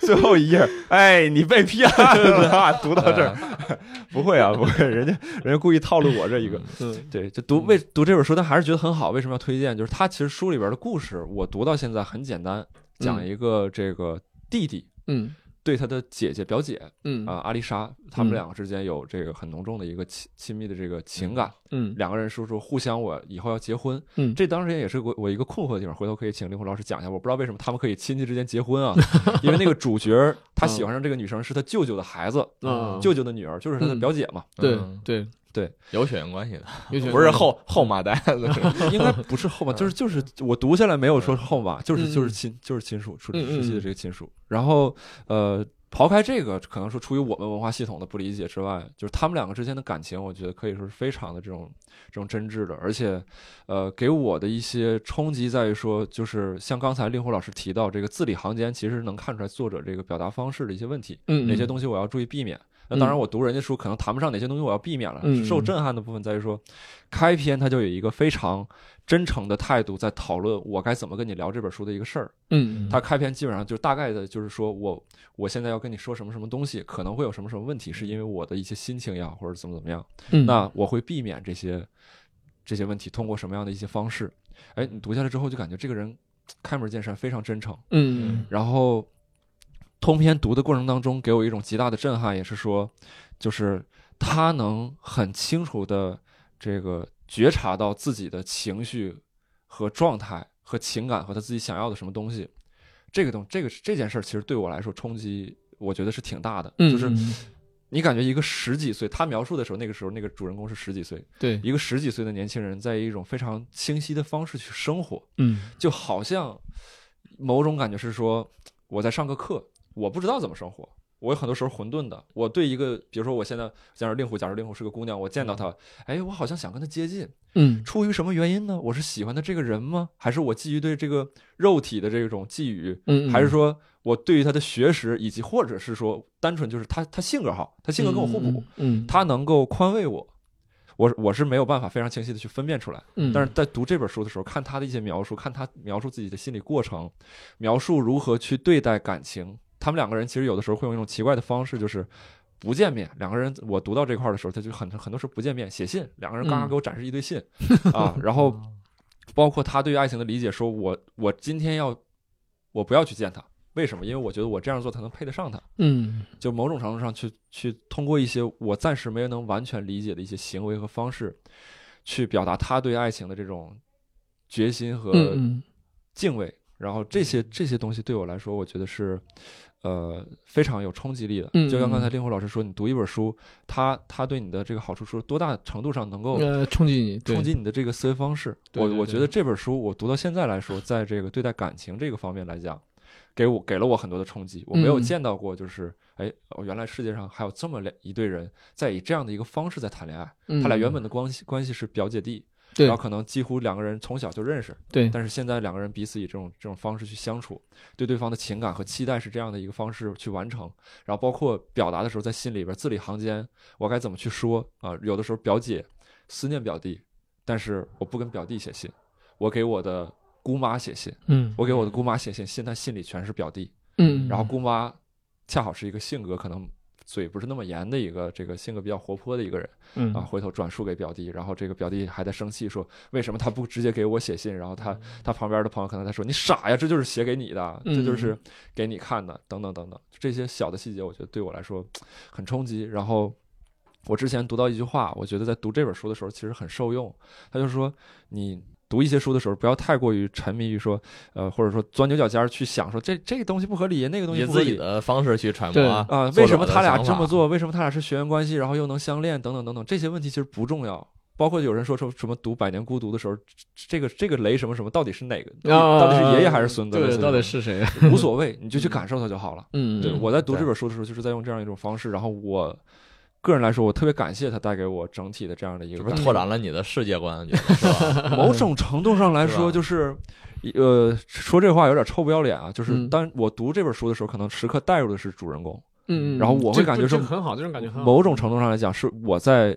Speaker 1: 最后一页，哎，你被骗了，啊读到这儿， 不会啊，不会，人家人家故意套路我这一个，
Speaker 2: 嗯
Speaker 1: 对，就读为读这本书，但还是觉得很好。为什么要推荐？就是它其实书里边的故事，我读到现在很简单，讲一个这个弟弟
Speaker 2: 嗯
Speaker 1: 对他的姐姐表姐
Speaker 2: 嗯
Speaker 1: 啊、阿丽莎，他们
Speaker 2: 嗯
Speaker 1: 两个之间有这个很浓重的一个亲亲密的这个情感，
Speaker 2: 嗯
Speaker 1: 两个人说说互相我以后要结婚，
Speaker 2: 嗯
Speaker 1: 这当时也是我我一个困惑的地方，回头可以请令狐老师讲一下。我不知道为什么他们可以亲戚之间结婚 啊，因为那个主角
Speaker 2: 嗯
Speaker 1: 他喜欢上这个女生是他舅舅的孩子，
Speaker 2: 啊，
Speaker 1: 舅舅的女儿就是他的表姐嘛，
Speaker 2: 对
Speaker 3: 嗯
Speaker 2: 对，
Speaker 3: 有血缘关系的，
Speaker 2: 尤其
Speaker 3: 不是后后马代 子，
Speaker 1: 应 该不是后妈，就是就是我读下来没有说是后妈，就是
Speaker 2: 嗯
Speaker 1: 就是亲就是亲属，属
Speaker 2: 嗯嗯
Speaker 1: 直系的这个亲属。然后呃，刨开这个，可能说出于我们文化系统的不理解之外，就是他们两个之间的感情，我觉得可以说是非常的这种这种真挚的，而且，呃，给我的一些冲击在于说，就是像刚才令狐老师提到这个字里行间，其实能看出来作者这个表达方式的一些问题，
Speaker 2: 嗯
Speaker 1: 哪些东西我要注意避免。那当然，我读人家书可能谈不上哪些东西我要避免了。
Speaker 2: 嗯
Speaker 1: 受震撼的部分在于说，开篇他就有一个非常真诚的态度在讨论我该怎么跟你聊这本书的一个事儿。
Speaker 2: 嗯
Speaker 1: 他开篇基本上就大概的就是说我我现在要跟你说什么什么东西，可能会有什么什么问题，是因为我的一些心情呀，或者怎么怎么样。
Speaker 2: 嗯
Speaker 1: 那我会避免这些这些问题，通过什么样的一些方式？哎，你读下来之后就感觉这个人开门见山，非常真诚。
Speaker 2: 嗯
Speaker 1: 然后通篇读的过程当中，给我一种极大的震撼，也是说，就是他能很清楚的这个觉察到自己的情绪和状态和情感和他自己想要的什么东西。这个东这个这件事儿，其实对我来说冲击，我觉得是挺大的。
Speaker 2: 嗯
Speaker 1: 就是你感觉一个十几岁，他描述的时候，那个时候那个主人公是十几岁，
Speaker 2: 对
Speaker 1: 一个十几岁的年轻人，在一种非常清晰的方式去生活。
Speaker 2: 嗯
Speaker 1: 就好像某种感觉是说我在上个课，我不知道怎么生活，我有很多时候混沌的。我对一个，比如说我现在，假如令狐，假如令狐是个姑娘，我见到她，哎，我好像想跟她接近，
Speaker 2: 嗯
Speaker 1: 出于什么原因呢？我是喜欢她这个人吗？还是我基于对这个肉体的这种觊觎？
Speaker 2: 嗯，
Speaker 1: 还是说我对于她的学识，以及或者是说单纯就是她她性格好，她性格跟我互补，
Speaker 2: 嗯，
Speaker 1: 她能够宽慰我，我我是没有办法非常清晰的去分辨出来。
Speaker 2: 嗯，
Speaker 1: 但是在读这本书的时候，看他的一些描述，看他描述自己的心理过程，描述如何去对待感情。他们两个人其实有的时候会用一种奇怪的方式，就是不见面。两个人，我读到这块儿的时候，他就很很多时候不见面，写信，两个人刚刚
Speaker 2: 嗯哦
Speaker 1: 给我展示一堆信、 啊，然后包括他对于爱情的理解，说我我今天要我不要去见他，为什么？因为我觉得我这样做才能配得上他。
Speaker 2: 嗯
Speaker 1: 就某种程度上去去通过一些我暂时没有能完全理解的一些行为和方式，去表达他对爱情的这种决心和
Speaker 2: 嗯
Speaker 1: 敬畏。然后这些这些东西对我来说，我觉得是呃非常有冲击力的。
Speaker 2: 嗯
Speaker 1: 就像刚才
Speaker 2: 嗯
Speaker 1: 令狐老师说，你读一本书，它它对你的这个好处是多大程度上能够
Speaker 2: 呃冲击你
Speaker 1: 冲击你的这个思维方式。
Speaker 2: 对对
Speaker 1: 我我
Speaker 2: 对
Speaker 1: 觉得这本书我读到现在来说，在这个对待感情这个方面来讲，给我给了我很多的冲击。我没有
Speaker 2: 嗯
Speaker 1: 见到过，就是哎、哦原来世界上还有这么两一对人在以这样的一个方式在谈恋爱。
Speaker 2: 嗯
Speaker 1: 他俩原本的关系关系是表姐弟，
Speaker 2: 对
Speaker 1: 然后可能几乎两个人从小就认识，
Speaker 2: 对
Speaker 1: 但是现在两个人彼此以这种这种方式去相处，对对方的情感和期待是这样的一个方式去完成，然后包括表达的时候在心里边字里行间，我该怎么去说啊、有的时候表姐思念表弟，但是我不跟表弟写信，我给我的姑妈写信，
Speaker 2: 嗯
Speaker 1: 我给我的姑妈写信，信她信里全是表弟，
Speaker 2: 嗯，
Speaker 1: 然后姑妈恰好是一个性格可能嘴不是那么严的一个，这个性格比较活泼的一个人。
Speaker 2: 嗯
Speaker 1: 啊，回头转述给表弟，然后这个表弟还在生气说，为什么他不直接给我写信？然后他
Speaker 2: 嗯
Speaker 1: 他旁边的朋友可能在说，你傻呀，这就是写给你的，这
Speaker 2: 嗯
Speaker 1: 就是给你看的，等等等等，这些小的细节，我觉得对我来说很冲击。然后我之前读到一句话，我觉得在读这本书的时候其实很受用，他就说你。读一些书的时候，不要太过于沉迷于说，呃，或者说钻牛角尖儿去想说这这个东西不合理，那个东西
Speaker 4: 以
Speaker 1: 不合
Speaker 4: 自
Speaker 1: 理，
Speaker 4: 己的方式去揣摩
Speaker 2: 对
Speaker 4: 啊
Speaker 1: 啊，
Speaker 4: 作
Speaker 1: 为
Speaker 4: 者
Speaker 1: 什么
Speaker 4: 的
Speaker 1: 他俩
Speaker 4: 想
Speaker 1: 这么
Speaker 4: 法
Speaker 1: 做？为什么他俩是学员关系，然后又能相恋？等等等等，这些问题其实不重要。包括有人说说什么读《百年孤独》的时候，这个这个雷什么什么到底是哪个？
Speaker 4: 啊
Speaker 1: 到底是爷爷还是孙子？类似
Speaker 2: 对，
Speaker 1: 于
Speaker 2: 到底
Speaker 1: 这
Speaker 2: 是谁？啊
Speaker 1: 种无所谓，你就去感受它就好了。
Speaker 2: 嗯，
Speaker 1: 对，我在读这
Speaker 2: 对
Speaker 1: 本书的时候，就是在用这样一种方式。然后我个人来说，我特别感谢他带给我整体的这样的一
Speaker 4: 是
Speaker 1: 个
Speaker 4: 不
Speaker 1: 感
Speaker 4: 是
Speaker 1: 受
Speaker 4: 拓展了你的世界观？觉得是 吧？
Speaker 1: 某种程度上来
Speaker 4: 是
Speaker 1: 说，
Speaker 4: 吧
Speaker 1: 就是，呃，说这话有点臭不要脸啊。就是
Speaker 2: 嗯
Speaker 1: 当我读这本书的时候，可能时刻带入的是主人公，
Speaker 2: 嗯，很好，这种感觉
Speaker 4: 嗯
Speaker 2: 很好，
Speaker 1: 某种程度上来讲，是我在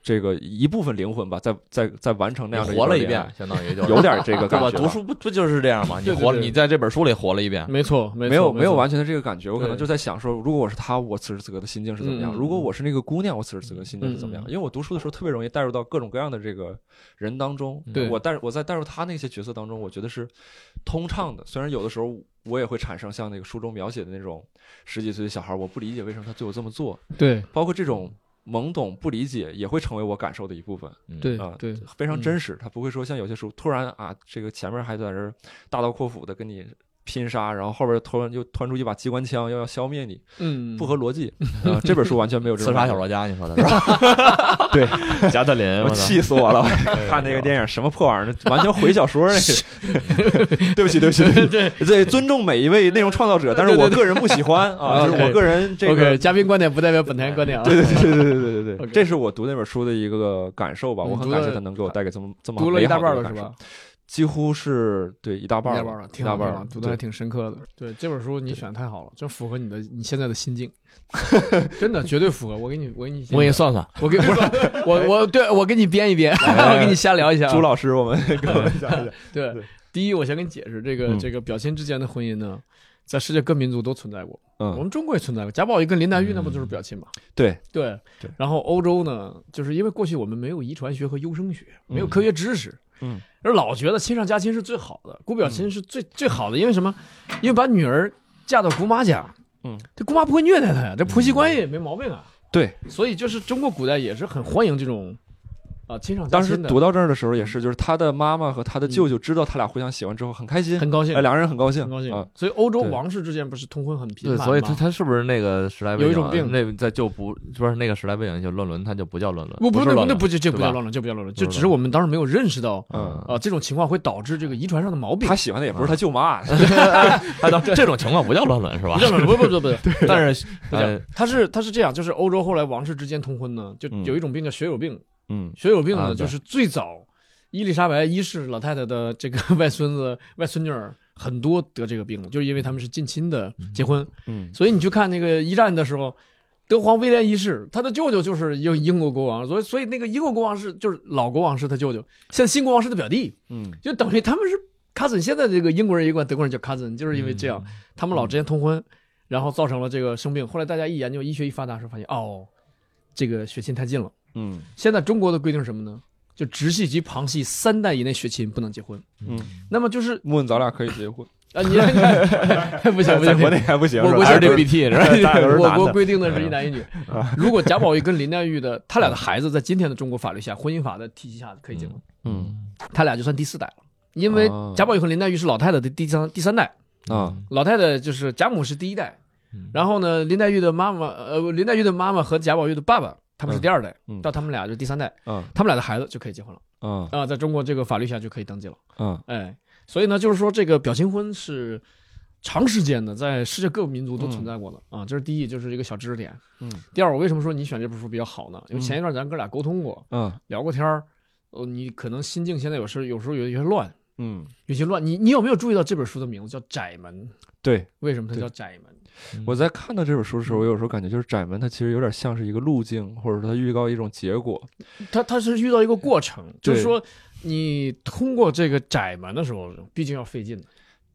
Speaker 1: 这个一部分灵魂吧，在在在完成那
Speaker 4: 你
Speaker 1: 样的
Speaker 4: 活了
Speaker 1: 一
Speaker 4: 一
Speaker 1: 段恋爱
Speaker 4: 遍，，相当于就是
Speaker 1: 有点这 个
Speaker 4: 对
Speaker 1: 感
Speaker 4: 吧？
Speaker 1: 觉
Speaker 4: 读书不不就是这样吗？你
Speaker 2: 对对
Speaker 4: 活了，
Speaker 2: 对
Speaker 4: 你在这本书里活了一遍，
Speaker 2: 没错，没
Speaker 1: 没有
Speaker 2: 没
Speaker 1: 没有完全的这个感觉，我可能
Speaker 2: 对
Speaker 1: 就在想说，如果我是他，我此时此刻的心境是怎么样？
Speaker 2: 嗯嗯
Speaker 1: 如果我是那个姑娘，我此时此刻心境是怎么样
Speaker 2: 嗯？嗯
Speaker 1: 因为我读书的时候特别容易带入到各种各样的这个人当中，
Speaker 2: 对
Speaker 1: 我带我在带入他那些角色当中，我觉得是通畅的。虽然有的时候我也会产生像那个书中描写的那种十几岁的小孩，我不理解为什么他对我这么做，
Speaker 2: 对
Speaker 1: 包括这种懵懂不理解也会成为我感受的一部分。
Speaker 2: 对
Speaker 1: 啊
Speaker 2: 对，
Speaker 1: 非常
Speaker 2: 嗯
Speaker 1: 真实，他不会说像有些书突然啊，这个前面还在这儿大刀阔斧的跟你拼杀，然后后边突然又突然出一把机关枪，又要消灭你，
Speaker 2: 嗯
Speaker 1: 不合逻辑。啊这本书完全没有这
Speaker 3: 刺
Speaker 1: 种
Speaker 3: 杀
Speaker 1: 感觉
Speaker 3: 小说家，你说的是吧？
Speaker 4: 加特林，
Speaker 1: 我
Speaker 4: 我操
Speaker 1: 气死我 了！我看那个电影什么破玩意儿，完全毁小说那个。 对不起，对不起，对不起，对尊重每一位内容创造者，但是我个人不喜欢 啊，就是我个人这个
Speaker 2: OK，。嘉宾观点不代表本台观点 啊。
Speaker 1: 对对对对对对对对，
Speaker 2: OK
Speaker 1: 这是我读那本书的一个感受吧。
Speaker 2: 嗯
Speaker 1: 我很
Speaker 2: 读
Speaker 1: 感
Speaker 2: 了
Speaker 1: 谢他能给我带给这么这么
Speaker 2: 读了
Speaker 1: 美
Speaker 2: 一大
Speaker 1: 好的
Speaker 2: 半
Speaker 1: 个
Speaker 2: 了
Speaker 1: 感
Speaker 2: 是
Speaker 1: 受
Speaker 2: 吧？？
Speaker 1: 几乎是对一大半
Speaker 2: 一
Speaker 1: 儿
Speaker 2: 大
Speaker 1: 吧
Speaker 2: 半了，
Speaker 1: 一
Speaker 2: 挺
Speaker 1: 大
Speaker 2: 好，
Speaker 1: 半
Speaker 2: 挺
Speaker 1: 儿
Speaker 2: 好
Speaker 1: 了
Speaker 2: 读的还
Speaker 1: 对
Speaker 2: 挺深刻的。对这本书你选太好了，真符合你的你现在的心境，真的绝对符合。我给你，我 给你，
Speaker 3: 我给你，算算，
Speaker 2: 我给不是我我对我给你编一编，我给你瞎聊一下啊。
Speaker 1: 朱老师，我们 给我们讲一讲。
Speaker 2: 对
Speaker 1: 对，
Speaker 2: 第一我先跟你解释，这个
Speaker 3: 嗯
Speaker 2: 这个表亲之间的婚姻呢，在世界各民族都存在过，我
Speaker 1: 嗯，
Speaker 2: 们中国也存在过。贾宝玉跟林黛玉那不就是表亲吗？
Speaker 1: 对，
Speaker 2: 对
Speaker 1: 对，
Speaker 2: 然后欧洲呢，就是因为过去我们没有遗传学和优生学，
Speaker 1: 嗯
Speaker 2: 没有科学知识，
Speaker 1: 嗯，
Speaker 2: 而老觉得亲上加亲是最好的，姑表亲是最、最好的，因为什么？因为把女儿嫁到姑妈家，
Speaker 1: 嗯，
Speaker 2: 这姑妈不会虐待她呀，这婆媳关系也没毛病啊，
Speaker 1: 对，
Speaker 2: 所以就是中国古代也是很欢迎这种啊亲上加
Speaker 1: 当时
Speaker 2: 亲的，嗯
Speaker 1: 读到这儿的时候也是，就是他的妈妈和他的舅舅知道他俩互相喜欢之后很开心，
Speaker 2: 很高兴
Speaker 1: 哎，。两个人很高兴，
Speaker 2: 很高兴
Speaker 1: 啊，，
Speaker 2: 所以欧洲
Speaker 1: 对
Speaker 2: 王室之间不是通婚很频
Speaker 3: 对，
Speaker 2: 繁
Speaker 3: 所以他
Speaker 2: 吗
Speaker 3: 他是不是那个时代背景啊？
Speaker 2: 有一种病
Speaker 3: 那在就不不是那个时代背景就乱伦，他就不叫乱伦，
Speaker 2: 不不
Speaker 3: 是
Speaker 2: 那
Speaker 3: 乱
Speaker 2: 那
Speaker 3: 伦，
Speaker 2: 不就这不
Speaker 3: 对
Speaker 2: 叫
Speaker 3: 吧
Speaker 2: 乱伦，这不叫乱伦，
Speaker 3: 不是
Speaker 2: 就只是
Speaker 3: 乱
Speaker 2: 我们当时没有认识到
Speaker 1: 嗯，
Speaker 2: 啊这种情况会导致这个遗传上的毛病
Speaker 3: 嗯
Speaker 1: 他。喜欢的也不是
Speaker 2: 啊
Speaker 1: 他舅 妈，啊
Speaker 3: 哎，到这种情况不叫乱伦是吧
Speaker 2: 不？是不是不 是不是，
Speaker 3: 但是呃，
Speaker 2: 他是他是这样，就是欧洲后来王室之间通婚呢，就
Speaker 1: 嗯
Speaker 2: 有一种病叫血友病。
Speaker 1: 嗯
Speaker 2: 血友病
Speaker 3: 啊
Speaker 2: 呢，
Speaker 3: 对
Speaker 2: 就是最早伊丽莎白一世老太太的这个 外孙子、外孙女儿很多得这个病，就是因为他们是近亲的结婚。
Speaker 1: 嗯
Speaker 2: 所以你去看那个一战的时候，德皇威廉一世，他的舅舅就是英英国国王，所以所以那个英国国王是就是老国王是他舅舅，现在新国王是他表弟，
Speaker 1: 嗯，
Speaker 2: 就等于他们是 cousin。现在这个英国人也管德国人叫 cousin，就是因为
Speaker 1: 嗯
Speaker 2: 这样，他们老之间通婚，然后造成了这个生病。后来大家一研究医学一发达时候，发现哦，这个血亲太近了。
Speaker 1: 嗯
Speaker 2: 现在中国的规定是什么呢？就直系及旁系三代以内血亲不能结婚。
Speaker 1: 嗯，
Speaker 2: 那么就是
Speaker 1: 问咱俩可以 结婚，
Speaker 2: 啊，你 不行不
Speaker 1: 在
Speaker 2: 行，
Speaker 1: 国内还不行，
Speaker 2: 我
Speaker 4: 嗯
Speaker 1: 是吧
Speaker 2: 我
Speaker 1: 嗯还是
Speaker 2: 想
Speaker 1: 得
Speaker 3: LGBT 是吧？
Speaker 1: 大家都是
Speaker 2: 我
Speaker 1: 男
Speaker 2: 国
Speaker 1: 的，嗯
Speaker 2: 规定的是一 男一女。如果贾宝玉跟林黛玉的他俩的孩子在今天的中国法律下，婚姻法的体系下可以结婚，
Speaker 1: 嗯
Speaker 2: 他俩就算第四代了。因为
Speaker 1: 哦
Speaker 2: 贾宝玉和林黛玉是老太太的第三第三代，
Speaker 1: 啊
Speaker 2: 老太太就是贾母是第一代
Speaker 3: 嗯，
Speaker 2: 然后呢，林黛玉的妈妈，呃，林黛玉的妈妈和贾宝玉的爸爸，他们是第二代，
Speaker 1: 嗯嗯
Speaker 2: 到他们俩就第三代，
Speaker 1: 嗯
Speaker 2: 他们俩的孩子就可以结婚了
Speaker 1: 嗯
Speaker 2: 啊、在中国这个法律下就可以登记了，
Speaker 1: 嗯
Speaker 2: 哎，所以呢，就是说这个表亲婚是长时间的，在世界各个民族都存在过的、啊，这是第一，就是一个小知识点。
Speaker 1: 嗯，
Speaker 2: 第二，我为什么说你选这本书比较好呢？因
Speaker 1: 嗯
Speaker 2: 为前一段咱哥俩沟通过，
Speaker 1: 嗯
Speaker 2: 聊过天儿，呃，你可能心境现在有时有时候有有些乱，
Speaker 1: 嗯，
Speaker 2: 有些乱，你你有没有注意到这本书的名字叫《窄门》？
Speaker 1: 对，
Speaker 2: 为什么它
Speaker 1: 对
Speaker 2: 叫窄门？
Speaker 1: 我在看到这本书的时
Speaker 2: 嗯
Speaker 1: 候，我有时候感觉就是窄门，它其实有点像是一个路径，或者说它预告一种结果。
Speaker 2: 它它是遇到一个过程，就是
Speaker 1: 对
Speaker 2: 说你通过这个窄门的时候，毕竟要费劲的。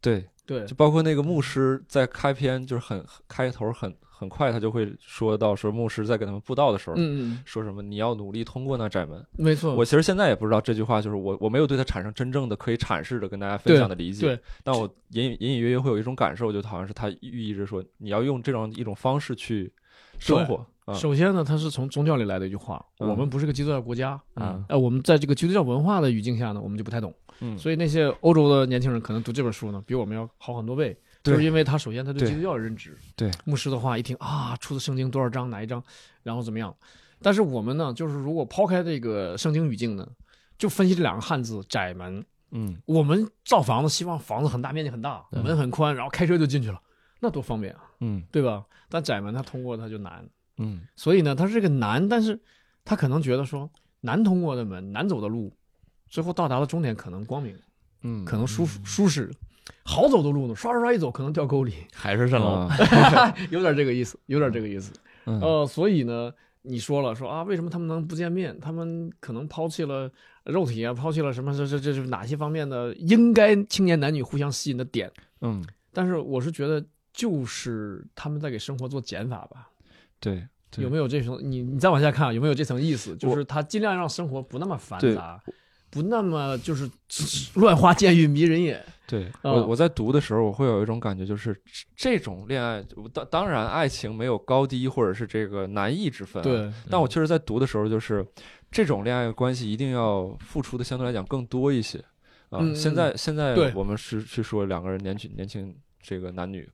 Speaker 1: 对，
Speaker 2: 对
Speaker 1: 就包括那个牧师在开篇，就是很很开头很很快，他就会说到说牧师在给他们布道的时候，
Speaker 2: 嗯嗯，
Speaker 1: 说什么你要努力通过那窄门。
Speaker 2: 没错。
Speaker 1: 我其实现在也不知道这句话，就是我我没有对它产生真正的可以阐释的跟大家分享的理解。
Speaker 2: 对对
Speaker 1: 但我隐隐隐约约会有一种感受，就好像是它寓意着说你要用这样一种方式去生活。啊，
Speaker 2: 首先呢，它是从宗教里来的一句话，
Speaker 1: 嗯
Speaker 2: 我们不是个基督教国家。
Speaker 1: 嗯
Speaker 2: 呃，我们在这个基督教文化的语境下呢，我们就不太懂，
Speaker 1: 嗯，
Speaker 2: 所以那些欧洲的年轻人可能读这本书呢，比我们要好很多倍，
Speaker 1: 对
Speaker 2: 就是因为他首先他对
Speaker 1: 对
Speaker 2: 基督教的认知，
Speaker 1: 对
Speaker 2: 牧师的话一听啊，出自圣经多少章哪一章，然后怎么样？但是我们呢，就是如果抛开这个圣经语境呢，就分析这两个汉字“窄门”
Speaker 1: 嗯
Speaker 2: 我们造房子，希望房子很大，面积很大，
Speaker 3: 对
Speaker 2: 门很宽，然后开车就进去了，那多方便啊，
Speaker 1: 嗯
Speaker 2: 对吧？但窄门它通过它就难，
Speaker 1: 嗯
Speaker 2: 所以呢，它是个难，但是他可能觉得说难通过的门，难走的路，最后到达的终点可能光明，
Speaker 1: 嗯，
Speaker 2: 可能舒服舒适，好走的路呢，刷刷刷一走可能掉沟里，
Speaker 3: 海市蜃 楼，
Speaker 1: 啊
Speaker 2: 有点这个意思，有点这个意思。
Speaker 1: 嗯
Speaker 2: 呃，所以呢，你说了说啊，为什么他们能不见面？他们可能抛弃了肉体啊，抛弃了什么？这这这是哪些方面的应该青年男女互相吸引的点？
Speaker 1: 嗯，
Speaker 2: 但是我是觉得，就是他们在给生活做减法吧。
Speaker 1: 对，对
Speaker 2: 有没有这层？你你再往下看啊，有没有这层意思？就
Speaker 1: 我
Speaker 2: 是他尽量让生活不那么繁
Speaker 1: 对
Speaker 2: 杂，不那么就是乱花渐欲迷人也。
Speaker 1: 对
Speaker 2: 啊
Speaker 1: 我我在读的时候，我会有一种感觉，就是这这种恋爱，我当当然爱情没有高低或者是这个难易之分，。啊
Speaker 2: 对，
Speaker 1: 但我确实在读的时候，就是这种恋爱关系一定要付出的相对来讲更多一些。啊。
Speaker 2: 嗯
Speaker 1: 现在现
Speaker 2: 对
Speaker 1: 在我们是去说两个人年轻年轻这个男女，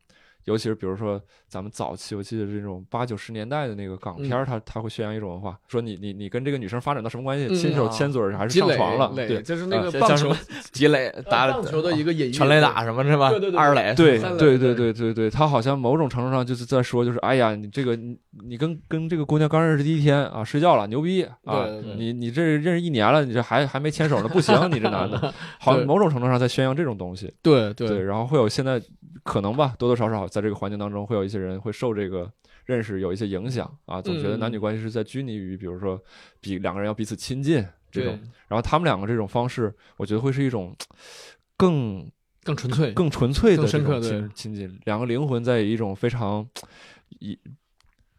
Speaker 1: 尤其是比如说咱们早期，我记得这种八九十年代的那个港
Speaker 2: 嗯
Speaker 1: 片儿，它它会宣扬一种文化，说你你你跟这个女生发展到什么关系，
Speaker 2: 嗯
Speaker 1: 亲手
Speaker 3: 啊
Speaker 1: 牵嘴儿还是
Speaker 2: 积
Speaker 1: 上
Speaker 2: 累
Speaker 1: 床了，
Speaker 2: 累
Speaker 1: 对
Speaker 2: 就是那个
Speaker 1: 啊
Speaker 2: 棒
Speaker 1: 像什
Speaker 2: 球
Speaker 1: 么
Speaker 3: 积累打
Speaker 2: 呃棒球的一个隐喻，
Speaker 3: 全垒打什么是吧？
Speaker 2: 对对对对
Speaker 3: 二 垒
Speaker 1: 对
Speaker 2: 三
Speaker 1: 对
Speaker 2: 类
Speaker 1: 对对
Speaker 2: 对
Speaker 1: 对对，他好像某种程度上就是在说，就是哎呀，你这个你你跟跟这个姑娘刚认识第一天啊，睡觉了，牛逼啊
Speaker 2: 对对！对
Speaker 1: 你你这认识一年了，你这还还没牵手呢，不行，你这男 的，好，
Speaker 2: 对
Speaker 1: 某种程度上在宣扬这种东西。
Speaker 2: 对对
Speaker 1: 对，然后会有现在可能吧，多多少少在这个环境当中，会有一些人会受这个认识有一些影响啊，总觉得
Speaker 2: 嗯
Speaker 1: 男女关系是在拘泥于，比如说比两个人要彼此亲近这种
Speaker 2: 对，
Speaker 1: 然后他们两个这种方式，我觉得会是一种更
Speaker 2: 更纯粹，
Speaker 1: 更纯粹的
Speaker 2: 更深
Speaker 1: 这种
Speaker 2: 刻对
Speaker 1: 亲亲近，两个灵魂在以一种非常一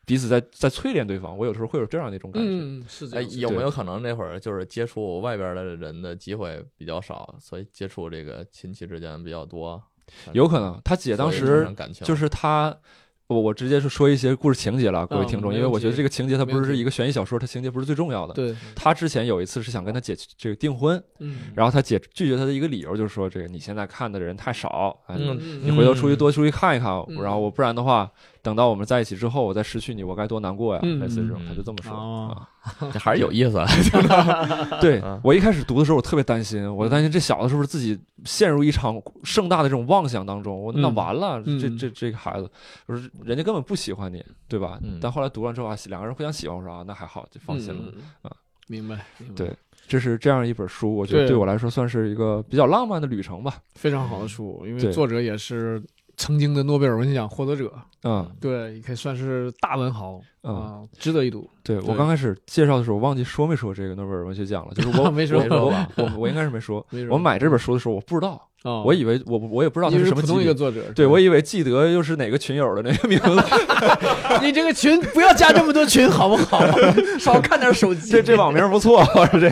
Speaker 1: 彼此在在淬炼对方。我有时候会有这样的一种感觉。
Speaker 2: 嗯是这
Speaker 3: 哎，
Speaker 2: 样子，
Speaker 3: 有没有可能那会儿就是接触外边的人的机会比较少，所以接触这个亲戚之间比较多？
Speaker 1: 有可能他姐当时就是是他，我我直接是说一些故事情节了，各位
Speaker 2: 嗯
Speaker 1: 听众，
Speaker 2: 没
Speaker 1: 因为
Speaker 2: 问
Speaker 1: 我觉得
Speaker 2: 题
Speaker 1: 这个情节它
Speaker 2: 没
Speaker 1: 不
Speaker 2: 问
Speaker 1: 是
Speaker 2: 题
Speaker 1: 一个悬疑小说，它情节不是最重要的。
Speaker 2: 对，
Speaker 1: 他之前有一次是想跟他姐去这个订婚，
Speaker 2: 嗯，
Speaker 1: 然后他姐拒绝他的一个理由就是说，这个你现在看的人太少，啊
Speaker 3: 嗯
Speaker 1: 你回头出去多出去看一看，
Speaker 2: 嗯
Speaker 1: 然后我不然的话，等到我们在一起之后，我再失去你，我该多难过呀！
Speaker 2: 嗯
Speaker 1: 类似这种
Speaker 3: 嗯，
Speaker 1: 他就这么说。
Speaker 2: 哦
Speaker 1: 啊
Speaker 3: 还是有意思。
Speaker 1: 对
Speaker 3: 啊
Speaker 1: 我一开始读的时候，我特别担心，我担心这小子是不是自己陷入一场盛大的这种妄想当中，我那
Speaker 2: 嗯
Speaker 1: 完了，
Speaker 2: 嗯
Speaker 1: 这这这个孩子，我说人家根本不喜欢你，对吧？
Speaker 3: 嗯
Speaker 1: 但后来读完之后啊，两个人互相喜欢，我说啊，那还好，就放心了。
Speaker 2: 嗯
Speaker 1: 啊，
Speaker 2: 明白，明白
Speaker 1: 对这是这样一本书，我觉得
Speaker 2: 对
Speaker 1: 对我来说算是一个比较浪漫的旅程吧。
Speaker 2: 非常好的书，因为
Speaker 1: 对
Speaker 2: 作者也是曾经的诺贝尔文学奖获得者，
Speaker 1: 嗯
Speaker 2: 对，也可以算是大文豪
Speaker 1: 嗯，
Speaker 2: 啊，值得一读。
Speaker 1: 对我
Speaker 2: 对
Speaker 1: 刚开始介绍的时候，我忘记说没说这个诺贝尔文学奖了，就是 我
Speaker 2: 没说
Speaker 1: 我
Speaker 2: 没说
Speaker 1: 我我我应该是没 说。
Speaker 2: 没准
Speaker 1: 我买这本书的时候，我不知道，
Speaker 2: 啊，
Speaker 1: 我以为我我也不知道它
Speaker 2: 你
Speaker 1: 是
Speaker 2: 是
Speaker 1: 什么
Speaker 2: 普
Speaker 1: 级
Speaker 2: 通一个
Speaker 1: 别。
Speaker 2: 作者，
Speaker 1: 对，我
Speaker 2: 也
Speaker 1: 以为记得又是哪个群友的那个名字，
Speaker 2: 你这个群不要加这么多群好不 好？ 少看点手机。
Speaker 1: 这这网名不错，是这。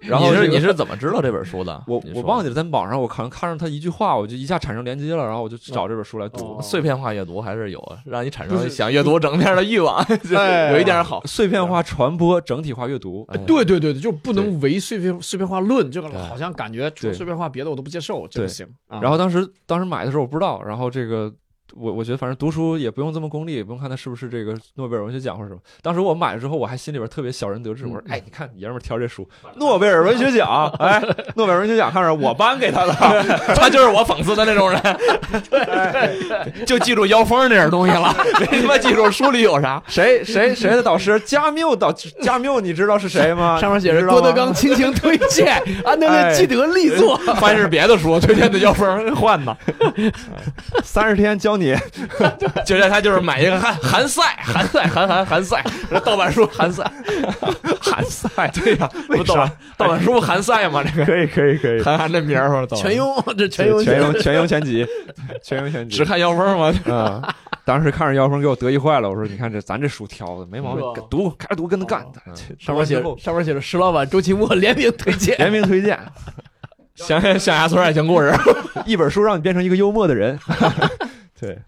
Speaker 1: 然后
Speaker 3: 你是
Speaker 1: 这个
Speaker 3: 你是怎么知道这本书的？
Speaker 1: 我
Speaker 3: 你
Speaker 1: 我
Speaker 3: 说
Speaker 1: 忘记了，在网上我可能看上他一句话，我就一下产生连接了，然后我就去找这本书来读。
Speaker 2: 哦
Speaker 3: 碎片化阅读还是有啊，让你产
Speaker 2: 不
Speaker 3: 生
Speaker 2: 是
Speaker 3: 想阅读整篇的欲望，就
Speaker 2: 哎
Speaker 3: 有一点好。
Speaker 1: 碎片化传播，整体化阅读，
Speaker 3: 哎
Speaker 2: 对对对对，就不能唯碎片碎片化论，这个
Speaker 3: 对
Speaker 2: 好像感觉除了
Speaker 1: 对
Speaker 2: 碎片化别的我都不接受，这不行啊。
Speaker 1: 然后当时当时买的时候我不知道，然后这个我我觉得反正读书也不用这么功利，也不用看它是不是这个诺贝尔文学奖或者什么。当时我买了之后，我还心里边特别小人得志，我说
Speaker 2: 嗯
Speaker 1: 哎，你看爷们儿挑这书，诺贝尔文学奖，哎，诺贝尔文学奖看着我颁给他 的，
Speaker 3: 他就是我讽刺的那种人，对，就记住妖风这点东西了， 没他妈记住书里有啥。
Speaker 1: 谁谁谁的导师加缪导加缪，你知道是谁吗？
Speaker 2: 上面写
Speaker 1: 你
Speaker 2: 着
Speaker 1: 知道
Speaker 2: 郭德
Speaker 1: 吗
Speaker 2: 纲亲情推 荐，安德烈
Speaker 1: 哎
Speaker 2: 基德力作。
Speaker 3: 翻是别的书，推荐的妖风换的，
Speaker 1: 三十天教 你，
Speaker 3: 觉得他就是买一个韩韩赛，韩赛，韩韩韩赛，这盗版书韩赛，韩赛，对呀、不盗版盗版书韩赛吗？这个
Speaker 1: 可以可以可以，
Speaker 3: 韩寒这名儿，盗版
Speaker 2: 全 庸，这全庸
Speaker 1: 全用全用全集，全用全集
Speaker 3: 只看妖风吗？
Speaker 1: 啊、当时看着姚峰给我得意坏了，我说：“你看这咱这书挑的没毛
Speaker 2: 是
Speaker 1: 病
Speaker 2: 吧，
Speaker 1: 读开始读跟他干
Speaker 2: 哦，
Speaker 1: 上
Speaker 2: 上面写着上面写着石老板、周奇 墨联名推 荐。
Speaker 1: 联名推荐，
Speaker 3: 想想象牙村爱情故事，
Speaker 1: 一本书让你变成一个幽默的 人。”对，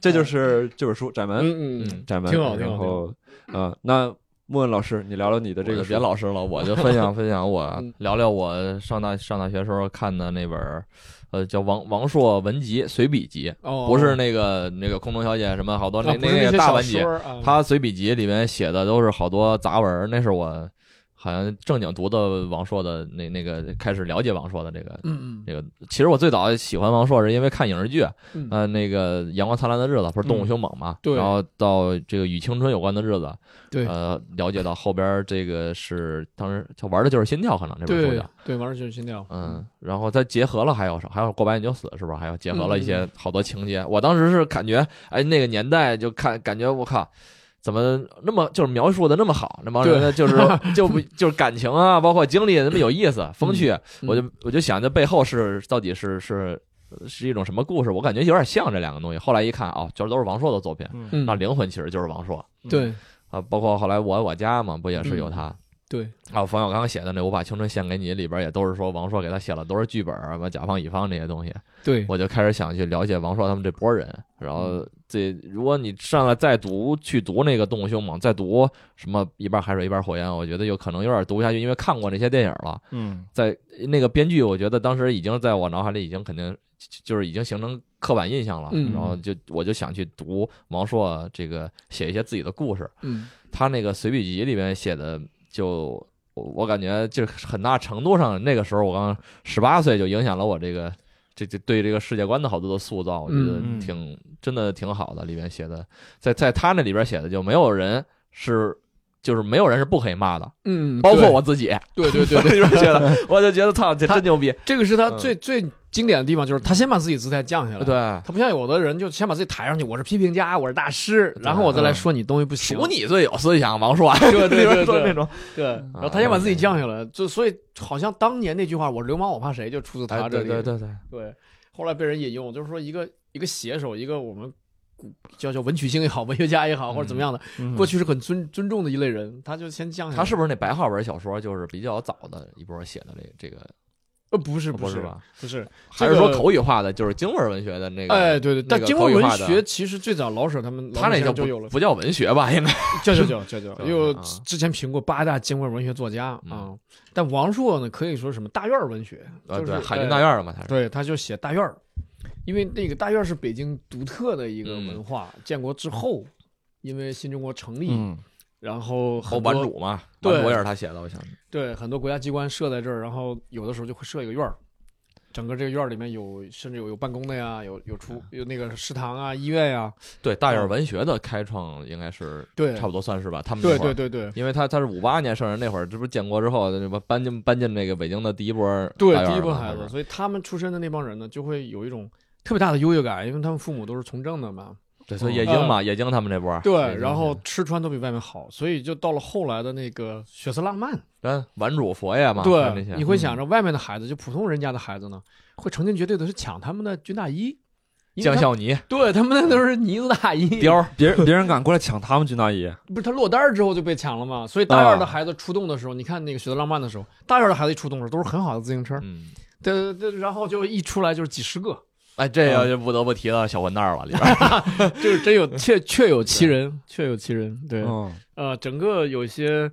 Speaker 1: 这就是这本书《窄门》，
Speaker 2: 嗯
Speaker 3: 嗯
Speaker 1: 窄门，
Speaker 2: 挺好挺好
Speaker 1: 然后啊、那莫问老师，你聊聊你的这
Speaker 3: 我
Speaker 1: 个
Speaker 3: 就嗯别
Speaker 1: 书
Speaker 3: 老师了，我就分享分享我
Speaker 2: 嗯
Speaker 3: 聊聊我上大上大学时候看的那本儿，呃，叫王王朔文集随笔集，
Speaker 2: 哦，
Speaker 3: 不是那个那个空中小姐什么好多那
Speaker 2: 啊不是
Speaker 3: 那
Speaker 2: 些
Speaker 3: 个大
Speaker 2: 小
Speaker 3: 文集
Speaker 2: 说，儿啊
Speaker 3: 他随笔集里面写的都是好多杂文儿，那是我好像正经读的王朔的那那个开始了解王朔的这个
Speaker 2: 嗯嗯
Speaker 3: 这个。其实我最早喜欢王朔是因为看影视剧，
Speaker 2: 嗯
Speaker 3: 呃，那个《阳光灿烂的日子》不是《动物凶猛》嘛，
Speaker 2: 对
Speaker 3: 然后到这个与青春有关的日子，
Speaker 2: 对
Speaker 3: 呃，了解到后边儿这个是当时他玩的就是心跳，可能这本书
Speaker 2: 对
Speaker 3: 叫。
Speaker 2: 对，王世军心跳，
Speaker 3: 嗯，然后再结合了还有啥？还有过百你就死是不是？还有结合了一些好多情节。我当时是感觉，哎，那个年代就看感觉我靠，怎么那么就是描述的那么好？那帮人就是就不就是感情啊，包括经历那么有意思、风趣。我就我就想这背后是到底是是是一种什么故事？我感觉有点像这两个东西。后来一看啊，就是都是王朔的作品，
Speaker 1: 嗯
Speaker 2: 嗯
Speaker 3: 那灵魂其实就是王朔
Speaker 2: 对
Speaker 3: 啊。包括后来我爱我家嘛，不也是有他？
Speaker 2: 嗯对，
Speaker 3: 啊，冯小刚写的那《我把青春献给你》里边也都是说王朔给他写了多少剧本，什么甲方乙方这些东西，
Speaker 2: 对，嗯
Speaker 3: 我就开始想去了解王朔他们这波人。然后这，如果你上来再读去读那个《动物凶猛》，再读什么一半海水一半火焰，我觉得有可能有点读不下去，因为看过那些电影了。
Speaker 4: 嗯，
Speaker 3: 在那个编剧，我觉得当时已经在我脑海里已经肯定就是已经形成刻板印象了。
Speaker 2: 嗯
Speaker 3: 然后就我就想去读王朔这个写一些自己的故事。
Speaker 2: 嗯
Speaker 3: 他那个随笔集里面写的就。我我感觉就是很大程度上，那个时候我刚十八岁，就影响了我这个这这对这个世界观的好多的塑造，我觉得
Speaker 4: 嗯
Speaker 3: 挺真的挺好的。里面写的，在在他那里边写的就没有人是就是没有人是不可以骂的，
Speaker 2: 嗯，
Speaker 3: 包括我自己。
Speaker 2: 对，对对对
Speaker 3: 我
Speaker 2: 对，
Speaker 3: 里边写的，我就觉得操，这
Speaker 2: 嗯他
Speaker 3: 真牛逼。
Speaker 2: 这个是他
Speaker 3: 嗯
Speaker 2: 最最经典的地方，就是他先把自己姿态降下 来，
Speaker 3: 对，
Speaker 2: 他不像有的人就先把自己抬上去，我是批评家，我是大师，然后我再来说你东西不行， 哎
Speaker 3: 数你最有思想，王硕，
Speaker 2: 对对对
Speaker 3: 里边说
Speaker 2: 对
Speaker 3: 那种，嗯
Speaker 2: 对，然后他先把自己降下来，就所以好像当年那句话“我流氓我怕谁”就出自他
Speaker 3: 哎
Speaker 2: 这
Speaker 3: 对
Speaker 2: 里，
Speaker 3: 对对对，
Speaker 2: 对后来被人引用，就是说一个一个写手，一个我们古叫叫文曲星也好，文学家也好，
Speaker 3: 嗯
Speaker 2: 或者怎么样的，
Speaker 4: 嗯
Speaker 2: 过去是很尊尊重的一类人，他就先降下来，
Speaker 3: 他是不是那白话文小说就是比较早的一波写的这这个，
Speaker 2: 呃不是
Speaker 3: 不
Speaker 2: 是
Speaker 3: 吧？？
Speaker 2: 不是，
Speaker 3: 还是说
Speaker 2: 这个
Speaker 3: 口语化的，就是经文文学的那个？
Speaker 2: 哎，对对，
Speaker 3: 那
Speaker 2: 但
Speaker 3: 个
Speaker 2: 经
Speaker 3: 口
Speaker 2: 文
Speaker 3: 语
Speaker 2: 文
Speaker 3: 化的
Speaker 2: 学其实最早老舍他们
Speaker 3: 他那
Speaker 2: 老舍
Speaker 3: 叫
Speaker 2: 就
Speaker 3: 不
Speaker 2: 有了，
Speaker 3: 不叫文学 吧？应该
Speaker 2: 叫叫叫叫叫，
Speaker 3: 对
Speaker 2: 因为
Speaker 3: 啊
Speaker 2: 之前评过八大经文文学作家啊、
Speaker 3: 嗯
Speaker 2: 但王朔呢可以说什么大院儿文学，
Speaker 3: 啊，
Speaker 2: 就是
Speaker 3: 对，海军大院的嘛，他
Speaker 2: 哎
Speaker 3: 是。
Speaker 2: 对，他就写大院儿，因为那个大院儿是北京独特的一个
Speaker 3: 嗯
Speaker 2: 文化，建国之后，因为新中国成立，
Speaker 4: 嗯
Speaker 2: 然
Speaker 3: 后
Speaker 2: 后很
Speaker 3: 版
Speaker 2: 多
Speaker 3: 主嘛，
Speaker 2: 对
Speaker 3: 版主也是他写的，我想。
Speaker 2: 对很多国家机关设在这儿，然后有的时候就会设一个院儿。整个这个院儿里面有，甚至有有办公的呀，有有厨
Speaker 3: 嗯
Speaker 2: 有那个食堂啊、医院呀，
Speaker 3: 对，大院文学的开创应该是
Speaker 2: 对，
Speaker 3: 差不多算是吧，他们那
Speaker 2: 对
Speaker 3: 会
Speaker 2: 对
Speaker 3: 儿。
Speaker 2: 对对
Speaker 3: 因为他他是五八年生人，那会儿这不是建国之后，这不搬进搬进那个北京的第一波大院
Speaker 2: 对，
Speaker 3: 儿
Speaker 2: 第一波
Speaker 3: 嘛
Speaker 2: 孩子，
Speaker 3: 他是
Speaker 2: 所以他们出身的那帮人呢，就会有一种特别大的优越感，因为他们父母都是从政的嘛，
Speaker 3: 对，所以叶京嘛，叶京他们这波儿
Speaker 2: 对，然后吃穿都比外面好，所以就到了后来的那个血色浪漫，
Speaker 3: 嗯，顽主佛爷嘛，就是那
Speaker 2: 对
Speaker 3: 些，嗯
Speaker 2: 你会想着外面的孩子，就普通人家的孩子呢，会成群结队的去抢他们的军大衣，因为
Speaker 3: 将
Speaker 2: 他
Speaker 3: 孝尼、
Speaker 2: 对他们那都是呢子大衣，
Speaker 3: 貂儿，
Speaker 1: 别人别人敢过来抢他们军大衣，
Speaker 2: 不是他落单儿之后就被抢了嘛，所以大院的孩子出动的时候，你看那个血色浪漫的时候，大院的孩子一出动的时候都是很好的自行车，
Speaker 3: 嗯，
Speaker 2: 对对，对然后就一出来就是几十个，
Speaker 3: 哎，这个就不得不提到小混蛋儿了，里边儿
Speaker 2: 就是真
Speaker 3: 嗯
Speaker 2: 有确确有其人，确有其人。对，
Speaker 1: 嗯，
Speaker 2: 呃，整个有一些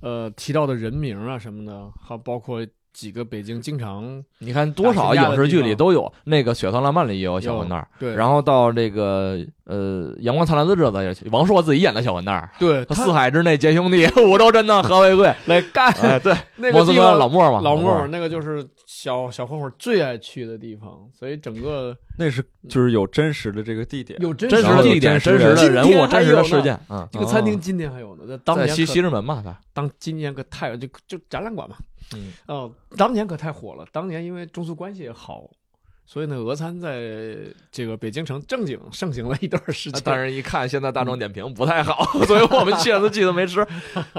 Speaker 2: 呃提到的人名啊什么的，还包括几个北京经常
Speaker 3: 你看多少影视剧里都有，那个《血色浪漫》里也有小混蛋儿，
Speaker 2: 对，
Speaker 3: 然后到这个呃《阳光灿烂的日子》也，王朔自己演的小混蛋儿，
Speaker 2: 对
Speaker 3: 四海之内皆兄弟，五洲真的何为 贵？
Speaker 2: 来干、
Speaker 3: 哎，对，
Speaker 2: 那
Speaker 3: 莫
Speaker 2: 个
Speaker 3: 斯
Speaker 2: 地
Speaker 3: 科
Speaker 2: 方
Speaker 3: 老莫嘛，
Speaker 2: 老
Speaker 3: 莫
Speaker 2: 莫，那个就是小小混混最爱去的地方，所以整个
Speaker 1: 那是就是有真实的这个地点，
Speaker 2: 有真
Speaker 3: 真实
Speaker 1: 然后
Speaker 3: 的地点、真实的人
Speaker 2: 今
Speaker 3: 物、
Speaker 2: 天还
Speaker 3: 真
Speaker 2: 有
Speaker 3: 实的
Speaker 2: 呢
Speaker 3: 事件，嗯，
Speaker 2: 这个餐厅今天还有呢，在当
Speaker 3: 在
Speaker 2: 年
Speaker 3: 西
Speaker 2: 可
Speaker 3: 西直门嘛，他
Speaker 2: 当今年可太就就展览馆嘛，
Speaker 3: 嗯，
Speaker 2: 哦，当年可太火了。当年因为中苏关系也好，所以呢，俄餐在这个北京城正经盛行了一段时
Speaker 3: 啊
Speaker 2: 间。
Speaker 3: 但是一看现在大众点评不太 好，所以我们去了都记得没吃。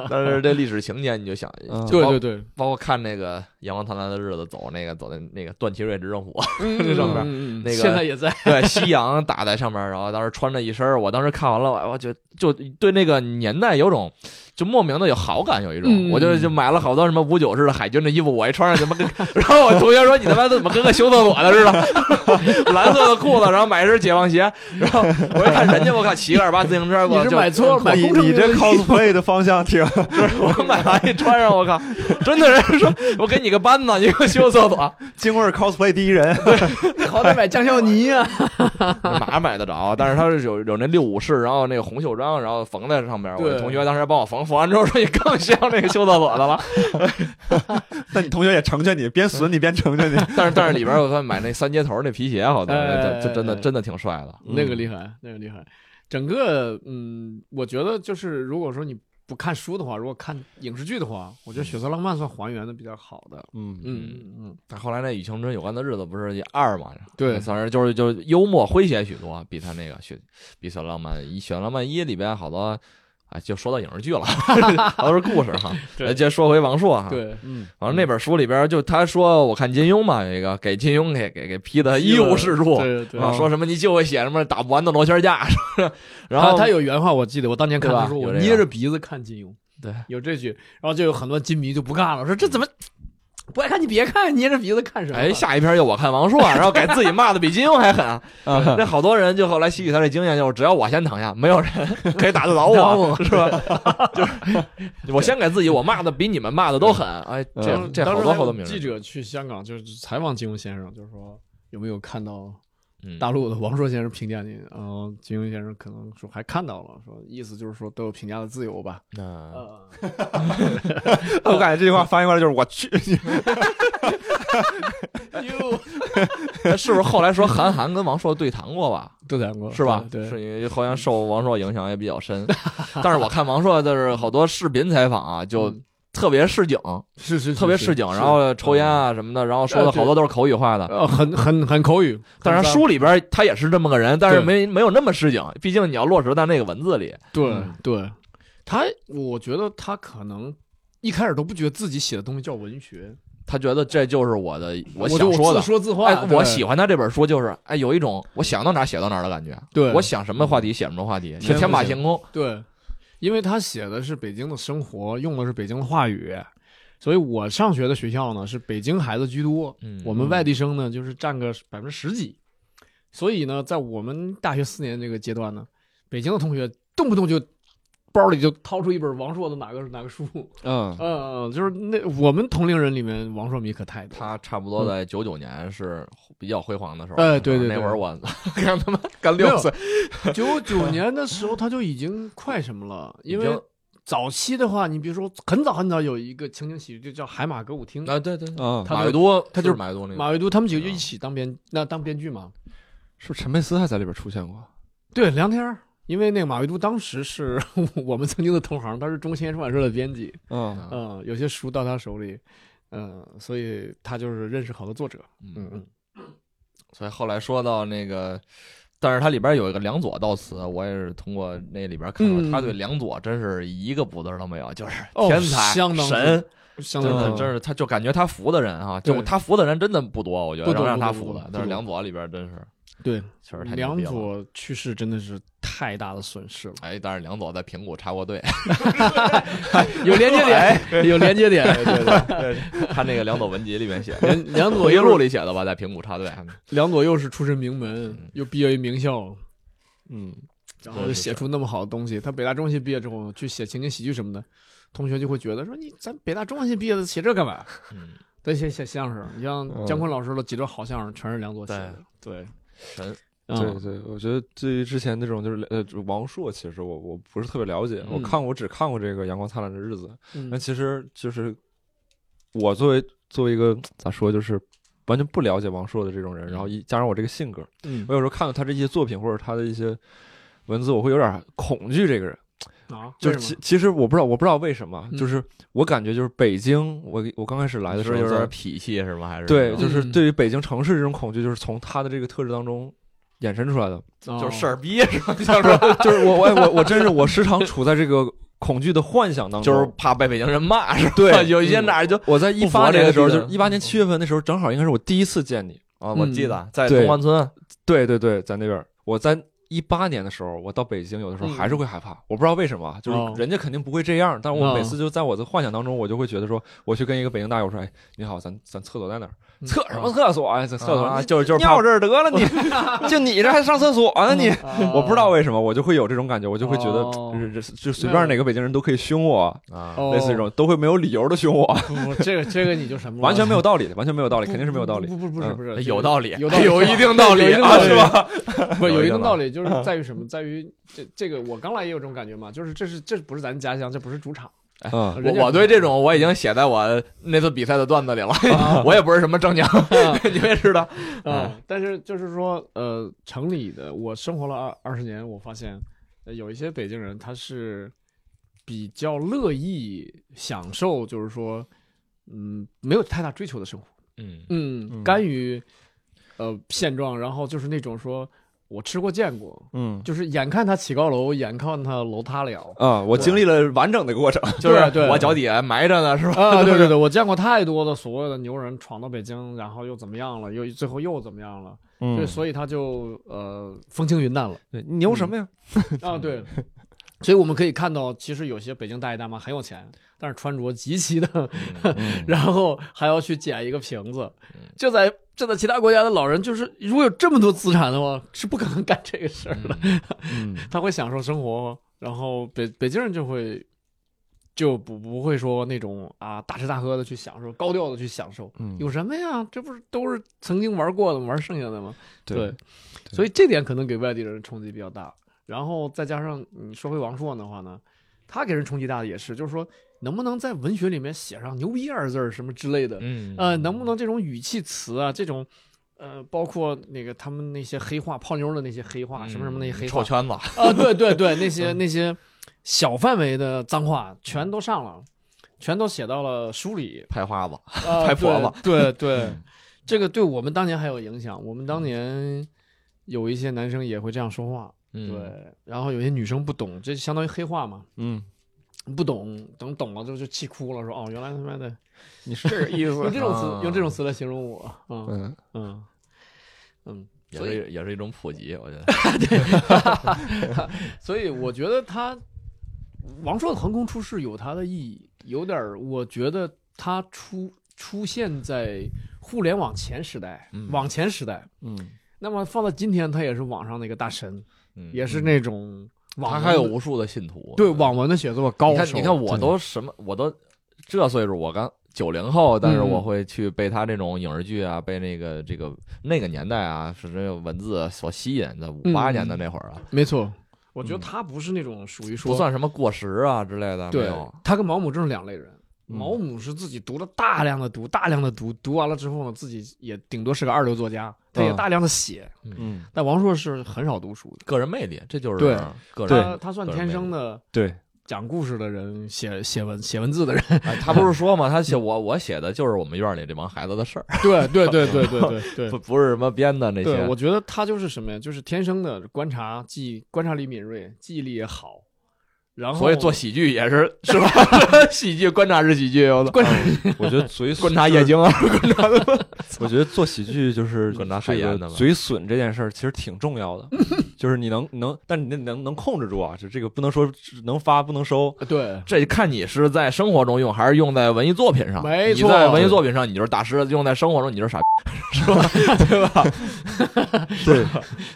Speaker 3: 但是这历史情节你就想，
Speaker 1: 嗯
Speaker 2: 对
Speaker 3: 包
Speaker 2: 对对，
Speaker 3: 包括看那个《阳光灿烂的日子》，走那个走的那个段祺瑞执政府，
Speaker 2: 这
Speaker 3: 上面
Speaker 2: 面
Speaker 3: 那个
Speaker 2: 嗯现在也在，
Speaker 3: 对夕阳打在上面，然后当时穿着一身儿，我当时看完了，我我就就对那个年代有种就莫名的有好感，有一种，
Speaker 2: 嗯
Speaker 3: 我就就买了好多什么五九式的海军的衣服，我一穿上怎么跟， 然后我同学说你他妈怎么跟个修厕所的似的，蓝色的 裤子，然后买一身解放鞋，然后我一看人家我靠骑个二八自行车，
Speaker 2: 你
Speaker 3: 我
Speaker 2: 是
Speaker 3: 就
Speaker 2: 买错了，买
Speaker 1: 你
Speaker 2: 工程
Speaker 1: 你这
Speaker 2: 兵
Speaker 1: cosplay 的方向挺，
Speaker 3: 我买完一穿上，我靠，真的人说我给你个扳子，你给我修厕所。
Speaker 1: 京味儿 cosplay 第一人，
Speaker 2: 好歹买酱香泥 啊。
Speaker 3: 哪买得着？但是它是有有那六武士，然后那个红袖章，然后缝在上面。我
Speaker 2: 对
Speaker 3: 的同学当时还帮我缝，缝完之后说你更像那个修厕所的了。
Speaker 1: 那你同学也成全你，边损你边成全你，
Speaker 3: 但是但是里边我看买那三接头那皮鞋，好多
Speaker 2: 哎
Speaker 3: 人，这这真的
Speaker 2: 哎哎
Speaker 3: 真的挺帅的。
Speaker 2: 那个厉害，那个厉害。整个嗯，我觉得就是如果说你不看书的话，如果看影视剧的话，我觉
Speaker 3: 嗯
Speaker 2: 得《血色浪漫》算还原的比较好的。
Speaker 1: 嗯，
Speaker 2: 嗯嗯嗯，
Speaker 3: 但后来那《与青春有关的日子》不是也二嘛？
Speaker 2: 对
Speaker 3: 算是就是就是幽默诙谐许多，比他那个雪比小浪漫一小浪漫一里边好多。啊，就说到影视剧了， 好多是故事哈。
Speaker 2: 对
Speaker 3: 呃接着说回王朔哈，
Speaker 2: 对，
Speaker 1: 嗯，
Speaker 3: 反正那本书里边就他说，我看金庸嘛，有一个给金庸给给给批的一无是处，
Speaker 2: 对对
Speaker 3: 啊，说什么你就会写什么打不完的螺旋架，说是然后
Speaker 2: 他他有原话，我记得我当年看
Speaker 3: 对吧
Speaker 2: 他说我
Speaker 3: 有这个
Speaker 2: 捏着鼻子看金庸，
Speaker 3: 对，
Speaker 2: 有这句，然后就有很多金迷就不干了，说这怎么不爱看你别看，捏着鼻子看什么？
Speaker 3: 哎，下一篇又我看王朔，啊然后给自己骂的比金庸还狠啊！
Speaker 2: 嗯
Speaker 3: 那好多人就后来吸取他这经验，就是只要我先躺下，没有人 可以打得倒我，是吧？就是我先给自己，我骂的比你们骂的都狠。哎，这
Speaker 2: 当
Speaker 3: 这
Speaker 2: 嗯当
Speaker 3: 好
Speaker 2: 时
Speaker 3: 多
Speaker 2: 还
Speaker 3: 好
Speaker 2: 有
Speaker 3: 多名人
Speaker 2: 记者去香港就是采访金庸先生，就是说有没有看到
Speaker 3: 嗯
Speaker 2: 大陆的王朔先生评价你？然后金庸先生可能说还看到了，说意思就是说都有评价的自由吧。
Speaker 3: 嗯
Speaker 2: 呃，
Speaker 1: 我感觉这句话翻译过来就是我 去，
Speaker 2: 哟，
Speaker 3: 哎是不是后来说韩寒跟王朔对谈过吧？
Speaker 2: 都谈过
Speaker 3: 是吧？
Speaker 2: 嗯对，
Speaker 3: 是因为好像受王朔影响也比较深， 但是我看王朔就是好多视频采访啊，就
Speaker 2: 嗯
Speaker 3: 特别市井，
Speaker 2: 是是嗯哎
Speaker 3: 特别市井，然后抽烟啊什么的，然后说的好多都是口语化的。
Speaker 2: 呃很很很口语，
Speaker 3: 当然
Speaker 2: 很
Speaker 3: 书里边他也是这么个人，但是没没有那么市井，毕竟你要落实在那个文字里。
Speaker 2: 对
Speaker 1: 嗯
Speaker 2: 对，他我觉得他可能一开始都不觉得自己写的东西叫文学，
Speaker 3: 他觉得这就是我的，我
Speaker 2: 就
Speaker 3: 想说的
Speaker 2: 自。说自话，
Speaker 3: 哎，我喜
Speaker 2: 欢，
Speaker 3: 欢他这本书，就是哎，有一种我想到哪儿写到哪儿的感觉。
Speaker 2: 对嗯
Speaker 3: 我想什么话题写什么话题，就
Speaker 1: 天
Speaker 3: 天马
Speaker 1: 赋
Speaker 3: 行空。
Speaker 2: 对，因为他写的是北京的生活，用的是北京的话语，所以我上学的学校呢是北京孩子居多，
Speaker 3: 嗯，
Speaker 2: 我们外地生呢就是占个百分之十几，所以呢，在我们大学四年这个阶段呢，北京的同学动不动就。包里就掏出一本王朔的哪个哪个书，
Speaker 1: 嗯
Speaker 2: 嗯，嗯，就是那我们同龄人里面王朔迷可太多了。
Speaker 3: 哦他差不多在九九年是比较辉煌的时候。
Speaker 2: 嗯哎对对对
Speaker 3: 那会儿我 让他们干
Speaker 2: 没有
Speaker 3: 六岁，
Speaker 2: 九九年的时候，他就已经快什 么了？因
Speaker 3: 已
Speaker 2: 为
Speaker 3: 经
Speaker 2: 早期的话，你比如说很早很早有一个情景喜剧，就叫《海马歌舞厅》，
Speaker 3: 啊对对，对
Speaker 1: 嗯，
Speaker 2: 他
Speaker 3: 马
Speaker 2: 们
Speaker 3: 未都
Speaker 2: 他就是
Speaker 3: 马未都那个，
Speaker 2: 马未都他们几个就一起当编，那当编剧嘛。
Speaker 1: 是不是陈佩斯还在里边出现过？
Speaker 2: 对，梁天儿，因为那个马未都当时是 我们曾经的同行，他是中青年出版社的编辑，
Speaker 1: 嗯，
Speaker 3: 啊
Speaker 2: 嗯，有些书到他手里，嗯，所以他就是认识好多作者，嗯嗯，
Speaker 3: 所以后来说到那个，但是它里边有一个梁左悼词，我也是通过那里边看到，
Speaker 2: 嗯
Speaker 3: 他对梁左真是一个补字儿都没有，就是
Speaker 2: 哦
Speaker 3: 天才、
Speaker 2: 相当
Speaker 3: 神，
Speaker 2: 相
Speaker 3: 真的
Speaker 2: 当
Speaker 3: 真是他就感觉他服的人啊，
Speaker 2: 对
Speaker 3: 就他服的人真的不多，我觉得
Speaker 2: 不多
Speaker 3: 能让他
Speaker 2: 不多
Speaker 3: 服
Speaker 2: 不多
Speaker 3: 的
Speaker 2: 不，
Speaker 3: 但是
Speaker 2: 多
Speaker 3: 梁左里边真是
Speaker 2: 对。
Speaker 3: 确实太牛
Speaker 2: 梁
Speaker 3: 逼了。
Speaker 2: 左去世真的是太大的损失 了，
Speaker 3: 哎，但是梁左在平谷插过 队，
Speaker 2: 有连接点，有连接点，哎对对。
Speaker 3: 他那个梁左文集里面 写的，
Speaker 2: 梁梁左
Speaker 3: 回忆
Speaker 2: 又
Speaker 3: 录里写的吧，在平谷插队，
Speaker 2: 梁左又是出身名门，又毕业于名校，
Speaker 1: 嗯，
Speaker 2: 然后就写出那么好的东西。他北大中文系毕业之后去写情景喜剧什么的，同学就会觉得说你咱北大中文系毕业的写这干嘛？
Speaker 3: 嗯，
Speaker 2: 得写写相声。你像
Speaker 1: 嗯
Speaker 2: 姜昆老师的几折好相声全是梁左写的，对，
Speaker 3: 神，
Speaker 1: 对
Speaker 2: 嗯，
Speaker 1: 对，我觉得对于之前那种就是呃王朔，其实我我不是特别了解，我
Speaker 2: 嗯
Speaker 1: 看过我只看过这个《阳光灿烂的日子》，那
Speaker 2: 嗯
Speaker 1: 其实就是我作为作为一个咋说，就是完全不了解王朔的这种人，然后一加上我这个性格，
Speaker 2: 嗯
Speaker 1: 我有时候看到他这些作品或者他的一些文字，我会有点恐惧这个人。
Speaker 2: 啊，
Speaker 1: 就
Speaker 2: 为
Speaker 1: 是
Speaker 2: 什
Speaker 1: 其
Speaker 2: 么？
Speaker 1: 其实我不知道，我不知道为什么，
Speaker 2: 嗯
Speaker 1: 就是我感觉就是北京，我我刚开始来的时
Speaker 3: 是
Speaker 1: 候
Speaker 3: 有
Speaker 1: 在
Speaker 3: 点痞气是吗？还是
Speaker 1: 对，
Speaker 3: 什么
Speaker 1: 就是
Speaker 2: 嗯
Speaker 1: 对于北京城市这种恐惧，就是从他的这个特质当中衍生出来的。
Speaker 3: 就
Speaker 2: 哦
Speaker 3: 是事儿逼是吧？ 就是说
Speaker 1: 就是我哎我我我真是我时常处在这个恐惧的幻想当中，
Speaker 3: 就是怕被北京人骂是吧？
Speaker 1: 对 嗯
Speaker 3: 有一些哪儿就
Speaker 1: 我在一
Speaker 3: 符
Speaker 1: 八
Speaker 3: 合这
Speaker 1: 年
Speaker 3: 个
Speaker 1: 的时候，
Speaker 3: 地
Speaker 1: 就
Speaker 3: 段
Speaker 1: 是一八年七月份那时候，正好应该是我第一次见你。
Speaker 3: 啊，
Speaker 2: 嗯
Speaker 3: 我记得在
Speaker 1: 对
Speaker 3: 东关村，
Speaker 1: 对对对，在那边儿，我在一八年的时候，我到北京有的时候
Speaker 3: 嗯
Speaker 1: 还是会害怕，我不知道为什么，啊就
Speaker 2: 哦
Speaker 1: 是人家肯定不会这样，但是我
Speaker 2: 嗯
Speaker 1: 每
Speaker 3: 哦
Speaker 1: 次就在我的幻想当中，我就会觉得说，我去跟一个北京大爷我说，哎，你好，咱咱厕所在哪儿？
Speaker 2: 嗯
Speaker 1: 厕什么厕所啊？这厕所
Speaker 3: 哦啊
Speaker 1: 你
Speaker 3: 就是就是怕
Speaker 1: 尿这儿得了你， 就你这还上厕所呢你？
Speaker 2: 啊
Speaker 3: 哦
Speaker 1: 我不知道为什么，我就会有这种感觉，我就会觉得
Speaker 2: 哦
Speaker 1: 就是就就随便哪个北京人都可以凶我，
Speaker 3: 啊
Speaker 2: 哦
Speaker 1: 类似这种都会没有理由的凶我，
Speaker 2: 不不这个这个你就什么 了
Speaker 1: 完全没有道理的，完全没有道理，
Speaker 2: 不
Speaker 1: 肯定是没有道理
Speaker 2: 不。不不是
Speaker 1: 嗯
Speaker 2: 不是
Speaker 3: 哎有道理，
Speaker 2: 有道理
Speaker 3: 一定道
Speaker 2: 有一
Speaker 3: 理
Speaker 2: 定
Speaker 3: 啊，
Speaker 2: 道理
Speaker 3: 是吧？
Speaker 2: 不
Speaker 3: 有
Speaker 2: 有
Speaker 3: 一
Speaker 2: 一
Speaker 3: 定
Speaker 2: 定道 理，就是在于什么？在于这这个我刚来也有这种感觉嘛，就是这是这不是咱家乡，这不是主场。
Speaker 1: 嗯，
Speaker 2: 人家
Speaker 3: 我我对这种我已经写在我那次比赛的段子里了，
Speaker 1: 啊
Speaker 3: 我也不是什么正经， 你们也知道。
Speaker 2: 啊，
Speaker 3: 嗯
Speaker 2: 但是就是说，呃，城里的我生活了二二十年，我发现呃有一些北京人他是比较乐意享受，就是说，嗯，没有太大追求的生活，
Speaker 3: 嗯
Speaker 2: 嗯，
Speaker 1: 嗯
Speaker 2: 甘于呃现状，然后就是那种说我吃过见过，
Speaker 1: 嗯
Speaker 2: 就是眼看他起高楼，眼看他楼塌了。
Speaker 1: 啊，我经历了完整的过程。
Speaker 3: 就是
Speaker 2: 对对
Speaker 3: 我脚底下埋着呢，是吧？
Speaker 2: 啊，对对对，我见过太多的所谓的牛人闯到北京，然后又怎么样了，又最后又怎么样了，
Speaker 1: 嗯
Speaker 2: 对，所以他就呃风轻云淡了。
Speaker 1: 对你牛什么呀？
Speaker 2: 啊，对，所以我们可以看到，其实有些北京大爷大妈很有钱，但是穿着极其的，
Speaker 1: 嗯
Speaker 2: 然后还要去捡一个瓶子。就在就在其他国家的老人，就是如果有这么多资产的话，是不可能干这个事儿的。
Speaker 1: 嗯，
Speaker 2: 他会享受生活，然后北北京人就会就不不会说那种啊大吃大喝的去享受，高调的去享受。
Speaker 1: 嗯
Speaker 2: 有什么呀？这不是都是曾经玩过的、玩剩下的吗？对
Speaker 1: 对，
Speaker 2: 所以这点可能给外地人冲击比较大。然后再加上你说回王朔的话呢，他给人冲击大的也是，就是说能不能在文学里面写上“牛逼”二字儿什么之类的，
Speaker 3: 嗯
Speaker 2: 呃，能不能这种语气词啊，这种。呃，包括那个他们那些黑话，泡妞的那些黑话，什么什么那些黑
Speaker 3: 嗯臭
Speaker 2: 话
Speaker 3: 圈子，
Speaker 2: 啊、对对对，那些那些小范围的脏话全都上了，全都写到了书里，
Speaker 3: 拍花子，
Speaker 2: 啊
Speaker 3: 太婆了。
Speaker 2: 对对对，
Speaker 1: 嗯
Speaker 2: 这个对我们当年还有影响。我们当年有一些男生也会这样说话，
Speaker 3: 嗯
Speaker 2: 对，然后有些女生不懂，这相当于黑话嘛，
Speaker 1: 嗯，
Speaker 2: 不懂，等懂了之后就气哭了，说哦，原来他妈的
Speaker 1: 你是这个意
Speaker 2: 用
Speaker 1: 思，
Speaker 2: 这种词
Speaker 3: 啊
Speaker 2: 用这种词来形容我，嗯
Speaker 1: 嗯，
Speaker 2: 嗯嗯，
Speaker 3: 也
Speaker 2: 所以
Speaker 3: 是也是一种普及，我觉得。
Speaker 2: 所以我觉得他王朔的横空出世有他的意义，有点儿，我觉得他出出现在互联网前时代，
Speaker 3: 嗯
Speaker 2: 网前时代，
Speaker 1: 嗯，
Speaker 2: 那么放到今天，他也是网上的一个大神，
Speaker 3: 嗯
Speaker 2: 也是那种哦网
Speaker 3: 他
Speaker 2: 文
Speaker 3: 还有无数的信徒，
Speaker 2: 对网文的写作高
Speaker 3: 你看
Speaker 2: 手。
Speaker 3: 你看我都什么，我都这岁数，我刚九零后，但是
Speaker 2: 嗯
Speaker 3: 我会去被他这种影视剧啊，被那个这个那个年代啊，是这个文字所吸引的。五八年
Speaker 2: 嗯
Speaker 3: 的那会儿啊，
Speaker 2: 没错，我
Speaker 3: 嗯
Speaker 2: 觉得他不是那种属于说
Speaker 3: 不算什么过时啊之类的，没
Speaker 2: 对
Speaker 3: 有。，
Speaker 2: 他跟毛姆正是两类人。
Speaker 1: 嗯
Speaker 2: 毛姆是自己读了大量的读，大量的读，读完了之后呢，自己也顶多是个二流作家，他也
Speaker 1: 嗯
Speaker 2: 大量的写。
Speaker 1: 嗯，
Speaker 2: 但王朔是很少读书的。
Speaker 3: 个人魅力，这就是
Speaker 2: 对
Speaker 3: 嗯个
Speaker 2: 他
Speaker 3: 人。
Speaker 2: 他算天生的
Speaker 1: 对，
Speaker 2: 讲故事的人，写写文写文 字的人。
Speaker 3: 哎他不是说嘛，他写我我写的就是我们院里这帮孩子的事儿，
Speaker 2: 对对对 对对对
Speaker 3: 不不是什么编的那
Speaker 2: 对，
Speaker 3: 些
Speaker 2: 我。觉得他就是什么呀？就是天生的观察记观察力敏锐，记忆力也好，然后
Speaker 3: 所以做喜剧也 是是吧？喜剧观察式喜剧，我操
Speaker 2: 观察
Speaker 1: 我觉得嘴
Speaker 3: 观察夜
Speaker 1: 就是
Speaker 3: 景啊，
Speaker 1: 我觉得做喜剧就是
Speaker 3: 观察海
Speaker 1: 这
Speaker 3: 盐的
Speaker 1: 个
Speaker 3: 吧
Speaker 1: 嘴损这件事儿其实挺重要的，就是你能能，但你能能控制住啊，就这个不能说是能发不能收，
Speaker 2: 对
Speaker 3: 这看你是在生活中用还是用在文艺作品上。
Speaker 2: 没错
Speaker 3: 你在文艺作品上你就是大师，用在生活中你就是傻逼，
Speaker 1: 对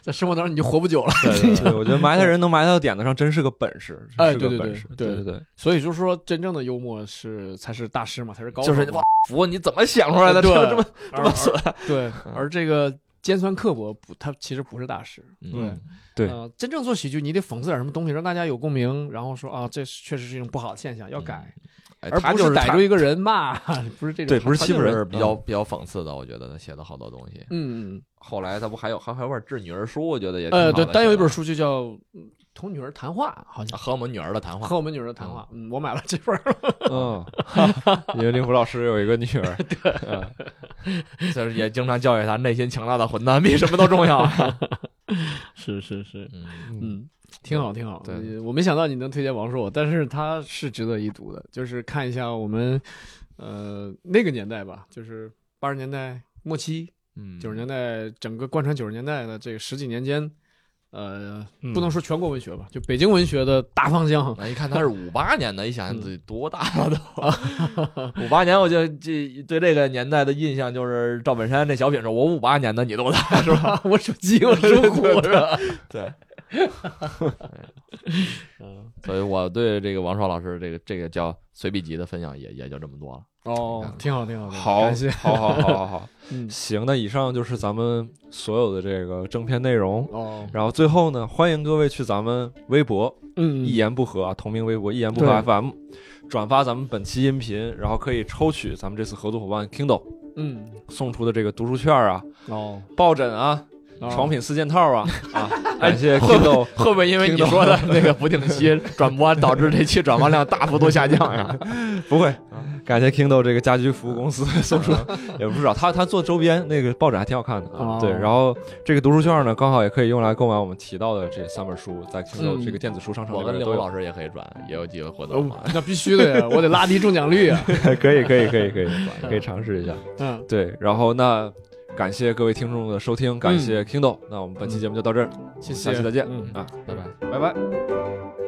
Speaker 2: 在生活当中你就活不久了。
Speaker 1: 对对，我觉得埋汰人能埋汰到点子上，真是个本事，真
Speaker 2: 哎
Speaker 1: 是个
Speaker 2: 对对
Speaker 1: 本
Speaker 2: 对
Speaker 1: 事，
Speaker 2: 对
Speaker 1: 对对，
Speaker 2: 所以就是说，真正的幽默是才是大师嘛，才是高手
Speaker 3: 就
Speaker 2: 嘛。
Speaker 3: 是哇，服你怎么想出来的？这
Speaker 2: 对
Speaker 3: 么这么
Speaker 2: 而
Speaker 3: 这么损？啊
Speaker 2: 对，而这个尖酸刻薄不，他其实不是大师。
Speaker 3: 嗯，
Speaker 1: 对
Speaker 2: 呃，真正做喜剧，你得讽刺点什么东西，让大家有共鸣，然后说啊，这确实是一种不好的现象，要改，
Speaker 3: 哎
Speaker 2: 而
Speaker 3: 他
Speaker 2: 不
Speaker 3: 就是
Speaker 2: 逮住
Speaker 3: 他
Speaker 2: 一个人骂， 不是这嗯种。
Speaker 1: 对不是
Speaker 3: 他
Speaker 1: 欺负人
Speaker 3: 就是比较比较讽刺的，我觉得他写的好多东西。
Speaker 2: 嗯，
Speaker 3: 后来他不还有还还有本治女儿书，我觉得也挺好
Speaker 2: 呃，
Speaker 3: 的
Speaker 2: 对，单有一本
Speaker 3: 写
Speaker 2: 书就叫《嗯同女儿谈话》，好
Speaker 3: 的
Speaker 2: 像
Speaker 3: 和我们女儿的谈话
Speaker 2: 和。我们女儿谈话。嗯，我买了这本儿。
Speaker 1: 嗯， 因为令狐老师有一个女儿，
Speaker 3: 就是也经常教育他内心强大的混蛋比什么都重 要。
Speaker 2: 是是是，
Speaker 3: 嗯
Speaker 2: 嗯，挺好挺好。
Speaker 3: 对
Speaker 2: 呃我没想到你能推荐王朔，但是他是值得一读的，就是看一下我们呃那个年代吧，就是八十年代末期、
Speaker 3: 嗯，
Speaker 2: 九十年代，整个贯穿九十年代的这个十几年间。呃，不能说全国文学吧，就北京文学的大方向。
Speaker 3: 那一看他是五八年的，一想自己多大了都。 五八年，我就这对这个年代的印象就是赵本山那小品说：“我五八年的，你多大 是吧
Speaker 2: 我属鸡，我属虎，是吧？？”
Speaker 3: 对，
Speaker 2: 嗯，
Speaker 3: 所以我对这个王朔老师这个这个叫随笔集的分享也也就这么多了。
Speaker 2: 哦，挺好，挺好，挺
Speaker 1: 好，
Speaker 2: 感谢。
Speaker 1: 好好好好好，
Speaker 2: 嗯，
Speaker 1: 行，那以上就是咱们所有的这个正片内容。
Speaker 2: 哦，
Speaker 1: 然后最后呢，欢迎各位去咱们微博
Speaker 2: 嗯，
Speaker 1: 一言不合啊，同名微博一言不合
Speaker 2: 对
Speaker 1: FM，转发咱们本期音频，然后可以抽取咱们这次合作伙伴 Kindle
Speaker 2: 嗯，
Speaker 1: 送出的这个读书券啊、
Speaker 2: 哦，
Speaker 1: 抱枕啊、
Speaker 2: 哦
Speaker 1: 床品四件套啊 啊！感谢 Kindle，
Speaker 3: 会不会因为你说的那个不定期转播导致这期转播量大幅度下降 呀？
Speaker 1: 不会，感谢 Kindle 这个家居服务公司 送出，也不少。他他做周边那个抱枕还挺好看的
Speaker 2: 哦
Speaker 1: 啊。对，然后这个读书券呢，刚好也可以用来购买我们提到的这三本书，在 Kindle
Speaker 2: 嗯
Speaker 1: 这个电子书商城
Speaker 3: 我
Speaker 1: 里
Speaker 3: 跟
Speaker 1: 边
Speaker 3: 刘
Speaker 1: 都有。
Speaker 3: 老师也可以转，也有机会获得嘛
Speaker 2: 哦。，那必须的呀！我得拉低中奖率啊。
Speaker 1: 可以可以可以 可以可以尝试一下。
Speaker 2: 嗯，
Speaker 1: 对，然后那感谢各位听众的收嗯听，感谢 Kindle，、那我们本期节目就到这儿，
Speaker 2: 谢谢，
Speaker 1: 下期再见，
Speaker 2: 嗯
Speaker 1: 啊，
Speaker 3: 拜拜。
Speaker 1: 拜拜。
Speaker 2: 拜拜。